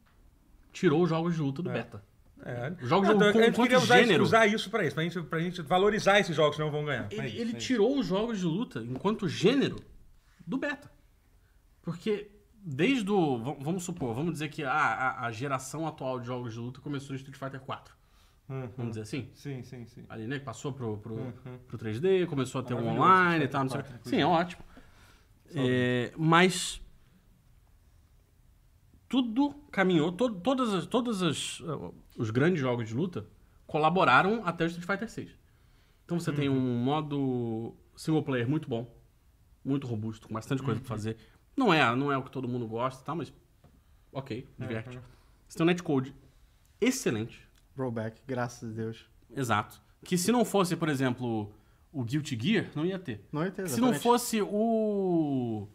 Speaker 4: tirou os jogos de luta do beta.
Speaker 1: É.
Speaker 4: Jogos
Speaker 1: Não,
Speaker 4: com-
Speaker 1: então, a gente
Speaker 4: com
Speaker 1: queria
Speaker 4: quanto
Speaker 1: usar,
Speaker 4: gênero?
Speaker 1: usar isso pra isso, pra gente, pra gente valorizar esses jogos que não vão ganhar. É
Speaker 4: Ele,
Speaker 1: isso,
Speaker 4: ele
Speaker 1: é isso.
Speaker 4: tirou os jogos de luta enquanto gênero do beta. Porque desde o. va- Vamos supor, vamos dizer que a, a, a geração atual de jogos de luta começou em Street Fighter 4.
Speaker 1: Uhum.
Speaker 4: vamos dizer assim.
Speaker 5: Sim, sim, sim.
Speaker 4: Ali, né? que Passou pro, pro, pro 3D, começou a ter um online e tal, não sei o quê. Sim, é ótimo. É, mas tudo caminhou, to, todas as, todas as, uh, os grandes jogos de luta colaboraram até o Street Fighter 6. Então você tem um modo single player muito bom, muito robusto, com bastante coisa pra fazer. Não é, não é o que todo mundo gosta, e tal, mas ok,
Speaker 1: Uhum.
Speaker 4: diverte. Você tem um netcode excelente,
Speaker 2: Rollback, graças a Deus.
Speaker 4: exato, que se não fosse, por exemplo, o Guilty Gear, não ia ter.
Speaker 2: Não, entendo,
Speaker 4: Se não
Speaker 2: exatamente.
Speaker 4: fosse o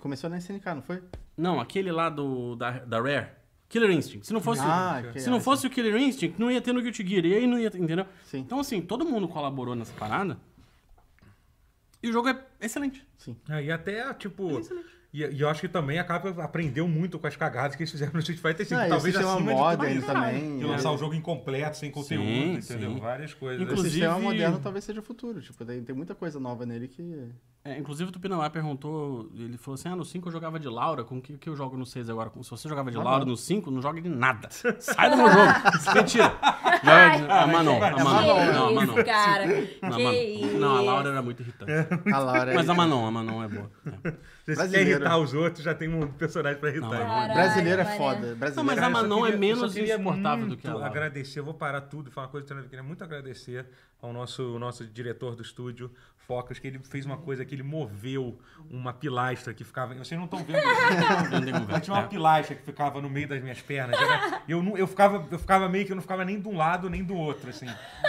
Speaker 2: Começou na SNK, não foi?
Speaker 4: Não, aquele lá do, da, da Rare. Killer Instinct. Se não fosse,
Speaker 2: Ah, que
Speaker 4: se não
Speaker 2: é,
Speaker 4: fosse o Killer Instinct, não ia ter no Guilty Gear. E aí não ia ter, entendeu?
Speaker 2: Sim.
Speaker 4: Então, assim, todo mundo colaborou nessa parada. E o jogo é excelente.
Speaker 1: É, e até, tipo. E, e eu acho que também a Capcom aprendeu muito com as cagadas que eles fizeram no Street Fighter 5.
Speaker 2: Ah, e o
Speaker 1: talvez
Speaker 2: sistema
Speaker 1: acima
Speaker 2: modern
Speaker 1: de tudo.
Speaker 2: também,
Speaker 1: De
Speaker 2: né?
Speaker 1: lançar um o jogo incompleto, sem conteúdo,
Speaker 4: Sim,
Speaker 1: entendeu?
Speaker 4: sim.
Speaker 1: Várias coisas.
Speaker 2: O
Speaker 4: Inclusive-
Speaker 2: sistema moderno talvez seja o futuro. Tipo, tem, tem muita coisa nova nele que.
Speaker 4: É, inclusive, o Tupinambá perguntou, ele falou assim, ah, no 5 eu jogava de Laura, com que, que eu jogo no 6 agora? Com- Se você jogava de Laura no 5, não joga de nada. Sai do meu jogo. Mentira. Joga de- a Manon, a
Speaker 3: Que
Speaker 4: Manon. Não, a
Speaker 3: isso,
Speaker 4: Manon.
Speaker 3: cara.
Speaker 4: Não, a
Speaker 3: que
Speaker 4: Manon.
Speaker 3: isso.
Speaker 4: Não, a Laura era muito irritante.
Speaker 2: A Laura.
Speaker 4: Mas a Manon, a Manon é boa. É.
Speaker 1: Se você quer
Speaker 2: Brasileiro.
Speaker 1: irritar os outros, já tem um personagem pra irritar.
Speaker 4: Não,
Speaker 3: Caralho,
Speaker 2: Brasileiro é
Speaker 3: mané.
Speaker 2: foda. Brasileiro
Speaker 4: Não, mas
Speaker 2: é
Speaker 4: a
Speaker 1: Cara, eu só
Speaker 4: Manon é
Speaker 1: queria-
Speaker 4: menos
Speaker 1: eu só queria
Speaker 4: insuportável do que a
Speaker 1: muito
Speaker 4: Laura.
Speaker 1: agradecer, eu vou parar tudo e falar uma coisa, também, eu queria muito agradecer ao nosso, ao nosso diretor do estúdio, Focas, que ele fez uma coisa que ele moveu uma pilastra que ficava. Vocês não estão vendo isso.
Speaker 4: Não tem como ver.
Speaker 1: Mas tinha uma
Speaker 4: É.
Speaker 1: pilastra que ficava no meio das minhas pernas. Era- eu, não, eu, ficava, eu ficava meio que eu não ficava nem de um lado nem do outro, assim.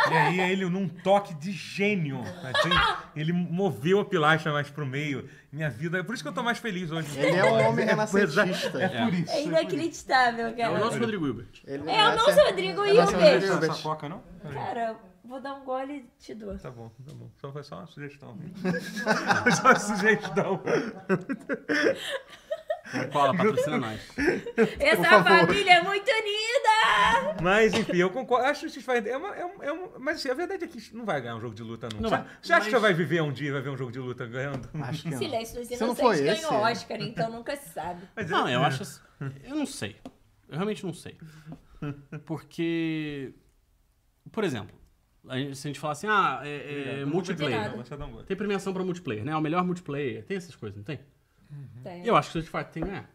Speaker 1: E aí ele, num toque de gênio, assim, ele moveu a pilastra mais pro meio. Minha vida. É por isso que eu tô mais feliz hoje.
Speaker 2: Ele é um homem
Speaker 1: exa-
Speaker 2: renascentista.
Speaker 1: É por isso.
Speaker 3: É inacreditável,
Speaker 4: É o
Speaker 3: cara.
Speaker 4: nosso Rodrigo Hilbert.
Speaker 2: Ele
Speaker 3: É o
Speaker 2: renasce-
Speaker 3: nosso Rodrigo
Speaker 2: É o nosso
Speaker 3: Hilbert.
Speaker 2: Rodrigo
Speaker 5: Essa
Speaker 2: Hilbert.
Speaker 5: coca, não?
Speaker 3: Cara, vou dar um gole e te dou.
Speaker 1: Tá bom, tá bom. Só foi só uma sugestão. Foi só uma sugestão.
Speaker 4: Cola, patrocina nós.
Speaker 3: Essa
Speaker 2: favor.
Speaker 3: família é muito unida!
Speaker 1: Mas, enfim, eu concordo. Acho que o Street Fighter é uma, é um, é um- Mas assim, a verdade é que não vai ganhar um jogo de luta nunca.
Speaker 4: Não
Speaker 1: Você-
Speaker 4: vai.
Speaker 1: Você acha
Speaker 4: Mas-
Speaker 1: que você vai viver um dia e vai ver um jogo de luta ganhando?
Speaker 2: Acho que não.
Speaker 3: Silêncio dos
Speaker 2: Se não
Speaker 3: Inocentes
Speaker 2: foi
Speaker 3: ganhou
Speaker 2: esse-
Speaker 3: Oscar, então nunca se sabe.
Speaker 1: Mas
Speaker 4: Não,
Speaker 1: é-
Speaker 4: eu acho. ass- Eu não sei. Eu realmente não sei. Porque. Por exemplo, a gente- se a gente falar assim, ah, é- é,
Speaker 3: De
Speaker 4: multiplayer.
Speaker 3: nada.
Speaker 1: Você dá um gole.
Speaker 4: Tem premiação pra multiplayer, né? O melhor multiplayer. Tem essas coisas, não tem?
Speaker 3: Tem.
Speaker 4: Eu acho que o Street Fighter tem que ganhar.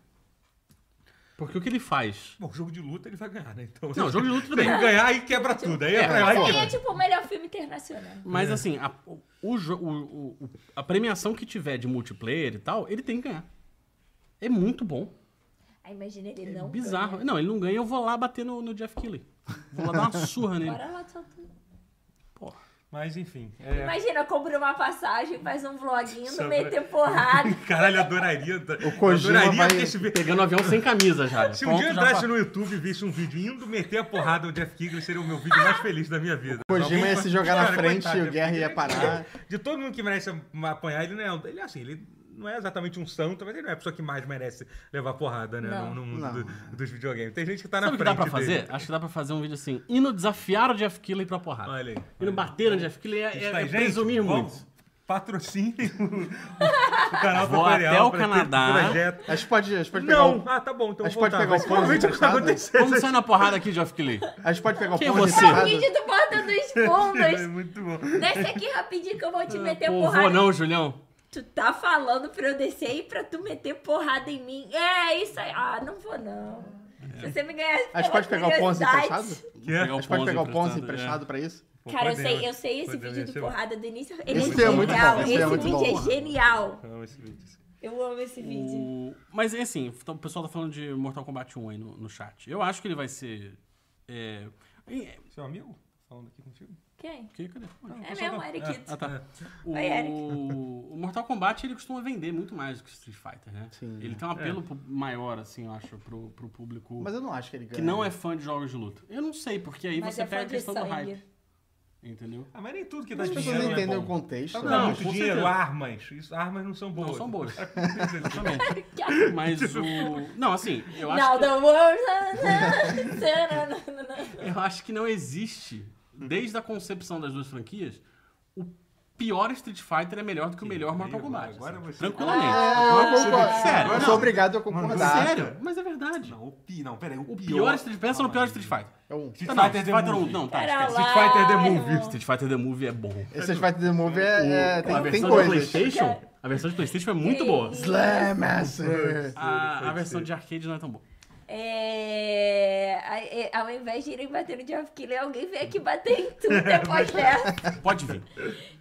Speaker 4: Porque o que ele faz.
Speaker 1: Bom, jogo de luta ele vai ganhar, né? Então,
Speaker 4: Não, jogo de luta tudo
Speaker 1: tem
Speaker 4: bem.
Speaker 1: que ganhar e quebra tudo. Aí é,
Speaker 4: É,
Speaker 1: pra lá e
Speaker 2: pô.
Speaker 3: Quem
Speaker 1: quebra.
Speaker 3: é tipo o melhor filme internacional?
Speaker 4: Mas
Speaker 1: É.
Speaker 4: assim, a, o- o jo- o- o- a premiação que tiver de multiplayer e tal, ele tem que ganhar. É muito bom.
Speaker 3: Aí Ah, imagina ele não.
Speaker 4: Bizarro. Não, ele não ganha, eu vou lá bater no, no Jeff Keighley. Vou lá dar uma surra
Speaker 3: ganha.
Speaker 4: nele.
Speaker 3: Bora lá, só tu.
Speaker 4: Porra.
Speaker 1: Mas, enfim. é-
Speaker 3: Imagina, compra uma passagem, faz um vloguinho
Speaker 1: Só
Speaker 3: no meio ter porrada.
Speaker 1: Caralho, adoraria. O
Speaker 2: Kojima
Speaker 1: adoraria
Speaker 2: vai-
Speaker 1: ter esse vídeo.
Speaker 4: Pegando o avião sem camisa já. né?
Speaker 1: Se um
Speaker 4: Pronto,
Speaker 1: dia eu
Speaker 4: já tá.
Speaker 1: entrasse
Speaker 4: fa-
Speaker 1: no YouTube e visse um vídeo indo meter a porrada ao Jeff Keighley, seria o meu vídeo mais feliz da minha vida.
Speaker 2: Kojima ia se jogar na
Speaker 1: Cara,
Speaker 2: frente
Speaker 1: coitado,
Speaker 2: e o
Speaker 1: Jeff
Speaker 2: Guerra ia
Speaker 1: Keighley,
Speaker 2: parar.
Speaker 1: De todo mundo que merece apanhar, ele não é. Ele é assim, ele não é exatamente um santo, mas ele não é a pessoa que mais merece levar porrada, né?
Speaker 3: Não.
Speaker 1: No, no mundo
Speaker 2: Não.
Speaker 1: do- dos videogames. Tem gente que tá na
Speaker 4: Sabe o que
Speaker 1: frente.
Speaker 4: dá pra fazer?
Speaker 1: Dele.
Speaker 4: Acho que dá pra fazer um vídeo assim. Indo desafiar o Jeff Keighley pra porrada.
Speaker 1: Olha aí.
Speaker 4: Indo bater no Jeff Keighley é, é,
Speaker 1: Tá,
Speaker 4: é
Speaker 1: gente,
Speaker 4: presumir
Speaker 1: vamos-
Speaker 4: muito.
Speaker 1: Patrocinem o, o canal
Speaker 4: Vou
Speaker 1: tutorial
Speaker 4: até o
Speaker 1: pra ter
Speaker 4: Canadá.
Speaker 1: projeto.
Speaker 2: A gente pode, a gente pode pegar um-
Speaker 1: Não!
Speaker 2: o.
Speaker 1: Ah, tá bom, então
Speaker 2: A gente
Speaker 1: vou
Speaker 2: pode
Speaker 1: voltar.
Speaker 2: pegar o tá
Speaker 1: Mas
Speaker 2: pano
Speaker 1: provavelmente vai
Speaker 2: emprestado?
Speaker 1: acontecer.
Speaker 4: Vamos sair na porrada aqui, Jeff Keighley.
Speaker 2: A gente pode pegar o
Speaker 4: Quem é
Speaker 2: pão
Speaker 4: você?
Speaker 3: É o
Speaker 2: encerrado.
Speaker 3: vídeo do Porta dos
Speaker 1: É
Speaker 3: Fundos.
Speaker 1: muito bom.
Speaker 3: Desce aqui rapidinho que eu vou te meter
Speaker 4: Pô,
Speaker 3: porrada.
Speaker 4: vou não, Julião.
Speaker 3: Tu tá falando pra eu descer aí pra tu meter porrada em mim. É, isso aí. Ah, não vou não. Se você me ganhar.
Speaker 2: A gente pode
Speaker 3: pela
Speaker 2: pegar o Ponzi
Speaker 3: curiosidade-
Speaker 2: emprestado?
Speaker 1: Que é?
Speaker 2: A gente pode pegar o Ponzi emprestado
Speaker 4: é.
Speaker 2: pra isso?
Speaker 3: Cara, eu
Speaker 1: Podemos.
Speaker 3: sei, eu sei esse
Speaker 1: Podemos,
Speaker 3: vídeo
Speaker 1: esse é
Speaker 3: do
Speaker 1: bom.
Speaker 3: Porrada do início. Ele
Speaker 2: Esse
Speaker 3: é
Speaker 2: vídeo é
Speaker 3: genial.
Speaker 2: muito bom, esse
Speaker 3: Esse,
Speaker 2: vídeo é muito
Speaker 3: vídeo
Speaker 2: bom. Hum.
Speaker 3: é genial.
Speaker 1: Eu amo esse vídeo.
Speaker 3: Eu amo esse vídeo.
Speaker 4: O- Mas é assim, o pessoal tá falando de Mortal Kombat 1 aí no, no chat. Eu acho que ele vai ser. É. é,
Speaker 5: Seu amigo? Falando aqui contigo?
Speaker 3: Quem?
Speaker 4: que- cadê?
Speaker 3: É mesmo, Eric Kitts.
Speaker 4: Ah, tá. O,
Speaker 3: Oi, Eric.
Speaker 4: o Mortal Kombat ele costuma vender muito mais do que Street Fighter, né?
Speaker 2: Sim.
Speaker 4: Ele tem um apelo pu- maior, assim, eu acho, pro, pro público
Speaker 2: Mas eu não acho que ele ganha.
Speaker 4: que não é fã de jogos de luta. Eu não sei, porque aí
Speaker 3: Mas
Speaker 4: você
Speaker 3: é
Speaker 4: pega
Speaker 3: fã
Speaker 4: a
Speaker 3: de
Speaker 4: questão do
Speaker 3: sangue.
Speaker 4: hype. Entendeu?
Speaker 1: Ah, mas nem tudo que dá
Speaker 2: As pessoas
Speaker 1: dinheiro
Speaker 2: não
Speaker 1: é
Speaker 2: entendem o
Speaker 1: bom.
Speaker 2: contexto.
Speaker 1: Não,
Speaker 2: né?
Speaker 1: não,
Speaker 4: Não,
Speaker 1: muito
Speaker 4: com
Speaker 1: dinheiro,
Speaker 4: certeza.
Speaker 1: armas. Isso, armas não são boas.
Speaker 4: Não são boas.
Speaker 1: Exatamente.
Speaker 4: Mas o. Não, assim, eu acho
Speaker 3: Now
Speaker 4: que.
Speaker 3: the world.
Speaker 4: Eu acho que não existe, desde a concepção das duas franquias, o pior Street Fighter é melhor do que o melhor Mortal
Speaker 5: Amigo,
Speaker 4: Kombat.
Speaker 5: agora
Speaker 4: assim.
Speaker 5: você-
Speaker 4: Tranquilamente.
Speaker 2: Ah, eu concordo.
Speaker 4: Sério,
Speaker 2: Eu
Speaker 4: não.
Speaker 2: sou obrigado a
Speaker 4: Mas
Speaker 2: concordar.
Speaker 4: Sério, mas é verdade.
Speaker 5: Não, o pi... Não, peraí. O,
Speaker 4: O
Speaker 1: é
Speaker 4: pior é Street Fighter. Pensa no pior Street Fighter.
Speaker 2: É um.
Speaker 5: Street
Speaker 4: Tá, não,
Speaker 5: Fighter The
Speaker 4: um-
Speaker 5: Movie.
Speaker 4: Não, tá.
Speaker 3: Pera
Speaker 4: esquece.
Speaker 3: lá,
Speaker 5: Street Fighter The
Speaker 3: irmão.
Speaker 5: Movie.
Speaker 4: Street Fighter The Movie é bom.
Speaker 2: Esse Fight the Movie é, é,
Speaker 4: a
Speaker 2: tem, tem
Speaker 4: versão do
Speaker 2: coisas.
Speaker 4: PlayStation, a versão de PlayStation é muito boa.
Speaker 2: Slam é. Master.
Speaker 4: A, a versão de arcade não é tão boa.
Speaker 3: É... a- é, Ao invés de irem bater no Jeff Killer, alguém vem aqui bater em tudo depois dessa.
Speaker 4: Pode vir.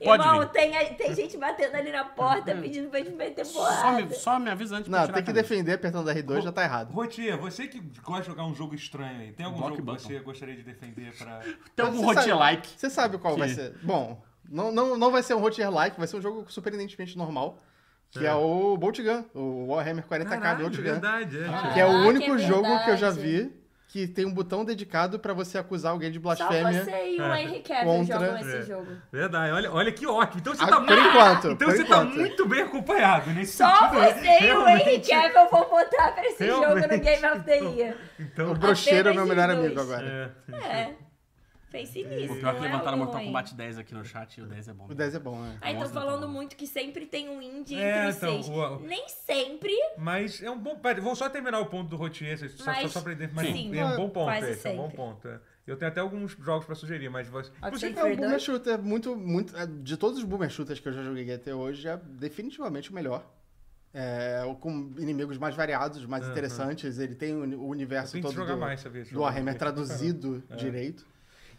Speaker 4: Pode
Speaker 3: Irmão,
Speaker 4: vir.
Speaker 3: tem, a- tem gente batendo ali na porta pedindo pra gente meter
Speaker 4: Só
Speaker 3: porrada.
Speaker 4: me, só me avisa antes pra
Speaker 2: Não,
Speaker 4: tirar
Speaker 2: tem
Speaker 4: a
Speaker 2: que
Speaker 4: camisa.
Speaker 2: defender apertando R2, já tá errado.
Speaker 5: Rotier, você que gosta de jogar um jogo estranho aí, tem algum
Speaker 4: Block
Speaker 5: jogo que
Speaker 4: Button.
Speaker 5: você gostaria de defender pra...
Speaker 4: Tem
Speaker 1: Um
Speaker 4: algum
Speaker 2: Você sabe-
Speaker 4: roguelike.
Speaker 2: Você sabe qual vai
Speaker 4: Que-
Speaker 2: ser. Bom, não, não, não vai ser um Rotier-like, vai ser um jogo surpreendentemente normal, que é, o Bolt Gun, o Warhammer 40k
Speaker 1: Caralho,
Speaker 2: Bolt Gun.
Speaker 1: verdade, é.
Speaker 2: Que é o
Speaker 3: Ah, que
Speaker 2: único
Speaker 3: é
Speaker 2: jogo que eu já
Speaker 3: verdade.
Speaker 2: vi que tem um botão dedicado pra você acusar alguém de
Speaker 3: Só
Speaker 2: blasfêmia.
Speaker 3: você e o
Speaker 4: É.
Speaker 3: Henry Cavill
Speaker 2: Contra-
Speaker 3: jogam esse
Speaker 1: É.
Speaker 3: jogo.
Speaker 1: Verdade, olha, olha que ótimo. Então você
Speaker 2: Ah,
Speaker 1: tá
Speaker 2: por
Speaker 1: muito-
Speaker 2: enquanto,
Speaker 1: Então
Speaker 2: por
Speaker 1: você
Speaker 2: enquanto.
Speaker 1: tá muito bem acompanhado nesse
Speaker 3: Só
Speaker 1: sentido.
Speaker 3: você e o Henry
Speaker 1: realmente.
Speaker 3: Cavill vão botar pra esse jogo no
Speaker 1: Realmente,
Speaker 3: Game of the Year.
Speaker 2: O
Speaker 1: Então,
Speaker 2: brocheiro é meu
Speaker 3: Apenas
Speaker 2: melhor
Speaker 3: os dois.
Speaker 2: amigo agora.
Speaker 1: é.
Speaker 3: É. Pense nisso.
Speaker 4: O pior é que
Speaker 3: não é
Speaker 4: levantaram
Speaker 3: algo
Speaker 4: Mortal
Speaker 3: ruim.
Speaker 4: Kombat 10 aqui no chat e o 10 é bom.
Speaker 2: O 10 é bom, né?
Speaker 3: Aí tô
Speaker 4: Nossa,
Speaker 3: falando
Speaker 4: tá bom.
Speaker 3: muito que sempre tem um indie
Speaker 1: É,
Speaker 3: entre os
Speaker 1: então,
Speaker 3: seis.
Speaker 1: o-
Speaker 3: Nem sempre,
Speaker 1: Mas é um bom. pera, Vou só terminar o ponto do Rotier, só, só-
Speaker 3: Mas-
Speaker 1: só pra entender. Mas
Speaker 3: sim.
Speaker 1: é um bom ponto,
Speaker 3: Quase
Speaker 1: esse, é um bom
Speaker 3: sempre.
Speaker 1: ponto. é. Eu tenho até alguns jogos pra sugerir, mas você. Inclusive,
Speaker 2: É um boomer shooter muito, muito. é, De todos os boomer shooters que eu já joguei até hoje, é definitivamente o melhor. É, o- com inimigos mais variados, mais interessantes. Ele tem o uni- o universo
Speaker 1: Eu tenho que
Speaker 2: todo
Speaker 1: jogar
Speaker 2: do,
Speaker 1: mais, sabia, esse
Speaker 2: do
Speaker 1: jogo.
Speaker 2: Warhammer
Speaker 1: É.
Speaker 2: traduzido direito.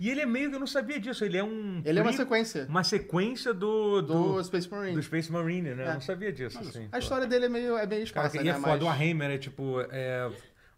Speaker 1: E ele é meio que eu não sabia disso. Ele é um.
Speaker 2: Ele é uma
Speaker 1: pre-
Speaker 2: sequência
Speaker 1: Uma sequência do.
Speaker 2: do,
Speaker 1: do...
Speaker 2: Space Marine.
Speaker 1: do Space Marine, né?
Speaker 2: É.
Speaker 1: Eu não sabia disso, assim.
Speaker 2: A história dele é meio, é meio
Speaker 1: Cara,
Speaker 2: escassa,
Speaker 1: e é
Speaker 2: né?
Speaker 1: foda. O
Speaker 2: Mas-
Speaker 1: Warhammer é tipo. é,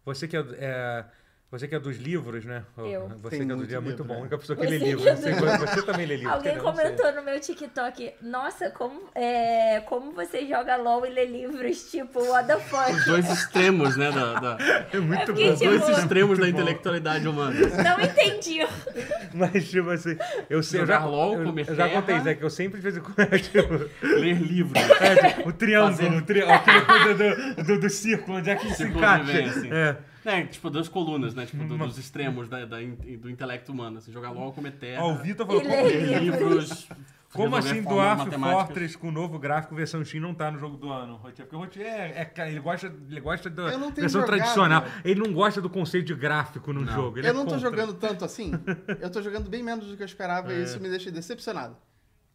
Speaker 1: Você que é. é, Você que é dos livros, né?
Speaker 3: Eu.
Speaker 1: Você
Speaker 2: Tem
Speaker 1: que é dos
Speaker 2: muito
Speaker 1: livros, é muito
Speaker 2: livro,
Speaker 1: bom.
Speaker 2: né?
Speaker 1: A única pessoa que
Speaker 3: Você
Speaker 1: lê
Speaker 3: que é
Speaker 1: livro.
Speaker 3: dos
Speaker 1: Você, você também lê livro.
Speaker 3: alguém
Speaker 1: entendeu? Não sei.
Speaker 3: comentou no meu TikTok, nossa, como, é, como você joga LOL e lê livros, tipo, what the
Speaker 4: Os
Speaker 3: fuck?
Speaker 4: dois extremos, né? Da, da-
Speaker 1: É muito
Speaker 3: porque,
Speaker 1: bom.
Speaker 4: os dois
Speaker 3: Tipo-
Speaker 4: extremos da intelectualidade humana.
Speaker 3: Não entendi.
Speaker 1: Mas, tipo assim, eu sei. Eu
Speaker 4: Jogar
Speaker 1: já,
Speaker 4: LOL,
Speaker 1: eu,
Speaker 4: comer né?
Speaker 1: eu já contei
Speaker 4: terra.
Speaker 1: isso, é que eu sempre de vez em quando. é, Tipo,
Speaker 4: Ler livros.
Speaker 1: é, tipo, o triângulo,
Speaker 4: Fazer-
Speaker 1: o triângulo, aquele coisa do, do, do círculo, onde é que se
Speaker 4: Círculo de
Speaker 1: encaixa.
Speaker 4: vem, assim.
Speaker 1: É.
Speaker 4: É, tipo, das colunas, né? Tipo, do- dos extremos da, da in- do intelecto humano. Assim, jogar LOL, comer terra,
Speaker 1: Ó, o Vitor falou.
Speaker 3: Ele
Speaker 1: como-
Speaker 3: é
Speaker 4: ler livros...
Speaker 1: Como
Speaker 4: resolver
Speaker 1: assim
Speaker 4: fórmulas
Speaker 1: doar
Speaker 4: matemáticas.
Speaker 1: Fortress com o novo gráfico versão Steam não tá no jogo do ano, Rotier? Porque o Rotier é, é ca- ele gosta, ele gosta da
Speaker 2: Eu não tenho
Speaker 1: versão
Speaker 2: jogado. né?
Speaker 1: tradicional. Ele não gosta do conceito de gráfico no jogo. ele
Speaker 2: eu
Speaker 1: é
Speaker 2: não tô
Speaker 1: contra.
Speaker 2: jogando tanto assim. Eu tô jogando bem menos do que eu esperava
Speaker 1: É.
Speaker 2: e isso me deixa decepcionado.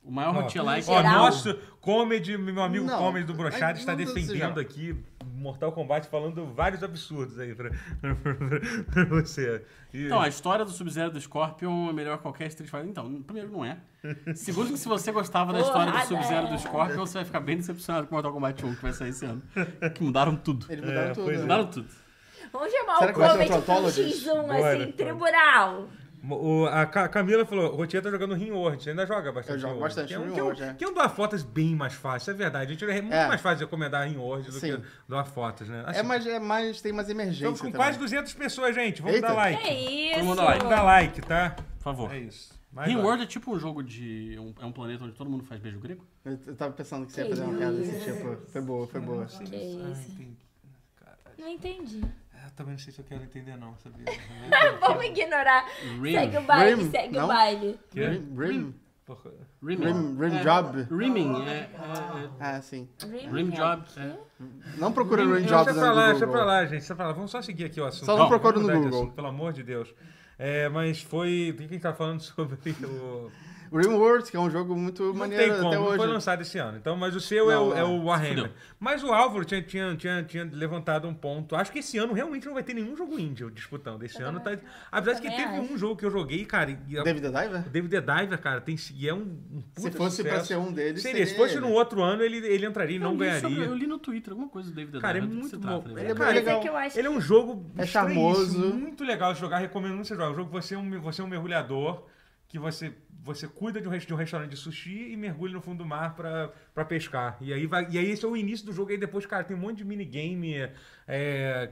Speaker 4: O maior
Speaker 1: Ó,
Speaker 4: rotier like
Speaker 1: ó,
Speaker 4: é...
Speaker 1: nosso comedy, meu amigo
Speaker 2: Não,
Speaker 1: comedy do Brochado
Speaker 2: mas
Speaker 1: está
Speaker 2: não desse
Speaker 1: defendendo
Speaker 2: jeito.
Speaker 1: aqui Mortal Kombat, falando vários absurdos aí pra, pra você. E-
Speaker 4: Então, a história do Sub-Zero do Scorpion é melhor que qualquer Street Fighter. Então, primeiro, não é. Segundo, que se você gostava da história do
Speaker 3: Porrada.
Speaker 4: Sub-Zero do Scorpion, você vai ficar bem decepcionado com Mortal Kombat 1, que vai sair esse ano. Que mudaram tudo.
Speaker 2: Eles mudaram tudo.
Speaker 1: pois é.
Speaker 2: né?
Speaker 4: Mudaram tudo.
Speaker 3: Vamos chamar
Speaker 2: Será
Speaker 3: o
Speaker 2: que vai um ter
Speaker 3: Comet
Speaker 2: outro
Speaker 3: pro
Speaker 2: Antologist?
Speaker 3: X1,
Speaker 1: Bora,
Speaker 3: assim,
Speaker 1: então.
Speaker 3: tribunal.
Speaker 1: O- a Ca- Camila falou, o Rotier tá jogando Rinworld, você ainda joga bastante
Speaker 2: Eu jogo
Speaker 1: Ringworld.
Speaker 2: bastante
Speaker 1: que é um,
Speaker 2: Ringworld,
Speaker 1: que é um,
Speaker 2: é.
Speaker 1: que é um doar fotos bem mais fácil, é verdade. A gente, é muito
Speaker 2: É.
Speaker 1: mais fácil recomendar Rinworld do
Speaker 2: Sim.
Speaker 1: que doar fotos, né?
Speaker 2: É
Speaker 1: Assim,
Speaker 2: mais, é mais, tem mais emergência.
Speaker 1: Estamos com
Speaker 2: também.
Speaker 1: quase 200 pessoas, gente. Vamos
Speaker 2: Eita.
Speaker 1: dar like.
Speaker 3: É isso.
Speaker 4: Todo mundo like.
Speaker 1: Dá like, tá?
Speaker 4: Por favor.
Speaker 1: É isso. Mais
Speaker 4: Ringworld é tipo um jogo de... um- é um planeta onde todo mundo faz beijo grego?
Speaker 2: Eu eu tava pensando que você ia fazer uma piada desse tipo. Foi boa, foi boa.
Speaker 3: Que
Speaker 1: Ah,
Speaker 3: isso. Não entendi.
Speaker 5: Ah, Eu também não sei se eu quero entender não, sabia?
Speaker 3: Vamos ignorar.
Speaker 4: Rim.
Speaker 3: Segue o baile,
Speaker 2: Rim,
Speaker 3: segue o
Speaker 2: não?
Speaker 3: baile.
Speaker 1: Que?
Speaker 2: Rim, rim,
Speaker 1: Porra.
Speaker 4: Rimming.
Speaker 2: rim, rim
Speaker 4: É,
Speaker 2: job.
Speaker 4: Rimming é... é-
Speaker 2: Ah, sim.
Speaker 4: é-
Speaker 3: Rim,
Speaker 4: Rim
Speaker 3: é-
Speaker 4: job é...
Speaker 2: Não procura rim
Speaker 1: Deixa
Speaker 2: job no
Speaker 1: pra lá, deixa pra
Speaker 2: Google.
Speaker 1: lá, gente. Deixa pra lá. Vamos só seguir aqui o assunto.
Speaker 2: Só não
Speaker 1: Vamos
Speaker 2: procura no
Speaker 1: mudar de
Speaker 2: Google.
Speaker 1: assunto, pelo amor de Deus. É, mas foi. O que a gente tá falando sobre o.
Speaker 2: Rim World, que é um jogo muito
Speaker 1: Não tem
Speaker 2: maneiro
Speaker 1: como,
Speaker 2: até
Speaker 1: não foi
Speaker 2: hoje.
Speaker 1: lançado esse ano. Então, mas o seu é,
Speaker 2: Não,
Speaker 1: o, é
Speaker 2: é.
Speaker 1: o Warhammer.
Speaker 4: Fudeu.
Speaker 1: Mas o Álvaro tinha, tinha, tinha, tinha levantado um ponto. Acho que esse ano realmente não vai ter nenhum jogo indie eu disputando. Esse ano tá. Apesar de que
Speaker 3: também
Speaker 1: teve
Speaker 3: acho.
Speaker 1: um jogo que eu joguei, cara. e- e-
Speaker 2: David the Diver?
Speaker 1: David the Diver, cara, tem, e é um, um
Speaker 2: Se
Speaker 1: puta
Speaker 2: fosse
Speaker 1: sucesso.
Speaker 2: pra ser um deles,
Speaker 1: Seria,
Speaker 2: seria
Speaker 1: se fosse
Speaker 2: ele.
Speaker 1: num outro ano, ele, ele entraria e
Speaker 4: Eu
Speaker 1: não
Speaker 4: li sobre- eu
Speaker 1: ganharia.
Speaker 4: li no Twitter alguma coisa do David
Speaker 1: Cara, é
Speaker 4: Dunn, do que
Speaker 1: muito
Speaker 4: se trata,
Speaker 1: bom.
Speaker 4: né?
Speaker 1: Ele é
Speaker 2: Cara,
Speaker 3: Mas é
Speaker 2: legal.
Speaker 3: que eu acho
Speaker 1: Ele é um jogo
Speaker 2: É
Speaker 1: estranhíssimo,
Speaker 2: charmoso.
Speaker 1: muito legal de jogar. Recomendo muito você jogar. É um jogo que você é um, você é um mergulhador, que você, você cuida de um, res- de um restaurante de sushi e mergulha no fundo do mar pra, pra pescar. E aí, vai, e aí esse é o início do jogo. E aí depois, cara, tem um monte de minigame. É,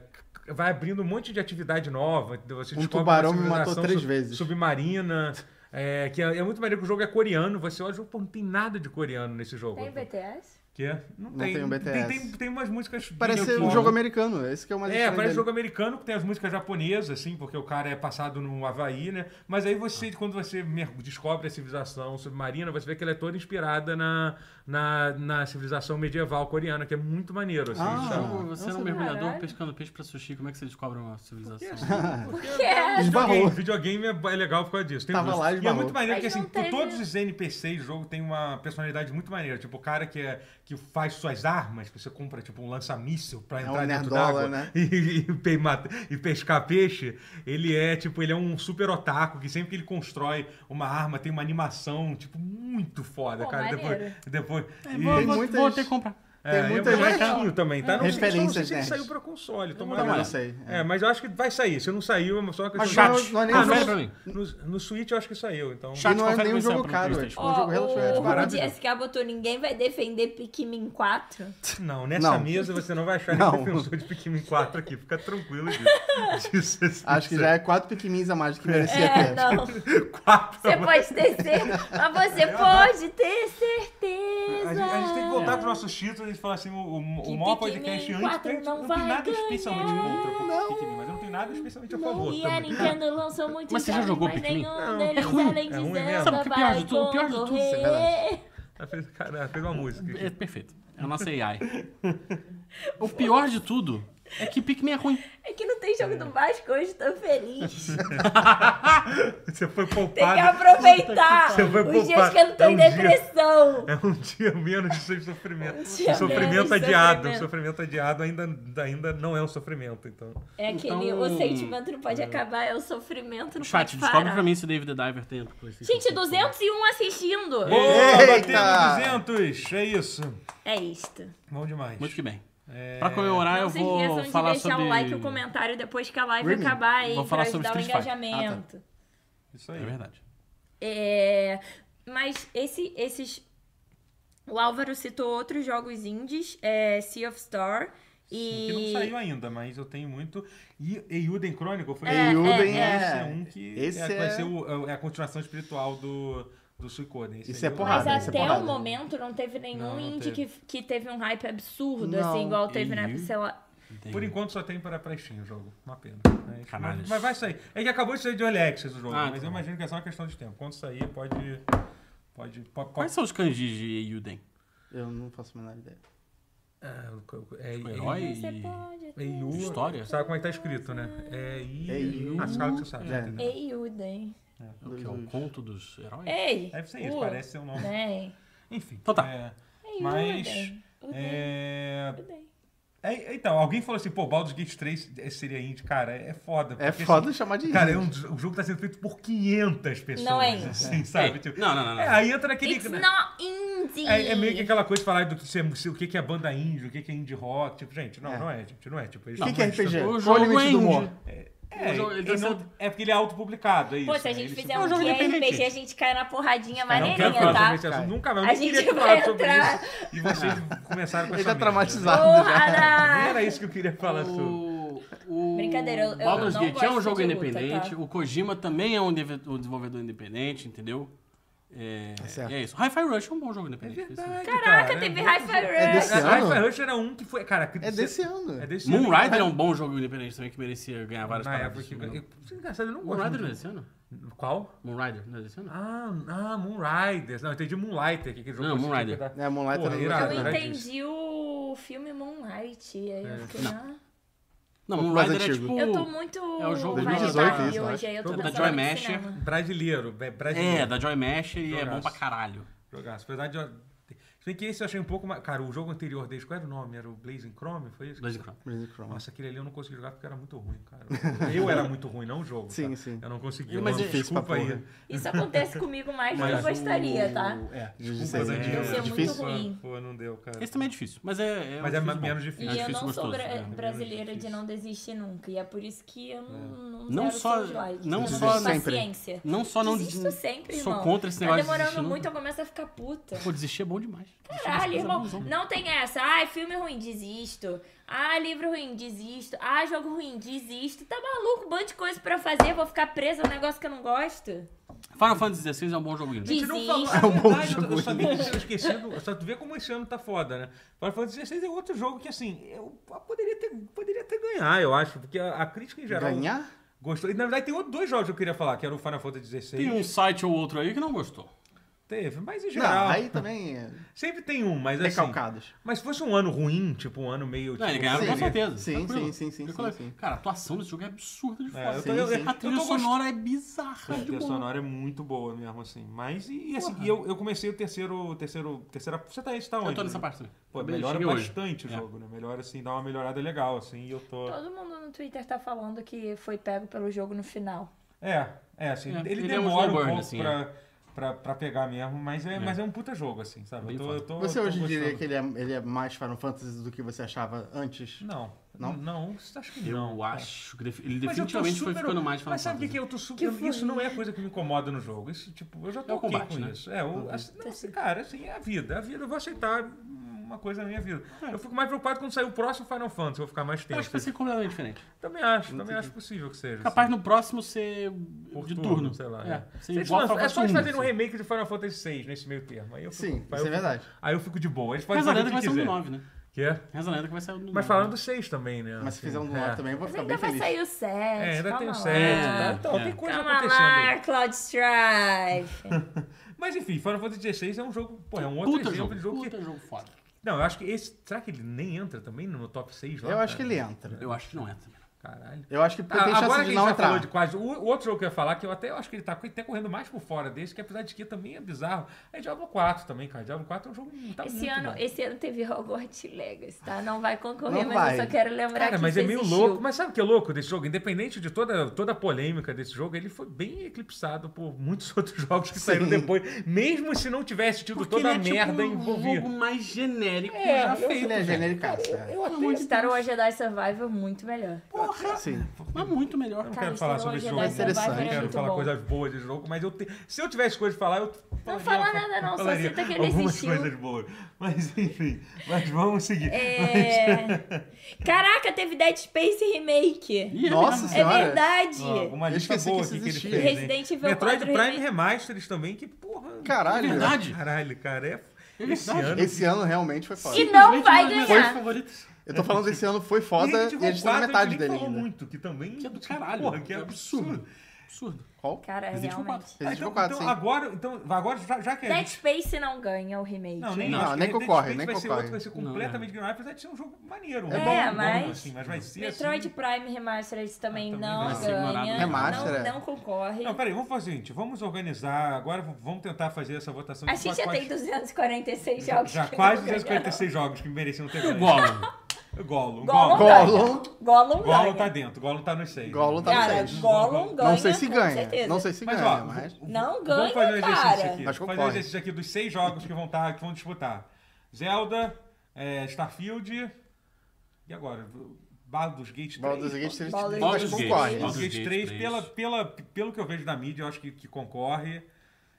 Speaker 1: vai abrindo um monte de atividade nova. Você descobre uma
Speaker 2: tubarão me matou
Speaker 1: civilização
Speaker 2: três
Speaker 1: sub-
Speaker 2: vezes.
Speaker 1: Submarina. É, que é, é muito maneiro que o jogo é coreano. Você olha o jogo, pô, não tem nada de coreano nesse jogo.
Speaker 3: Tem BTS?
Speaker 1: Que não,
Speaker 2: Não
Speaker 1: tem,
Speaker 2: tem um
Speaker 1: Tem,
Speaker 2: BTS.
Speaker 1: tem, tem umas músicas.
Speaker 2: Parece
Speaker 1: meio
Speaker 2: ser
Speaker 1: que-
Speaker 2: um jogo americano, esse que é o mais
Speaker 1: É,
Speaker 2: estranho
Speaker 1: parece
Speaker 2: dele.
Speaker 1: jogo americano que tem as músicas japonesas, assim, porque o cara é passado no Havaí, né? Mas aí você, quando você mer- descobre a civilização submarina, você vê que ela é toda inspirada na, na, na civilização medieval coreana, que é muito maneiro, assim,
Speaker 2: Ah.
Speaker 1: sabe?
Speaker 4: Thiago, você era um
Speaker 2: Nossa,
Speaker 4: mergulhador
Speaker 3: caralho.
Speaker 4: pescando peixe pra sushi. Como é que você descobre uma civilização?
Speaker 3: Porque
Speaker 1: Ah,
Speaker 3: é.
Speaker 1: Videogame,
Speaker 2: Esbarrou.
Speaker 1: videogame é ba- é legal por causa disso. Tem
Speaker 2: Tava
Speaker 1: gosto.
Speaker 2: lá,
Speaker 1: e é
Speaker 2: esbarrou.
Speaker 1: muito maneiro que
Speaker 3: Mas
Speaker 1: assim,
Speaker 3: não teve- um
Speaker 1: todos os NPCs do jogo tem uma personalidade muito maneira. Tipo, o cara que, é, que faz suas armas, que você compra tipo um lança-míssel pra
Speaker 2: É
Speaker 1: entrar
Speaker 2: um
Speaker 1: dentro
Speaker 2: nerdola,
Speaker 1: d'água
Speaker 2: né?
Speaker 1: e, e pe- mata- e pescar peixe, ele é tipo, ele é um super otaku que sempre que ele constrói uma arma tem uma animação, tipo, muito foda,
Speaker 3: Pô,
Speaker 1: cara. Depois,
Speaker 3: maneiro.
Speaker 1: depois e-
Speaker 4: Vou,
Speaker 2: Tem
Speaker 4: vou,
Speaker 2: muitas-
Speaker 4: vou ter que comprar.
Speaker 2: Tem muita
Speaker 1: é
Speaker 2: gente-
Speaker 1: baratinho também, tá? Não,
Speaker 2: Referências
Speaker 1: não sei se ele
Speaker 2: nerds.
Speaker 1: saiu pra console, tomara.
Speaker 2: Eu
Speaker 1: que-
Speaker 2: não sei.
Speaker 1: É, mas eu acho que vai sair. Se não saiu, é só que
Speaker 2: Mas
Speaker 4: Chat.
Speaker 2: não é nem
Speaker 4: Ah,
Speaker 2: um
Speaker 4: confere
Speaker 2: jogo-
Speaker 4: pra mim.
Speaker 1: no, no Switch eu acho que saiu, então.
Speaker 4: Chat,
Speaker 2: E não é
Speaker 4: confere
Speaker 2: nem um
Speaker 4: pra mim se
Speaker 2: jogo
Speaker 4: é pra
Speaker 2: caro, é né?
Speaker 4: PlayStation.
Speaker 2: tipo um jogo relativamente
Speaker 3: o
Speaker 2: barato.
Speaker 3: SK botou ninguém vai defender Pikmin 4.
Speaker 1: Não, nessa
Speaker 2: Não.
Speaker 1: mesa você não vai achar
Speaker 2: Não.
Speaker 1: nenhum defensor de Pikmin 4 aqui. Fica tranquilo disso. Disso, assim,
Speaker 2: Acho que já é quatro piquimins a mais do que merecia
Speaker 3: É,
Speaker 2: ter.
Speaker 3: não.
Speaker 1: Quatro.
Speaker 3: Você pode ter certeza. Mas você pode ter certeza.
Speaker 1: A gente, a gente tem que voltar para os nossos títulos e falar assim: o, o,
Speaker 3: é. Que
Speaker 1: o maior podcast
Speaker 3: Pikmin
Speaker 1: antes.
Speaker 3: quatro
Speaker 1: eu
Speaker 3: não
Speaker 1: não
Speaker 3: vai
Speaker 1: tem nada
Speaker 3: ganhar.
Speaker 1: especialmente contra o não. Pikmin, mas eu não tenho nada especialmente a favor.
Speaker 3: E a
Speaker 1: também.
Speaker 3: Nintendo lançou muito
Speaker 4: Mas você já jogou
Speaker 3: mas
Speaker 4: Pikmin?
Speaker 3: nenhum
Speaker 1: Não.
Speaker 3: deles,
Speaker 1: É ruim.
Speaker 3: além de
Speaker 1: É ruim mesmo.
Speaker 3: Zelda,
Speaker 4: Sabe o que é pior de
Speaker 3: vai
Speaker 4: tudo? O pior de tudo,
Speaker 3: concorrer.
Speaker 4: isso é
Speaker 1: Ela fez, cara, fez uma música.
Speaker 4: É
Speaker 1: Aqui.
Speaker 4: perfeito. É a nossa AI. o pior de tudo é que Pikmin é ruim.
Speaker 3: É que não tem jogo do Vasco hoje, tô feliz.
Speaker 1: Você foi
Speaker 3: Tem que
Speaker 1: poupado.
Speaker 3: aproveitar
Speaker 1: Você foi
Speaker 3: os dias
Speaker 1: poupado.
Speaker 3: que eu não tô
Speaker 1: É
Speaker 3: em
Speaker 1: um dia.
Speaker 3: depressão.
Speaker 1: É um dia menos de sofrimento.
Speaker 3: Um dia menos
Speaker 1: sofrimento
Speaker 3: de
Speaker 1: adiado.
Speaker 3: sofrimento.
Speaker 1: Sofrimento adiado ainda, ainda não é um sofrimento, então.
Speaker 3: É aquele,
Speaker 4: Então-
Speaker 3: o sentimento não pode acabar, é o sofrimento não
Speaker 4: Chat,
Speaker 3: pode
Speaker 4: descobre
Speaker 3: parar.
Speaker 4: pra mim se David the Diver tem pro PlayStation.
Speaker 3: Gente, é 201 assistindo.
Speaker 1: Boa,
Speaker 2: Eita!
Speaker 1: batemos 200! É isso.
Speaker 3: É isto.
Speaker 1: Bom demais.
Speaker 4: Muito que bem. Pra comemorar,
Speaker 3: não
Speaker 4: Ah, eu
Speaker 3: se
Speaker 4: vou
Speaker 3: esqueçam de
Speaker 4: falar
Speaker 3: deixar
Speaker 4: sobre...
Speaker 3: o like e o comentário depois que a live
Speaker 2: Really?
Speaker 3: acabar aí,
Speaker 4: Vou
Speaker 3: pra
Speaker 4: falar sobre
Speaker 3: ajudar o
Speaker 4: Street Fighter. Ah, tá.
Speaker 3: engajamento.
Speaker 1: Isso
Speaker 4: É
Speaker 1: aí.
Speaker 4: verdade.
Speaker 3: É, mas esse, esses. O Álvaro citou outros jogos indies, é, Sea of Star
Speaker 1: Sim, que não
Speaker 3: e.
Speaker 1: saiu ainda, mas eu tenho muito. E Euden Chronicle foi
Speaker 3: É,
Speaker 2: Eiyuden
Speaker 1: é, esse
Speaker 2: é-
Speaker 1: é um que
Speaker 2: esse
Speaker 1: é, vai
Speaker 2: é-
Speaker 1: ser o- é a continuação espiritual do, do Suicoden.
Speaker 2: Isso é
Speaker 1: aí eu-
Speaker 2: porrada,
Speaker 3: mas
Speaker 2: isso é
Speaker 3: até
Speaker 2: porrada.
Speaker 3: o momento não teve nenhum
Speaker 4: Não, não
Speaker 3: indie
Speaker 4: teve.
Speaker 3: Que, que teve um hype absurdo,
Speaker 2: Não.
Speaker 3: assim, igual teve na
Speaker 4: Ih.
Speaker 3: sei lá.
Speaker 4: Entendi.
Speaker 1: Por enquanto só tem para pra Steam o jogo. Uma pena. Mas,
Speaker 4: Canalhas.
Speaker 1: mas vai sair. É que acabou de sair de Early Access o jogo,
Speaker 4: Ah,
Speaker 1: mas
Speaker 4: tá.
Speaker 1: eu imagino que é só uma questão de tempo. Quando sair, pode. Pode. pode,
Speaker 4: Quais
Speaker 1: pode
Speaker 4: são os kanjis de Yuden?
Speaker 2: Eu não faço a menor ideia.
Speaker 1: Ah, é,
Speaker 4: Tipo, herói e...
Speaker 3: Você pode.
Speaker 1: é Yu-
Speaker 4: História?
Speaker 1: Sabe como é que tá escrito, né? É I.
Speaker 2: É Yu-
Speaker 1: Ah, você sabe o que você sabe.
Speaker 2: É.
Speaker 1: entendeu?
Speaker 3: Ei, Uden.
Speaker 4: É O que é o conto dos heróis?
Speaker 3: Ei!
Speaker 1: Deve ser isso,
Speaker 3: Ua,
Speaker 1: parece ser um nome.
Speaker 3: Né?
Speaker 1: Enfim.
Speaker 4: Então tá.
Speaker 1: é,
Speaker 3: Ei,
Speaker 1: Mas,
Speaker 3: Uden. Uden.
Speaker 1: é,
Speaker 3: Uden.
Speaker 1: É, então, alguém falou assim, pô, Baldur's Gate 3 é- seria indie. Cara, é foda.
Speaker 2: É
Speaker 1: porque,
Speaker 2: foda
Speaker 1: assim,
Speaker 2: chamar de
Speaker 1: Cara, é
Speaker 2: indie.
Speaker 1: um, o jogo tá sendo feito por 500 pessoas.
Speaker 3: Não é indie.
Speaker 1: Assim,
Speaker 4: Ei,
Speaker 1: sabe? Tipo,
Speaker 4: não, não, não, não.
Speaker 1: É, aí entra aquele...
Speaker 3: It's not indie!
Speaker 1: É, é meio que aquela coisa de falar do que, se é- se- o que que é banda indie, o que que é indie rock. Tipo, gente, não,
Speaker 2: É.
Speaker 1: não é, gente, não é. Tipo, eles
Speaker 2: O que, que é RPG?
Speaker 4: O
Speaker 2: Qual
Speaker 4: jogo
Speaker 2: o limite
Speaker 4: é
Speaker 2: do
Speaker 4: indie.
Speaker 2: humor?
Speaker 1: É,
Speaker 4: O jogo- ele
Speaker 1: ele
Speaker 4: tá
Speaker 1: não-
Speaker 4: sendo-
Speaker 1: é porque ele é autopublicado, é isso.
Speaker 3: Pô, se a
Speaker 1: né?
Speaker 3: gente
Speaker 1: Ele
Speaker 3: fizer
Speaker 1: se-
Speaker 3: um
Speaker 4: um jogo
Speaker 3: dia
Speaker 4: independente.
Speaker 3: RPG, a gente cai na porradinha
Speaker 1: Eu não quero
Speaker 3: maneirinha,
Speaker 1: falar
Speaker 3: tá?
Speaker 1: sobre esse assunto nunca mais.
Speaker 3: A
Speaker 1: Eu nem queria
Speaker 3: gente
Speaker 1: falar
Speaker 3: vai
Speaker 1: sobre
Speaker 3: entrar.
Speaker 1: isso. E vocês começaram com
Speaker 2: Ele
Speaker 1: essa
Speaker 2: tá
Speaker 1: merda.
Speaker 2: traumatizado já.
Speaker 1: Nem
Speaker 3: Porrada!
Speaker 1: era isso que eu queria
Speaker 3: Ah.
Speaker 1: falar sobre.
Speaker 4: O... o-
Speaker 3: Brincadeira, eu- eu
Speaker 4: Baldur's
Speaker 3: não
Speaker 4: Gate é um
Speaker 3: gosto
Speaker 4: jogo
Speaker 3: de luta,
Speaker 4: independente.
Speaker 3: tá?
Speaker 4: O Kojima também é um, deve- um desenvolvedor independente, entendeu? É,
Speaker 2: certo.
Speaker 4: é isso. Hi-Fi Rush é um bom jogo independente.
Speaker 1: Caraca,
Speaker 3: Teve Hi-Fi
Speaker 2: É
Speaker 3: Rush.
Speaker 2: desse ano?
Speaker 1: Hi-Fi Rush era um que foi. Cara,
Speaker 2: É desse ano.
Speaker 1: É desse ano.
Speaker 4: Moon Rider é um bom jogo independente também que merecia ganhar várias
Speaker 1: Na época
Speaker 4: paradas.
Speaker 1: que.
Speaker 4: Moon
Speaker 1: eu- eu- Engraçado, eu não gosto.
Speaker 4: Rider não é
Speaker 1: muito.
Speaker 4: desse ano?
Speaker 1: Qual?
Speaker 4: Moon Rider não é desse ano?
Speaker 1: Ah, ah, Moonriders. Não, eu entendi Moonlighter. Que é aquele jogo assim,
Speaker 4: Não,
Speaker 1: que você
Speaker 4: Moonrider.
Speaker 1: tinha que dar-
Speaker 2: É, Moonlight
Speaker 1: Porra,
Speaker 2: era
Speaker 1: irado,
Speaker 3: Eu
Speaker 1: né? É.
Speaker 2: legal.
Speaker 3: entendi o filme Moonlight. Aí eu fiquei, ah.
Speaker 4: Não,
Speaker 2: Um
Speaker 4: Moon
Speaker 2: mais
Speaker 4: Rider é
Speaker 2: antigo.
Speaker 4: tipo...
Speaker 3: Eu tô muito.
Speaker 4: É o jogo
Speaker 3: vibe
Speaker 2: 2018
Speaker 3: vibe
Speaker 2: isso, eu
Speaker 3: hoje, aí eu tô
Speaker 4: Jogo da
Speaker 3: pensando
Speaker 4: Joy
Speaker 3: no
Speaker 4: Masher.
Speaker 3: cinema.
Speaker 1: Brasileiro. é Brasileiro.
Speaker 4: É, da Joy Mesh e é
Speaker 1: Jogaço.
Speaker 4: bom pra caralho.
Speaker 1: Jogaço. Apesar de. eu- Se bem que esse eu achei um pouco mais. Cara, o jogo anterior deles, qual era o nome? Era o Blazing Chrome? Foi isso?
Speaker 4: Blazing Chrome.
Speaker 2: Blazing Chrome.
Speaker 1: Nossa, aquele ali eu não consegui jogar porque era muito ruim, cara. Eu era muito ruim, não o jogo.
Speaker 2: Sim,
Speaker 1: tá?
Speaker 2: sim.
Speaker 1: Eu não consegui.
Speaker 4: Mas
Speaker 1: mano,
Speaker 4: é-
Speaker 1: desculpa aí.
Speaker 2: Difícil
Speaker 3: Isso acontece comigo mais do que eu
Speaker 4: Mas o-
Speaker 3: gostaria, tá?
Speaker 4: É.
Speaker 1: Desculpa,
Speaker 2: Difícil.
Speaker 1: Danilo.
Speaker 2: É,
Speaker 3: Isso é muito
Speaker 2: difícil.
Speaker 3: ruim.
Speaker 1: Pô, não deu, cara.
Speaker 4: Esse também é difícil, mas é... é um
Speaker 1: Mas é
Speaker 4: difícil bom.
Speaker 1: menos
Speaker 3: E
Speaker 1: difícil.
Speaker 4: É
Speaker 3: eu
Speaker 4: difícil,
Speaker 3: não sou
Speaker 4: gostoso,
Speaker 3: bra-
Speaker 4: é.
Speaker 3: brasileira de não desistir nunca. E é por isso que eu não, não,
Speaker 4: É. Não
Speaker 3: zero
Speaker 4: só-
Speaker 3: seus likes.
Speaker 4: não
Speaker 3: tenho
Speaker 2: só-
Speaker 3: paciência.
Speaker 4: Não só não...
Speaker 3: Desisto sempre,
Speaker 4: Sou
Speaker 3: irmão.
Speaker 4: contra esse
Speaker 3: Tá
Speaker 4: negócio de
Speaker 3: demorando
Speaker 4: desistir, não.
Speaker 3: muito, eu começo a ficar puta.
Speaker 4: Pô, desistir é bom demais.
Speaker 3: Caralho, irmão, não tem essa. Ah, filme ruim, desisto. Ah, livro ruim, desisto. Ah, jogo ruim, desisto. Tá maluco, um monte de coisa pra fazer, vou ficar presa a um negócio que eu não gosto.
Speaker 4: Final Fantasy XVI é um bom jogo indie.
Speaker 3: Gente,
Speaker 1: gente não falou.
Speaker 3: Existe.
Speaker 1: É
Speaker 2: É um bom
Speaker 1: verdade, eu-
Speaker 2: jogo,
Speaker 1: Eu sabia
Speaker 2: né?
Speaker 1: que eu tinha esquecido. Só tu vê como esse ano tá foda, né? Final Fantasy XVI é outro jogo que, assim, eu poderia ter, poderia até ganhar, eu acho. Porque a, a crítica em geral
Speaker 2: Ganhar?
Speaker 1: gostou. E, na verdade, tem outros dois jogos que eu queria falar, que era o Final Fantasy XVI.
Speaker 4: Tem um site ou outro aí que não gostou.
Speaker 1: Teve, mas em geral...
Speaker 2: Não, aí também é
Speaker 1: Sempre tem um, mas assim...
Speaker 2: recalcados.
Speaker 1: Mas se fosse um ano ruim, tipo um ano meio...
Speaker 4: Não, ele
Speaker 1: tipo,
Speaker 4: ganhava
Speaker 2: Sim,
Speaker 4: com
Speaker 2: sim.
Speaker 4: certeza.
Speaker 2: Sim,
Speaker 4: tranquilo.
Speaker 2: sim, sim, sim,
Speaker 4: Eu falei,
Speaker 2: sim, sim.
Speaker 4: Cara, a atuação desse jogo é absurda
Speaker 1: É,
Speaker 4: de foda.
Speaker 1: eu tô,
Speaker 2: Sim,
Speaker 1: eu,
Speaker 2: sim.
Speaker 4: A
Speaker 1: eu
Speaker 4: trilha
Speaker 1: tô gost-
Speaker 4: sonora é bizarra.
Speaker 1: A
Speaker 4: de
Speaker 1: trilha
Speaker 4: boa.
Speaker 1: sonora é muito boa mesmo, assim. Mas, e, e assim, e eu, eu comecei o terceiro, terceiro, terceira... Você tá, você tá onde?
Speaker 4: Eu tô nessa
Speaker 1: né?
Speaker 4: parte também.
Speaker 1: Pô,
Speaker 4: Acabei-
Speaker 1: melhora
Speaker 4: cheguei hoje.
Speaker 1: bastante o
Speaker 4: É.
Speaker 1: jogo, né? Melhora, assim, dá uma melhorada legal, assim, e eu tô...
Speaker 3: Todo mundo no Twitter tá falando que foi pego pelo jogo no final.
Speaker 1: É, é, assim,
Speaker 4: É,
Speaker 1: ele,
Speaker 4: ele é um
Speaker 1: demora um
Speaker 4: slow burn,
Speaker 1: pouco
Speaker 4: assim,
Speaker 1: pra, pra, pra pegar mesmo, mas é,
Speaker 4: É.
Speaker 1: mas é um puta jogo, assim, sabe?
Speaker 4: Bem
Speaker 1: Eu tô,
Speaker 4: foda.
Speaker 1: eu tô-
Speaker 2: Você
Speaker 1: eu tô
Speaker 2: hoje diria
Speaker 1: gostando.
Speaker 2: que ele é, ele é mais Final Fantasy do que você achava antes?
Speaker 1: Não, não,
Speaker 2: é Não?
Speaker 1: não, acho que
Speaker 4: Eu
Speaker 1: não. cara.
Speaker 4: acho que defi- ele
Speaker 1: Mas eu tô
Speaker 4: definitivamente foi
Speaker 1: super-
Speaker 4: ficando mais Final
Speaker 1: Mas sabe o que,
Speaker 4: Fantasy.
Speaker 1: que eu tô super.
Speaker 3: Que
Speaker 1: eu- isso
Speaker 3: foi?
Speaker 1: não é coisa que me incomoda no jogo. Isso, tipo, eu já tô
Speaker 4: É o
Speaker 1: ok
Speaker 4: combate,
Speaker 1: com
Speaker 4: né?
Speaker 1: isso. É,
Speaker 2: Uhum.
Speaker 1: o, assim, não, assim, cara, assim, é a vida. A vida, eu vou aceitar uma coisa na minha vida. Eu fico mais preocupado quando sair o próximo Final Fantasy, eu vou ficar mais
Speaker 4: É. Eu
Speaker 1: tenso.
Speaker 4: acho que vai ser completamente diferente.
Speaker 1: Também acho, também acho possível que seja.
Speaker 4: Capaz
Speaker 1: assim.
Speaker 4: no próximo ser
Speaker 1: Por
Speaker 4: de turno.
Speaker 1: sei lá.
Speaker 4: É,
Speaker 1: É,
Speaker 4: ser
Speaker 1: Se eles
Speaker 4: igual
Speaker 1: lançam-
Speaker 4: Final
Speaker 1: é só eles
Speaker 4: Fantasy
Speaker 1: fazerem um
Speaker 4: um, assim.
Speaker 1: remake de Final Fantasy VI nesse meio termo. Aí eu fico,
Speaker 2: Sim,
Speaker 1: aí eu
Speaker 2: isso é
Speaker 1: fico-
Speaker 2: verdade.
Speaker 1: Aí eu fico de boa. Eles podem
Speaker 4: Reza a
Speaker 1: fazer o
Speaker 4: lenda
Speaker 1: que
Speaker 4: que vai ser um do
Speaker 1: quiser.
Speaker 4: 9, né?
Speaker 1: Que é?
Speaker 4: Reza a lenda que vai ser um do 9.
Speaker 1: Mas falando do 6 também, né?
Speaker 2: Mas se
Speaker 1: assim,
Speaker 2: fizer um do
Speaker 1: é.
Speaker 2: lado também, eu vou
Speaker 3: Mas
Speaker 2: ficar
Speaker 3: ainda
Speaker 2: bem
Speaker 3: vai
Speaker 2: feliz.
Speaker 3: sair o 7.
Speaker 1: É, ainda tem o 7
Speaker 4: É,
Speaker 1: tá? Então,
Speaker 4: é.
Speaker 1: tem coisa
Speaker 3: Calma
Speaker 1: acontecendo. aí.
Speaker 3: lá, Cloud Strife.
Speaker 1: Mas enfim, Final Fantasy XVI é um jogo, pô, é um outro
Speaker 4: Puta
Speaker 1: exemplo
Speaker 4: jogo,
Speaker 1: de jogo
Speaker 4: puta
Speaker 1: que...
Speaker 4: jogo foda.
Speaker 1: Não, eu acho que esse... Será que ele nem entra também no top 6 lá?
Speaker 2: Eu acho que
Speaker 1: cara?
Speaker 2: ele entra.
Speaker 4: Eu acho que não é também.
Speaker 1: Caralho.
Speaker 2: Eu acho que
Speaker 1: Ah,
Speaker 2: tem
Speaker 1: agora que
Speaker 2: chance de
Speaker 1: a gente
Speaker 2: não
Speaker 1: já falou
Speaker 2: entrar.
Speaker 1: de quase... O o outro jogo que eu ia falar, que eu até acho que ele tá até correndo mais por fora desse, que apesar de que também é bizarro, é Diablo 4 também, cara. Diablo 4 é um jogo que tá
Speaker 3: Esse
Speaker 1: muito
Speaker 3: ano,
Speaker 1: bom.
Speaker 3: esse ano teve Hogwarts Legacy, tá? Não vai concorrer,
Speaker 2: Não
Speaker 3: mas
Speaker 2: vai.
Speaker 3: eu só quero lembrar
Speaker 1: Cara,
Speaker 3: que
Speaker 1: mas
Speaker 3: isso
Speaker 1: é meio
Speaker 3: existiu.
Speaker 1: louco. Mas sabe o que é louco desse jogo? Independente de toda, toda a polêmica desse jogo, ele foi bem eclipsado por muitos outros jogos que saíram depois, mesmo se não tivesse tido
Speaker 4: Porque
Speaker 1: toda a
Speaker 4: ele é tipo
Speaker 1: merda
Speaker 4: um
Speaker 1: envolvida.
Speaker 4: jogo mais genérico
Speaker 1: É, eu-
Speaker 4: já feito.
Speaker 2: Ele é
Speaker 4: velho.
Speaker 2: genericaço. é.
Speaker 4: Pelo amor de
Speaker 3: Star
Speaker 4: Deus.
Speaker 3: Wars Jedi Survivor muito melhor.
Speaker 4: Porra!
Speaker 2: Sim.
Speaker 4: Mas muito melhor,
Speaker 1: Eu não
Speaker 4: cara.
Speaker 1: quero
Speaker 3: Cara,
Speaker 1: falar
Speaker 3: é Star
Speaker 1: sobre
Speaker 3: Wars
Speaker 1: esse jogo.
Speaker 3: Jedi
Speaker 1: ainda.
Speaker 2: Survivor
Speaker 1: Eu
Speaker 2: é
Speaker 1: quero
Speaker 3: muito
Speaker 1: falar
Speaker 3: bom.
Speaker 1: coisas boas desse jogo, mas eu te- se eu tivesse coisas pra falar, eu falaria-
Speaker 3: fala nada não, só
Speaker 1: falaria
Speaker 3: cita que ele
Speaker 1: algumas
Speaker 3: existiu.
Speaker 1: coisas boas. Mas enfim, mas vamos seguir.
Speaker 3: É... Caraca, teve Dead Space Remake.
Speaker 4: Ih, é
Speaker 2: Nossa
Speaker 4: verdade.
Speaker 3: É
Speaker 2: Senhora.
Speaker 3: verdade.
Speaker 1: Ah, Alguma
Speaker 2: Eu
Speaker 1: lista
Speaker 2: esqueci
Speaker 1: boa
Speaker 2: que isso
Speaker 1: aqui que ele
Speaker 2: existia.
Speaker 1: fez. hein?
Speaker 3: Resident Evil
Speaker 1: Metroid
Speaker 3: 4
Speaker 1: Prime
Speaker 3: Remake.
Speaker 1: Remasters também, que porra.
Speaker 2: Caralho.
Speaker 4: É verdade.
Speaker 1: Caralho, cara. É...
Speaker 4: É
Speaker 1: Esse
Speaker 4: verdade.
Speaker 1: ano.
Speaker 2: Esse ano realmente foi foda.
Speaker 3: E não
Speaker 4: Simplesmente um
Speaker 3: vai
Speaker 4: uma das minhas
Speaker 3: ganhar.
Speaker 4: favoritas.
Speaker 2: Eu tô falando desse ano foi
Speaker 1: E
Speaker 2: foda
Speaker 1: Resident
Speaker 2: e a gente
Speaker 1: Evil
Speaker 2: tá na
Speaker 1: 4 a
Speaker 2: metade
Speaker 1: gente nem
Speaker 2: dele
Speaker 1: falou
Speaker 2: ainda.
Speaker 1: muito, que também.
Speaker 4: Que é do caralho.
Speaker 1: Porra, que é absurdo.
Speaker 4: Absurdo.
Speaker 2: Qual?
Speaker 3: Cara,
Speaker 4: Resident Evil
Speaker 3: realmente.
Speaker 1: Ah,
Speaker 2: Resident
Speaker 1: então,
Speaker 2: Evil 4,
Speaker 1: então
Speaker 2: sim.
Speaker 1: agora, então, agora já, já que a
Speaker 3: Dead
Speaker 1: gente-
Speaker 3: Space não ganha o remake.
Speaker 1: Não, nem, assim,
Speaker 4: Não,
Speaker 1: acho que
Speaker 2: nem
Speaker 1: Dead
Speaker 2: concorre,
Speaker 1: Space
Speaker 2: nem
Speaker 1: vai Ser
Speaker 2: concorre.
Speaker 1: outro, vai ser
Speaker 4: Não, não.
Speaker 1: completamente ignorado, apesar de ser um jogo maneiro.
Speaker 2: É
Speaker 1: um
Speaker 2: bom,
Speaker 1: jogo
Speaker 3: é. mas-
Speaker 1: bom, assim, mas vai ser
Speaker 3: Metroid
Speaker 1: assim...
Speaker 3: Prime Remastered também
Speaker 1: Ah, também
Speaker 3: não
Speaker 1: vai
Speaker 4: ser ignorado.
Speaker 3: ganha.
Speaker 2: Remaster,
Speaker 3: não,
Speaker 2: é.
Speaker 3: não concorre.
Speaker 1: Não, peraí, vamos fazer o seguinte, vamos organizar, agora v- vamos tentar fazer essa votação.
Speaker 3: a
Speaker 1: de
Speaker 3: gente já
Speaker 1: quais-
Speaker 3: tem 246
Speaker 1: já-
Speaker 3: jogos.
Speaker 1: Já
Speaker 3: que
Speaker 1: quase
Speaker 3: não ganharam.
Speaker 1: 246 jogos que mereciam ter ganho.
Speaker 4: Igual.
Speaker 1: Gollum.
Speaker 3: Gollum
Speaker 1: Gollum.
Speaker 3: ganha.
Speaker 2: Gollum.
Speaker 3: Gollum
Speaker 1: Gollum tá
Speaker 3: ganha.
Speaker 1: dentro, Gollum tá nos seis.
Speaker 2: Gollum tá no
Speaker 3: Cara,
Speaker 2: seis.
Speaker 3: Gollum ganha.
Speaker 2: Não sei se
Speaker 3: com
Speaker 2: ganha.
Speaker 3: certeza.
Speaker 2: Não sei se
Speaker 1: Mas,
Speaker 2: ganha,
Speaker 1: ó,
Speaker 2: mas.
Speaker 1: v-
Speaker 3: Não
Speaker 1: Vamos
Speaker 3: ganha,
Speaker 1: fazer um exercício
Speaker 3: cara.
Speaker 1: aqui.
Speaker 2: Mas
Speaker 1: Vamos fazer um
Speaker 2: concorre.
Speaker 1: exercício aqui dos seis jogos que vão, tá, que vão disputar. Zelda, eh, Starfield... E agora? Baldur's Gate 3?
Speaker 2: Baldur's Gate 3
Speaker 3: Baldur's
Speaker 2: mas
Speaker 4: Gate.
Speaker 2: concorre.
Speaker 1: Baldur's
Speaker 4: Baldur's
Speaker 1: Gate
Speaker 4: Gate
Speaker 1: 3,
Speaker 4: 3.
Speaker 1: Pela, pela, pelo que eu vejo da mídia, eu acho que, que concorre.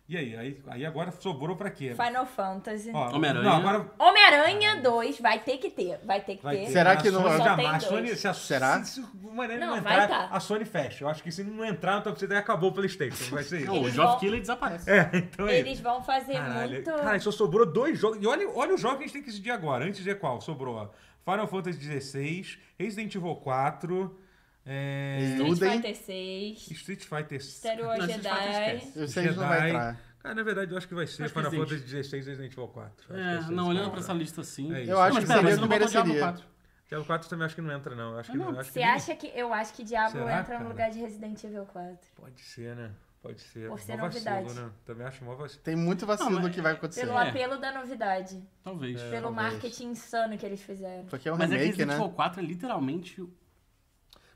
Speaker 1: E aí? Aí, aí agora sobrou pra quê?
Speaker 3: Final Fantasy.
Speaker 1: Ó,
Speaker 4: Homem-Aranha.
Speaker 1: Não, agora
Speaker 3: Homem-Aranha 2 vai ter que ter. Vai ter que
Speaker 1: vai
Speaker 3: ter.
Speaker 1: ter.
Speaker 2: Será
Speaker 1: A
Speaker 2: que não-
Speaker 1: Sony
Speaker 2: Só
Speaker 1: jamais-
Speaker 3: tem
Speaker 1: a Sony,
Speaker 3: dois.
Speaker 1: se a,
Speaker 2: Será?
Speaker 1: Se, se o Homem-Aranha não,
Speaker 3: Não, vai
Speaker 1: entrar,
Speaker 3: tá.
Speaker 1: a Sony fecha. Eu acho que se não entrar então no Top 100, acabou o Playstation. Vai ser isso.
Speaker 4: Não, o
Speaker 3: Eles
Speaker 4: é Geoff
Speaker 3: vão-
Speaker 4: Keighley desaparece.
Speaker 1: É, então é
Speaker 3: Eles
Speaker 1: isso.
Speaker 3: vão fazer
Speaker 1: Caralho.
Speaker 3: muito.
Speaker 1: Cara, só sobrou dois jogos. E olha, olha o jogo que a gente tem que decidir agora. Antes de qual? Sobrou ó, Final Fantasy XVI, Resident Evil 4, é,
Speaker 3: Street
Speaker 2: Luden.
Speaker 3: Fighter 6.
Speaker 1: Street Fighter 6.
Speaker 3: Star Wars
Speaker 4: Não, Street Fighter
Speaker 3: Jedi.
Speaker 4: esquece.
Speaker 2: Eu sei que não vai entrar.
Speaker 1: Cara, na verdade, eu acho que vai ser
Speaker 4: Acho que
Speaker 1: Final
Speaker 4: existe.
Speaker 1: Fantasy 16 e Resident Evil 4. Acho que vai
Speaker 4: É,
Speaker 1: ser
Speaker 4: não,
Speaker 1: esse
Speaker 4: olhando
Speaker 1: jogo.
Speaker 4: pra essa lista assim.
Speaker 1: É isso.
Speaker 2: Eu acho
Speaker 4: Não,
Speaker 2: que
Speaker 4: mas pera,
Speaker 2: seria
Speaker 4: mas
Speaker 2: o
Speaker 4: não
Speaker 2: que
Speaker 4: botou Diablo
Speaker 2: mereceria.
Speaker 4: 4.
Speaker 1: Diablo 4 também acho que não entra, não. Acho que
Speaker 4: Ah, não.
Speaker 1: não. Acho
Speaker 3: Você
Speaker 1: que nem-
Speaker 3: acha que. Eu acho que Diablo
Speaker 1: Será,
Speaker 3: entra
Speaker 1: cara?
Speaker 3: no lugar de Resident Evil 4.
Speaker 1: Pode ser, né? Pode ser.
Speaker 3: Por ser
Speaker 1: Mó vacilo,
Speaker 3: novidade.
Speaker 1: né? Também acho mó vacilo.
Speaker 2: Tem muito vacilo
Speaker 4: Não, mas-
Speaker 2: que vai acontecer.
Speaker 3: Pelo
Speaker 4: É.
Speaker 3: apelo da novidade.
Speaker 4: Talvez.
Speaker 3: pelo
Speaker 2: talvez.
Speaker 3: marketing insano que eles fizeram.
Speaker 2: Porque é um
Speaker 4: Mas é que
Speaker 2: É. remake,
Speaker 4: Resident
Speaker 2: né?
Speaker 4: Evil 4 é literalmente.
Speaker 1: O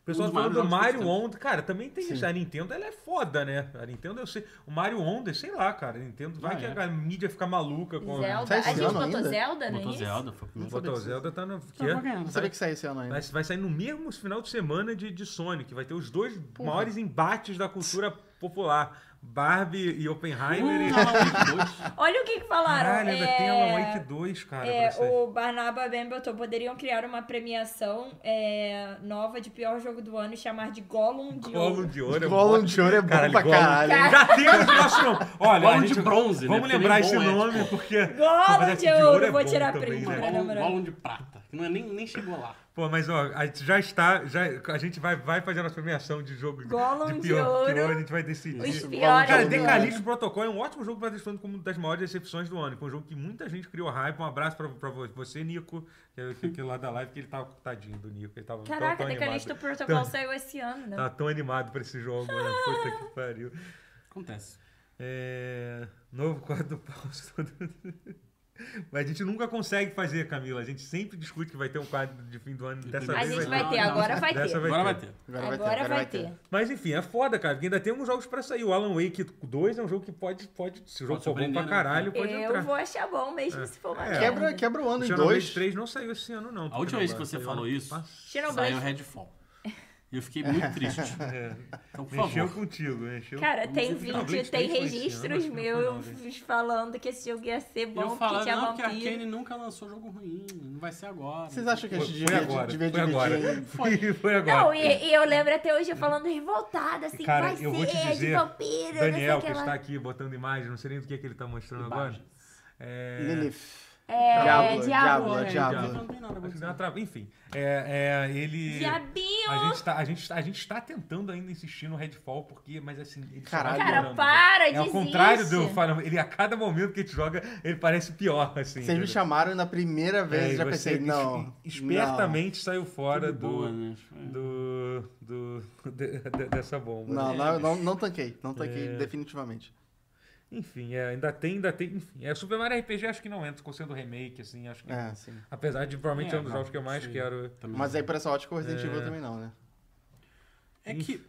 Speaker 1: pessoal
Speaker 4: Um dos
Speaker 1: falou do
Speaker 4: maiores jogos
Speaker 1: Mario
Speaker 4: que
Speaker 1: Onda. Cara, também tem isso.
Speaker 2: Sim.
Speaker 1: A Nintendo, ela é foda, né? A Nintendo, eu sei. O Mario Onda, sei lá, cara. A Nintendo, vai
Speaker 4: Ah,
Speaker 1: que
Speaker 4: é.
Speaker 1: a mídia fica maluca com...
Speaker 3: Zelda.
Speaker 2: Tá
Speaker 3: A
Speaker 2: esse
Speaker 3: gente
Speaker 2: ano
Speaker 3: botou
Speaker 2: ainda?
Speaker 3: Zelda,
Speaker 4: Botou
Speaker 3: né?
Speaker 4: Zelda, foi o primeiro.
Speaker 1: Botar o Zelda tá no... Que
Speaker 4: Não, vai ganhar,
Speaker 2: Não
Speaker 4: não
Speaker 2: sabia
Speaker 4: vai.
Speaker 2: que saía esse ano ainda.
Speaker 1: Vai, vai sair no mesmo final de semana de, de Sonic. Vai ter os dois maiores embates da cultura popular. Barbie e Oppenheimer.
Speaker 4: Hum,
Speaker 1: e-
Speaker 3: Olha o que, que falaram.
Speaker 1: Caralho, ainda
Speaker 3: é...
Speaker 1: tem Alan Wake 2, cara.
Speaker 3: É,
Speaker 1: pra sair.
Speaker 3: o Barnaba Ben botou, poderiam criar uma premiação é, nova de pior jogo do ano e chamar de Gollum de
Speaker 1: Gollum
Speaker 3: Ouro.
Speaker 1: de ouro. é
Speaker 2: Gollum
Speaker 1: bom.
Speaker 2: de ouro é bom
Speaker 1: Caralho,
Speaker 2: pra
Speaker 1: Gollum-
Speaker 2: caralho. hein?
Speaker 1: Já temos o nosso nome. Olha,
Speaker 4: Gollum
Speaker 1: a
Speaker 4: de
Speaker 1: gente-
Speaker 4: bronze, né?
Speaker 1: Vamos
Speaker 4: Porque
Speaker 1: lembrar
Speaker 4: nem
Speaker 1: esse
Speaker 4: bom é,
Speaker 1: nome,
Speaker 4: tipo-
Speaker 1: porque...
Speaker 3: Gollum de Ouro, vou
Speaker 1: bom
Speaker 3: tirar
Speaker 1: também,
Speaker 3: print
Speaker 1: né?
Speaker 4: é
Speaker 3: pra namorar.
Speaker 4: Bola um de prata, que não é nem, nem chegou lá.
Speaker 1: Pô, mas ó, a gente já está. Já, a gente vai, vai fazer a nossa premiação de jogo de-
Speaker 3: Gollum
Speaker 1: de
Speaker 3: de
Speaker 1: pior,
Speaker 3: ouro.
Speaker 1: pior, a gente vai
Speaker 3: Os
Speaker 1: decidir.
Speaker 2: Gollum
Speaker 4: é
Speaker 3: piores.
Speaker 1: Cara,
Speaker 4: um
Speaker 2: de
Speaker 3: do ano.
Speaker 1: Decalixto Protocol é um ótimo jogo para destruir como uma das maiores decepções do ano. Foi um jogo que muita gente criou hype. Um abraço pra, pra vo- você, Nico, que, é- que, que lá da live, que ele tava tadinho do Nico. Ele tava tava
Speaker 3: Caraca, tá
Speaker 1: tão
Speaker 3: Decalisto
Speaker 1: animado.
Speaker 3: Protocol saiu esse ano, né?
Speaker 1: Tava tão animado pra esse jogo, né? Puta que pariu.
Speaker 4: Acontece.
Speaker 1: É, Novo quadro do Paus. Mas a gente nunca consegue fazer, Camila. A gente sempre discute que vai ter um quadro de fim do ano. Dessa
Speaker 3: A
Speaker 1: vez
Speaker 3: gente
Speaker 1: vai
Speaker 3: vai
Speaker 4: não,
Speaker 3: ter,
Speaker 4: não,
Speaker 3: agora vai
Speaker 1: Dessa
Speaker 3: ter.
Speaker 1: vai
Speaker 4: Agora
Speaker 1: ter.
Speaker 4: vai ter.
Speaker 3: Agora vai ter.
Speaker 1: Mas enfim, é foda, cara. Porque ainda tem uns jogos pra sair. O Alan Wake 2 é um jogo que pode. pode se o jogo
Speaker 4: Pode
Speaker 1: for bom
Speaker 4: surpreender,
Speaker 1: pra
Speaker 4: né?
Speaker 1: caralho, pode
Speaker 3: É, Eu
Speaker 1: entrar.
Speaker 3: vou achar bom mesmo se for uma
Speaker 1: É.
Speaker 2: Quebra,
Speaker 3: merda.
Speaker 2: quebra o ano
Speaker 1: O
Speaker 2: em
Speaker 1: Xenoblade
Speaker 2: dois.
Speaker 1: 3 não saiu esse ano, não.
Speaker 4: A última vez que
Speaker 1: Xenoblade,
Speaker 4: você
Speaker 1: saiu
Speaker 4: falou
Speaker 1: ano
Speaker 4: isso, saiu o
Speaker 3: Xenoblade.
Speaker 4: Redfall. E eu fiquei muito triste. Então, por
Speaker 1: É, Mexeu
Speaker 4: favor.
Speaker 1: contigo, mexeu.
Speaker 3: Cara, tem
Speaker 1: Não sei se
Speaker 3: vídeo,
Speaker 1: Xenoblade 3 foi
Speaker 3: tem
Speaker 1: esse ano, acho
Speaker 3: registros
Speaker 1: que não foi, não,
Speaker 3: meus
Speaker 1: gente.
Speaker 3: falando que esse jogo ia ser bom,
Speaker 4: eu
Speaker 3: que
Speaker 4: falava,
Speaker 3: tinha
Speaker 4: não, porque a
Speaker 3: vampiro.
Speaker 4: Arkane nunca lançou jogo ruim. Não vai ser agora.
Speaker 2: Vocês acham que a gente
Speaker 1: Foi- Foi
Speaker 2: devia,
Speaker 1: agora.
Speaker 2: devia
Speaker 1: Foi
Speaker 2: dividir
Speaker 1: agora.
Speaker 2: em-
Speaker 1: Foi- Foi agora.
Speaker 3: Não, e, e eu lembro até hoje eu falando revoltada, assim,
Speaker 1: Hum. Cara,
Speaker 3: vai
Speaker 1: eu vou
Speaker 3: ser
Speaker 1: te
Speaker 3: de
Speaker 1: dizer,
Speaker 3: vampiro,
Speaker 1: Daniel,
Speaker 3: não
Speaker 1: que
Speaker 3: sei o que
Speaker 1: está
Speaker 3: lá.
Speaker 1: aqui botando imagem, não sei nem do que, é que ele está mostrando agora. É...
Speaker 2: Lilith?
Speaker 3: É,
Speaker 2: Diablo,
Speaker 3: Diablo.
Speaker 2: Diablo,
Speaker 1: é,
Speaker 2: Diablo.
Speaker 1: Diablo.
Speaker 4: Não tem nada,
Speaker 1: Acho que deu
Speaker 4: vou
Speaker 1: uma trava. Enfim, é, é, ele.
Speaker 3: Diabinho!
Speaker 1: A gente, tá, a, gente, a gente tá tentando ainda insistir no Redfall, porque, mas assim, ele só
Speaker 2: Caralho.
Speaker 1: vai
Speaker 3: Cara,
Speaker 1: piorando.
Speaker 3: para,
Speaker 1: É ao
Speaker 3: desiste.
Speaker 1: contrário do Final Ele a cada momento que a gente joga, ele parece pior, assim.
Speaker 2: Vocês me
Speaker 1: entendeu?
Speaker 2: chamaram na primeira
Speaker 1: É,
Speaker 2: vez,
Speaker 1: e
Speaker 2: eu já
Speaker 1: você
Speaker 2: pensei,
Speaker 1: es-
Speaker 2: não.
Speaker 1: Espertamente saiu fora
Speaker 4: Tudo boa,
Speaker 1: do,
Speaker 4: né?
Speaker 2: É,
Speaker 1: do, do, de- de- dessa bomba. né?
Speaker 2: Não, não, não, não tanquei,
Speaker 1: É.
Speaker 2: não tanquei definitivamente.
Speaker 1: Enfim, é, ainda tem, ainda tem. Enfim, é Super Mario RPG, acho que não entra, considerando o remake, assim, acho que.
Speaker 2: É, sim.
Speaker 1: Apesar de provavelmente é,
Speaker 4: É,
Speaker 1: um dos
Speaker 4: não,
Speaker 1: jogos que eu mais
Speaker 4: sim.
Speaker 1: quero.
Speaker 4: Também.
Speaker 2: Mas aí, por essa ótica, o Resident Evil
Speaker 1: É.
Speaker 2: também não, né?
Speaker 4: É que,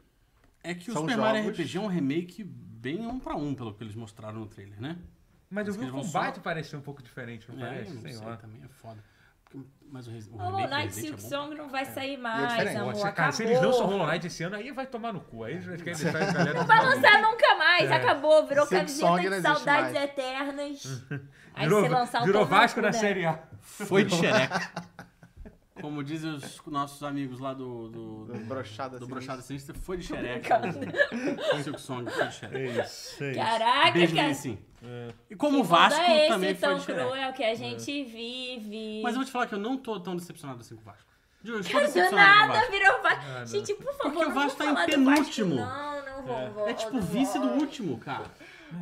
Speaker 4: é que o
Speaker 2: São
Speaker 4: Super Mario
Speaker 2: jogos-
Speaker 4: RPG é um remake bem um pra um, pelo que eles mostraram no trailer, né?
Speaker 1: Mas eu vi o
Speaker 4: Mas que eles vão
Speaker 1: combate
Speaker 4: só-
Speaker 1: parecer um pouco diferente, não
Speaker 4: é, eu
Speaker 1: parece?
Speaker 4: não
Speaker 1: Sei,
Speaker 4: sei,
Speaker 1: lá.
Speaker 4: também é foda. Porque- Mas o, res- o
Speaker 3: Hollow
Speaker 4: remake do
Speaker 3: Knight
Speaker 4: Resident
Speaker 3: Silk
Speaker 4: é bom.
Speaker 3: Song não vai sair
Speaker 2: E é
Speaker 3: mais,
Speaker 2: diferente.
Speaker 1: Pô,
Speaker 3: amor.
Speaker 1: se, cara,
Speaker 3: acabou.
Speaker 1: se eles lançam Hollow Knight esse ano, aí vai tomar no cu. Aí eles querem deixar a galera.
Speaker 3: Não vai lançar nunca
Speaker 1: É.
Speaker 3: mais, acabou. Virou
Speaker 2: Silk Song não
Speaker 3: camiseta de
Speaker 2: existe
Speaker 3: saudades
Speaker 2: mais.
Speaker 3: eternas. Aí
Speaker 1: Virou,
Speaker 3: se lançar o
Speaker 1: virou
Speaker 3: tomar no
Speaker 1: Vasco
Speaker 3: cu,
Speaker 1: na
Speaker 3: né?
Speaker 1: Série A.
Speaker 4: Foi de xereca. Como dizem os nossos amigos lá do... Do,
Speaker 2: Do brochado
Speaker 4: do
Speaker 2: assim.
Speaker 4: Brochada Sinistra, foi de xereca. né? Silk Song foi de xereca.
Speaker 1: É isso, é isso.
Speaker 3: Caraca,
Speaker 4: Beijo,
Speaker 3: cara.
Speaker 4: Sim. E como o
Speaker 3: que
Speaker 4: Vasco
Speaker 3: mundo é esse
Speaker 4: também foi
Speaker 3: tão
Speaker 4: de xereca.
Speaker 3: cruel É que a gente vive.
Speaker 4: Mas eu vou te falar que eu não tô tão decepcionado assim com o Vasco. Eu estou
Speaker 3: Cara, do
Speaker 4: decepcionado com o
Speaker 3: nada
Speaker 4: Vasco.
Speaker 3: virou Vasco.
Speaker 1: É,
Speaker 3: Gente, por favor,
Speaker 4: Porque o
Speaker 3: não vou
Speaker 4: Vasco tá em
Speaker 3: falar do
Speaker 4: penúltimo.
Speaker 3: Vasco, Não, não vou. vou
Speaker 4: É tipo o
Speaker 3: não
Speaker 4: vice do
Speaker 3: vou.
Speaker 4: último, cara.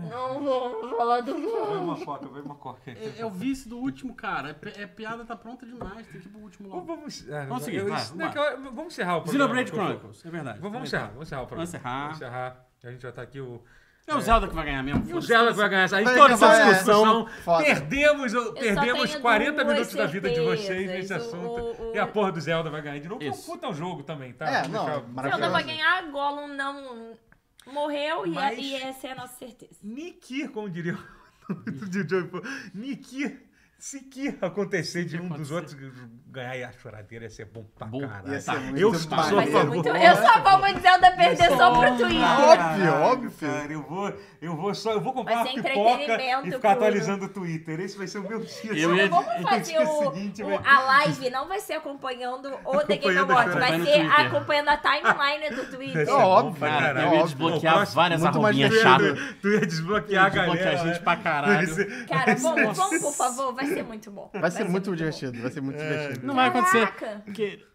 Speaker 3: Não vou falar do
Speaker 5: Vem
Speaker 3: Vasco.
Speaker 5: uma coca, vem uma coca. aí.
Speaker 4: É, é o vice do último, cara. É, pi- é piada tá pronta demais. Tem que ir pro último
Speaker 1: Vamos,
Speaker 4: logo.
Speaker 1: vamos, ah,
Speaker 4: Vamos seguir,
Speaker 1: eu-
Speaker 4: vai,
Speaker 1: isso-
Speaker 4: vamos
Speaker 1: não, que eu- vamos encerrar o programa.
Speaker 4: Xenoblade
Speaker 1: por favor.
Speaker 4: Chronicles, é verdade.
Speaker 1: Vamos, vamos encerrar,
Speaker 4: Também tá.
Speaker 1: vamos encerrar o programa.
Speaker 4: Vamos encerrar.
Speaker 1: Vamos encerrar. A gente já tá aqui o.
Speaker 4: É o Zelda que vai ganhar mesmo.
Speaker 1: E o
Speaker 4: foda-se.
Speaker 1: Zela que vai ganhar essa.
Speaker 2: Vai
Speaker 1: Então,
Speaker 2: acabar
Speaker 1: essa
Speaker 2: essa
Speaker 1: discussão.
Speaker 2: discussão. Foda.
Speaker 1: Perdemos, o- perdemos
Speaker 3: tenho
Speaker 1: 40
Speaker 3: duas
Speaker 1: minutos da vida de vocês
Speaker 3: certezas.
Speaker 1: nesse
Speaker 3: O-
Speaker 1: assunto.
Speaker 3: o-
Speaker 1: E a porra do Zelda vai ganhar de novo. que É um
Speaker 4: Isso.
Speaker 1: puta jogo também, tá?
Speaker 2: É,
Speaker 1: Vamos
Speaker 2: não,
Speaker 1: deixar-
Speaker 3: Se eu
Speaker 2: maravilhoso.
Speaker 3: não vai ganhar, Gollum não morreu e,
Speaker 1: Mas-
Speaker 3: e essa é a nossa certeza.
Speaker 1: Nikir, como diria o DJ Pô, Nikir, se que acontecer de um dos outros ganhar e a choradeira ia ser bom pra
Speaker 4: Bom.
Speaker 1: caralho.
Speaker 2: Ia ser
Speaker 1: Tá,
Speaker 2: muito
Speaker 1: eu sou a
Speaker 2: maneiro.
Speaker 3: Vai ser
Speaker 1: favor.
Speaker 3: muito... Eu só vou pro Zelda perder só pro Twitter.
Speaker 2: Óbvio, óbvio.
Speaker 5: Cara, eu vou, eu vou só, eu vou comprar
Speaker 3: Vai
Speaker 5: uma
Speaker 3: ser
Speaker 5: pipoca
Speaker 3: entretenimento
Speaker 5: e ficar
Speaker 3: puro.
Speaker 5: atualizando o Twitter. Esse vai ser o meu dia.
Speaker 4: Eu
Speaker 5: sabe?
Speaker 4: ia-
Speaker 3: Vamos
Speaker 1: é
Speaker 3: fazer
Speaker 5: dia
Speaker 3: o,
Speaker 5: seguinte
Speaker 3: o-
Speaker 5: vai-
Speaker 3: a live, não vai ser acompanhando o The Game
Speaker 1: Acompanhando
Speaker 3: Awards,
Speaker 1: a
Speaker 3: vai
Speaker 4: Acompanhando
Speaker 3: ser
Speaker 4: o Twitter.
Speaker 3: acompanhando a timeline do
Speaker 1: Vai
Speaker 3: Twitter.
Speaker 1: ser
Speaker 2: É
Speaker 1: bom
Speaker 2: óbvio,
Speaker 1: pra
Speaker 2: cara,
Speaker 1: caralho.
Speaker 2: é
Speaker 4: eu ia
Speaker 2: óbvio.
Speaker 4: desbloquear
Speaker 1: Não, próximo-
Speaker 4: várias
Speaker 2: muito mais
Speaker 4: arrobinhas
Speaker 2: divertido.
Speaker 4: chatas.
Speaker 1: Tu ia desbloquear a
Speaker 4: Desbloquear
Speaker 1: galera.
Speaker 4: a gente
Speaker 1: né?
Speaker 4: pra caralho.
Speaker 1: Esse-
Speaker 3: Cara, vamos, vamos, por favor, vai ser muito bom.
Speaker 2: Vai ser muito
Speaker 3: bom.
Speaker 2: divertido, vai ser muito
Speaker 1: É.
Speaker 2: divertido.
Speaker 4: Não vai
Speaker 3: Caraca.
Speaker 4: acontecer. Porque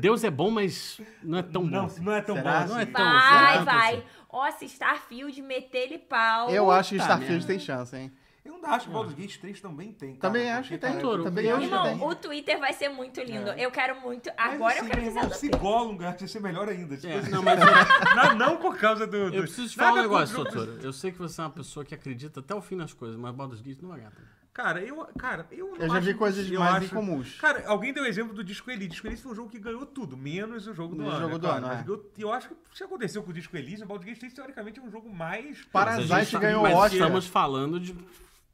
Speaker 4: Deus é bom, mas não é tão
Speaker 1: Não,
Speaker 4: bom. assim.
Speaker 1: não é tão
Speaker 2: Será?
Speaker 1: bom
Speaker 4: Não é
Speaker 1: assim.
Speaker 4: tão-
Speaker 3: Vai,
Speaker 4: Então,
Speaker 3: vai.
Speaker 4: Zé.
Speaker 3: Ó, se Starfield meter-lhe pau.
Speaker 2: Eu acho que
Speaker 4: Puta
Speaker 2: Starfield
Speaker 4: merda.
Speaker 2: tem chance, hein?
Speaker 5: Eu ainda acho que o Baldur's Gate 3 também tá- tem. cara,
Speaker 2: Também
Speaker 5: porque,
Speaker 2: acho que
Speaker 5: cara,
Speaker 2: tem.
Speaker 4: Toro,
Speaker 2: Também
Speaker 4: eu
Speaker 2: acho que
Speaker 3: Irmão,
Speaker 2: tem.
Speaker 3: o Twitter vai ser muito lindo. Eu quero muito.
Speaker 5: mas
Speaker 3: Agora
Speaker 5: assim,
Speaker 3: eu quero Tá que
Speaker 5: irmão,
Speaker 3: Zelda
Speaker 5: Se
Speaker 3: perca.
Speaker 5: Gollum ganhar, vai ser melhor ainda. Tipo,
Speaker 4: É,
Speaker 5: assim,
Speaker 4: não, mas
Speaker 1: Não, não por causa do. do-
Speaker 4: eu preciso te falar um
Speaker 1: Nada contra
Speaker 4: negócio,
Speaker 1: o-
Speaker 4: doutora. Eu sei que você é uma pessoa que acredita até o fim nas coisas, mas Baldur's Gate não vai ganhar. também.
Speaker 1: Cara, eu, cara, eu não
Speaker 2: Eu já vi
Speaker 1: acho-
Speaker 2: coisas
Speaker 1: eu
Speaker 2: mais
Speaker 1: acho-
Speaker 2: incomuns.
Speaker 1: Cara, alguém deu o exemplo do Disco Elysium. Disco Elysium foi um jogo que ganhou tudo, menos o jogo do
Speaker 2: Menos
Speaker 1: ano.
Speaker 2: o jogo
Speaker 1: é
Speaker 2: do
Speaker 1: claro.
Speaker 2: ano,
Speaker 1: Mas
Speaker 2: é.
Speaker 1: eu, eu acho que o que aconteceu com o Disco Elysium, o Baldur's Gate 3, teoricamente é um jogo mais...
Speaker 4: Mas a
Speaker 2: Parasite
Speaker 4: gente tá-
Speaker 2: ganhou
Speaker 4: mas
Speaker 2: Oscar.
Speaker 4: Estamos falando de.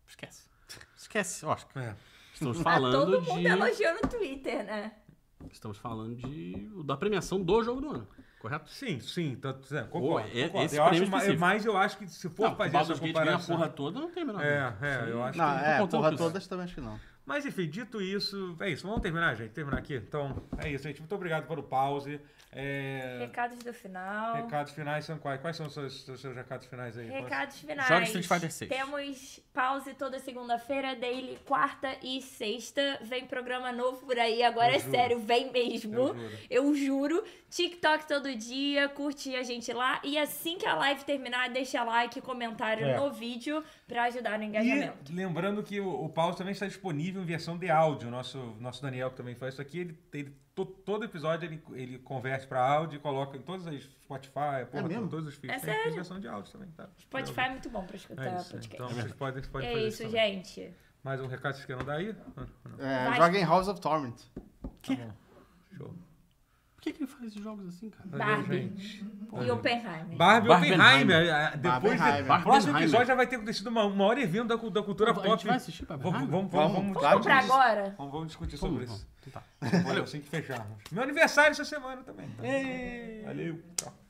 Speaker 4: Esquece. Esquece, Oscar.
Speaker 1: É.
Speaker 4: Estamos
Speaker 3: Ah,
Speaker 4: falando
Speaker 3: todo mundo
Speaker 4: de.
Speaker 3: elogiou no Twitter, né?
Speaker 4: Estamos falando de da premiação do jogo do ano. correto?
Speaker 1: Sim, sim, tá, é, concordo,
Speaker 4: Pô, é-
Speaker 1: concordo.
Speaker 4: esse
Speaker 1: eu acho,
Speaker 4: prêmio
Speaker 1: ma-
Speaker 4: específico.
Speaker 1: mas eu acho que se for
Speaker 4: não,
Speaker 1: fazer essa
Speaker 4: Baldur's Gate ganha a
Speaker 1: comparação...
Speaker 4: porra toda, não tem a menor
Speaker 1: É,
Speaker 4: dúvida.
Speaker 1: é, eu acho
Speaker 2: Não,
Speaker 1: que...
Speaker 4: tô
Speaker 2: é,
Speaker 4: contando
Speaker 2: porra
Speaker 4: com isso.
Speaker 2: todas também acho que não.
Speaker 1: Mas enfim, dito isso, é isso. Vamos terminar, gente. Terminar aqui. Então, é isso, gente. Muito obrigado pelo pause. É,
Speaker 3: Recados do final.
Speaker 1: Recados finais são quais? Quais são os seus, os seus recados finais aí?
Speaker 3: Recados finais.
Speaker 4: Joga Street Fighter 6.
Speaker 3: Temos pause toda segunda-feira, daily quarta e sexta. Vem programa novo por aí, agora
Speaker 1: Eu
Speaker 3: é
Speaker 1: juro.
Speaker 3: sério, vem mesmo.
Speaker 1: Eu juro.
Speaker 3: Eu juro. TikTok todo dia, curte a gente lá. E assim que a live terminar, deixa like e comentário
Speaker 1: É.
Speaker 3: no vídeo pra ajudar no engajamento.
Speaker 1: E lembrando que o, o pause também está disponível em versão de áudio. Nosso, nosso Daniel, que também faz isso aqui, ele, ele- to- todo episódio ele, ele converte para áudio e coloca em todas as Spotify, porra,
Speaker 2: mesmo?
Speaker 1: todos os feeds.
Speaker 3: É
Speaker 1: tem, tem
Speaker 3: sério?
Speaker 1: versão de áudio também, tá?
Speaker 3: Spotify é muito bom pra escutar
Speaker 1: É isso,
Speaker 3: podcast.
Speaker 1: então vocês podem, vocês podem
Speaker 3: é
Speaker 1: fazer
Speaker 3: isso,
Speaker 1: também.
Speaker 3: gente.
Speaker 1: Mais um recado que vocês queiram dar aí? Ah, não.
Speaker 2: É,
Speaker 3: Vai.
Speaker 2: joga em House of Torment.
Speaker 1: Show.
Speaker 4: Por que, que ele faz esses jogos assim, cara?
Speaker 1: Valeu,
Speaker 3: Barbie.
Speaker 1: gente.
Speaker 3: E Oppenheimer.
Speaker 1: Barbie
Speaker 4: Barbenheimer.
Speaker 1: Oppenheimer. ah, Depois de,
Speaker 2: Barbenheimer.
Speaker 1: o próximo
Speaker 4: Barbenheimer.
Speaker 1: episódio já vai ter acontecido uma, uma hora e vinte da, cu- da cultura
Speaker 4: A gente
Speaker 1: pop.
Speaker 4: vai assistir Barbenheimer?
Speaker 1: Vamos, vamos, vamos,
Speaker 2: Vamos,
Speaker 1: vamos,
Speaker 2: claro.
Speaker 1: vamos,
Speaker 3: Comprar agora.
Speaker 1: vamos, discutir
Speaker 4: Pô,
Speaker 1: sobre
Speaker 4: irmão,
Speaker 1: isso.
Speaker 4: então tá.
Speaker 1: então. Valeu. Assim que fecharmos. Meu aniversário essa semana também. Tá? Valeu. Tchau.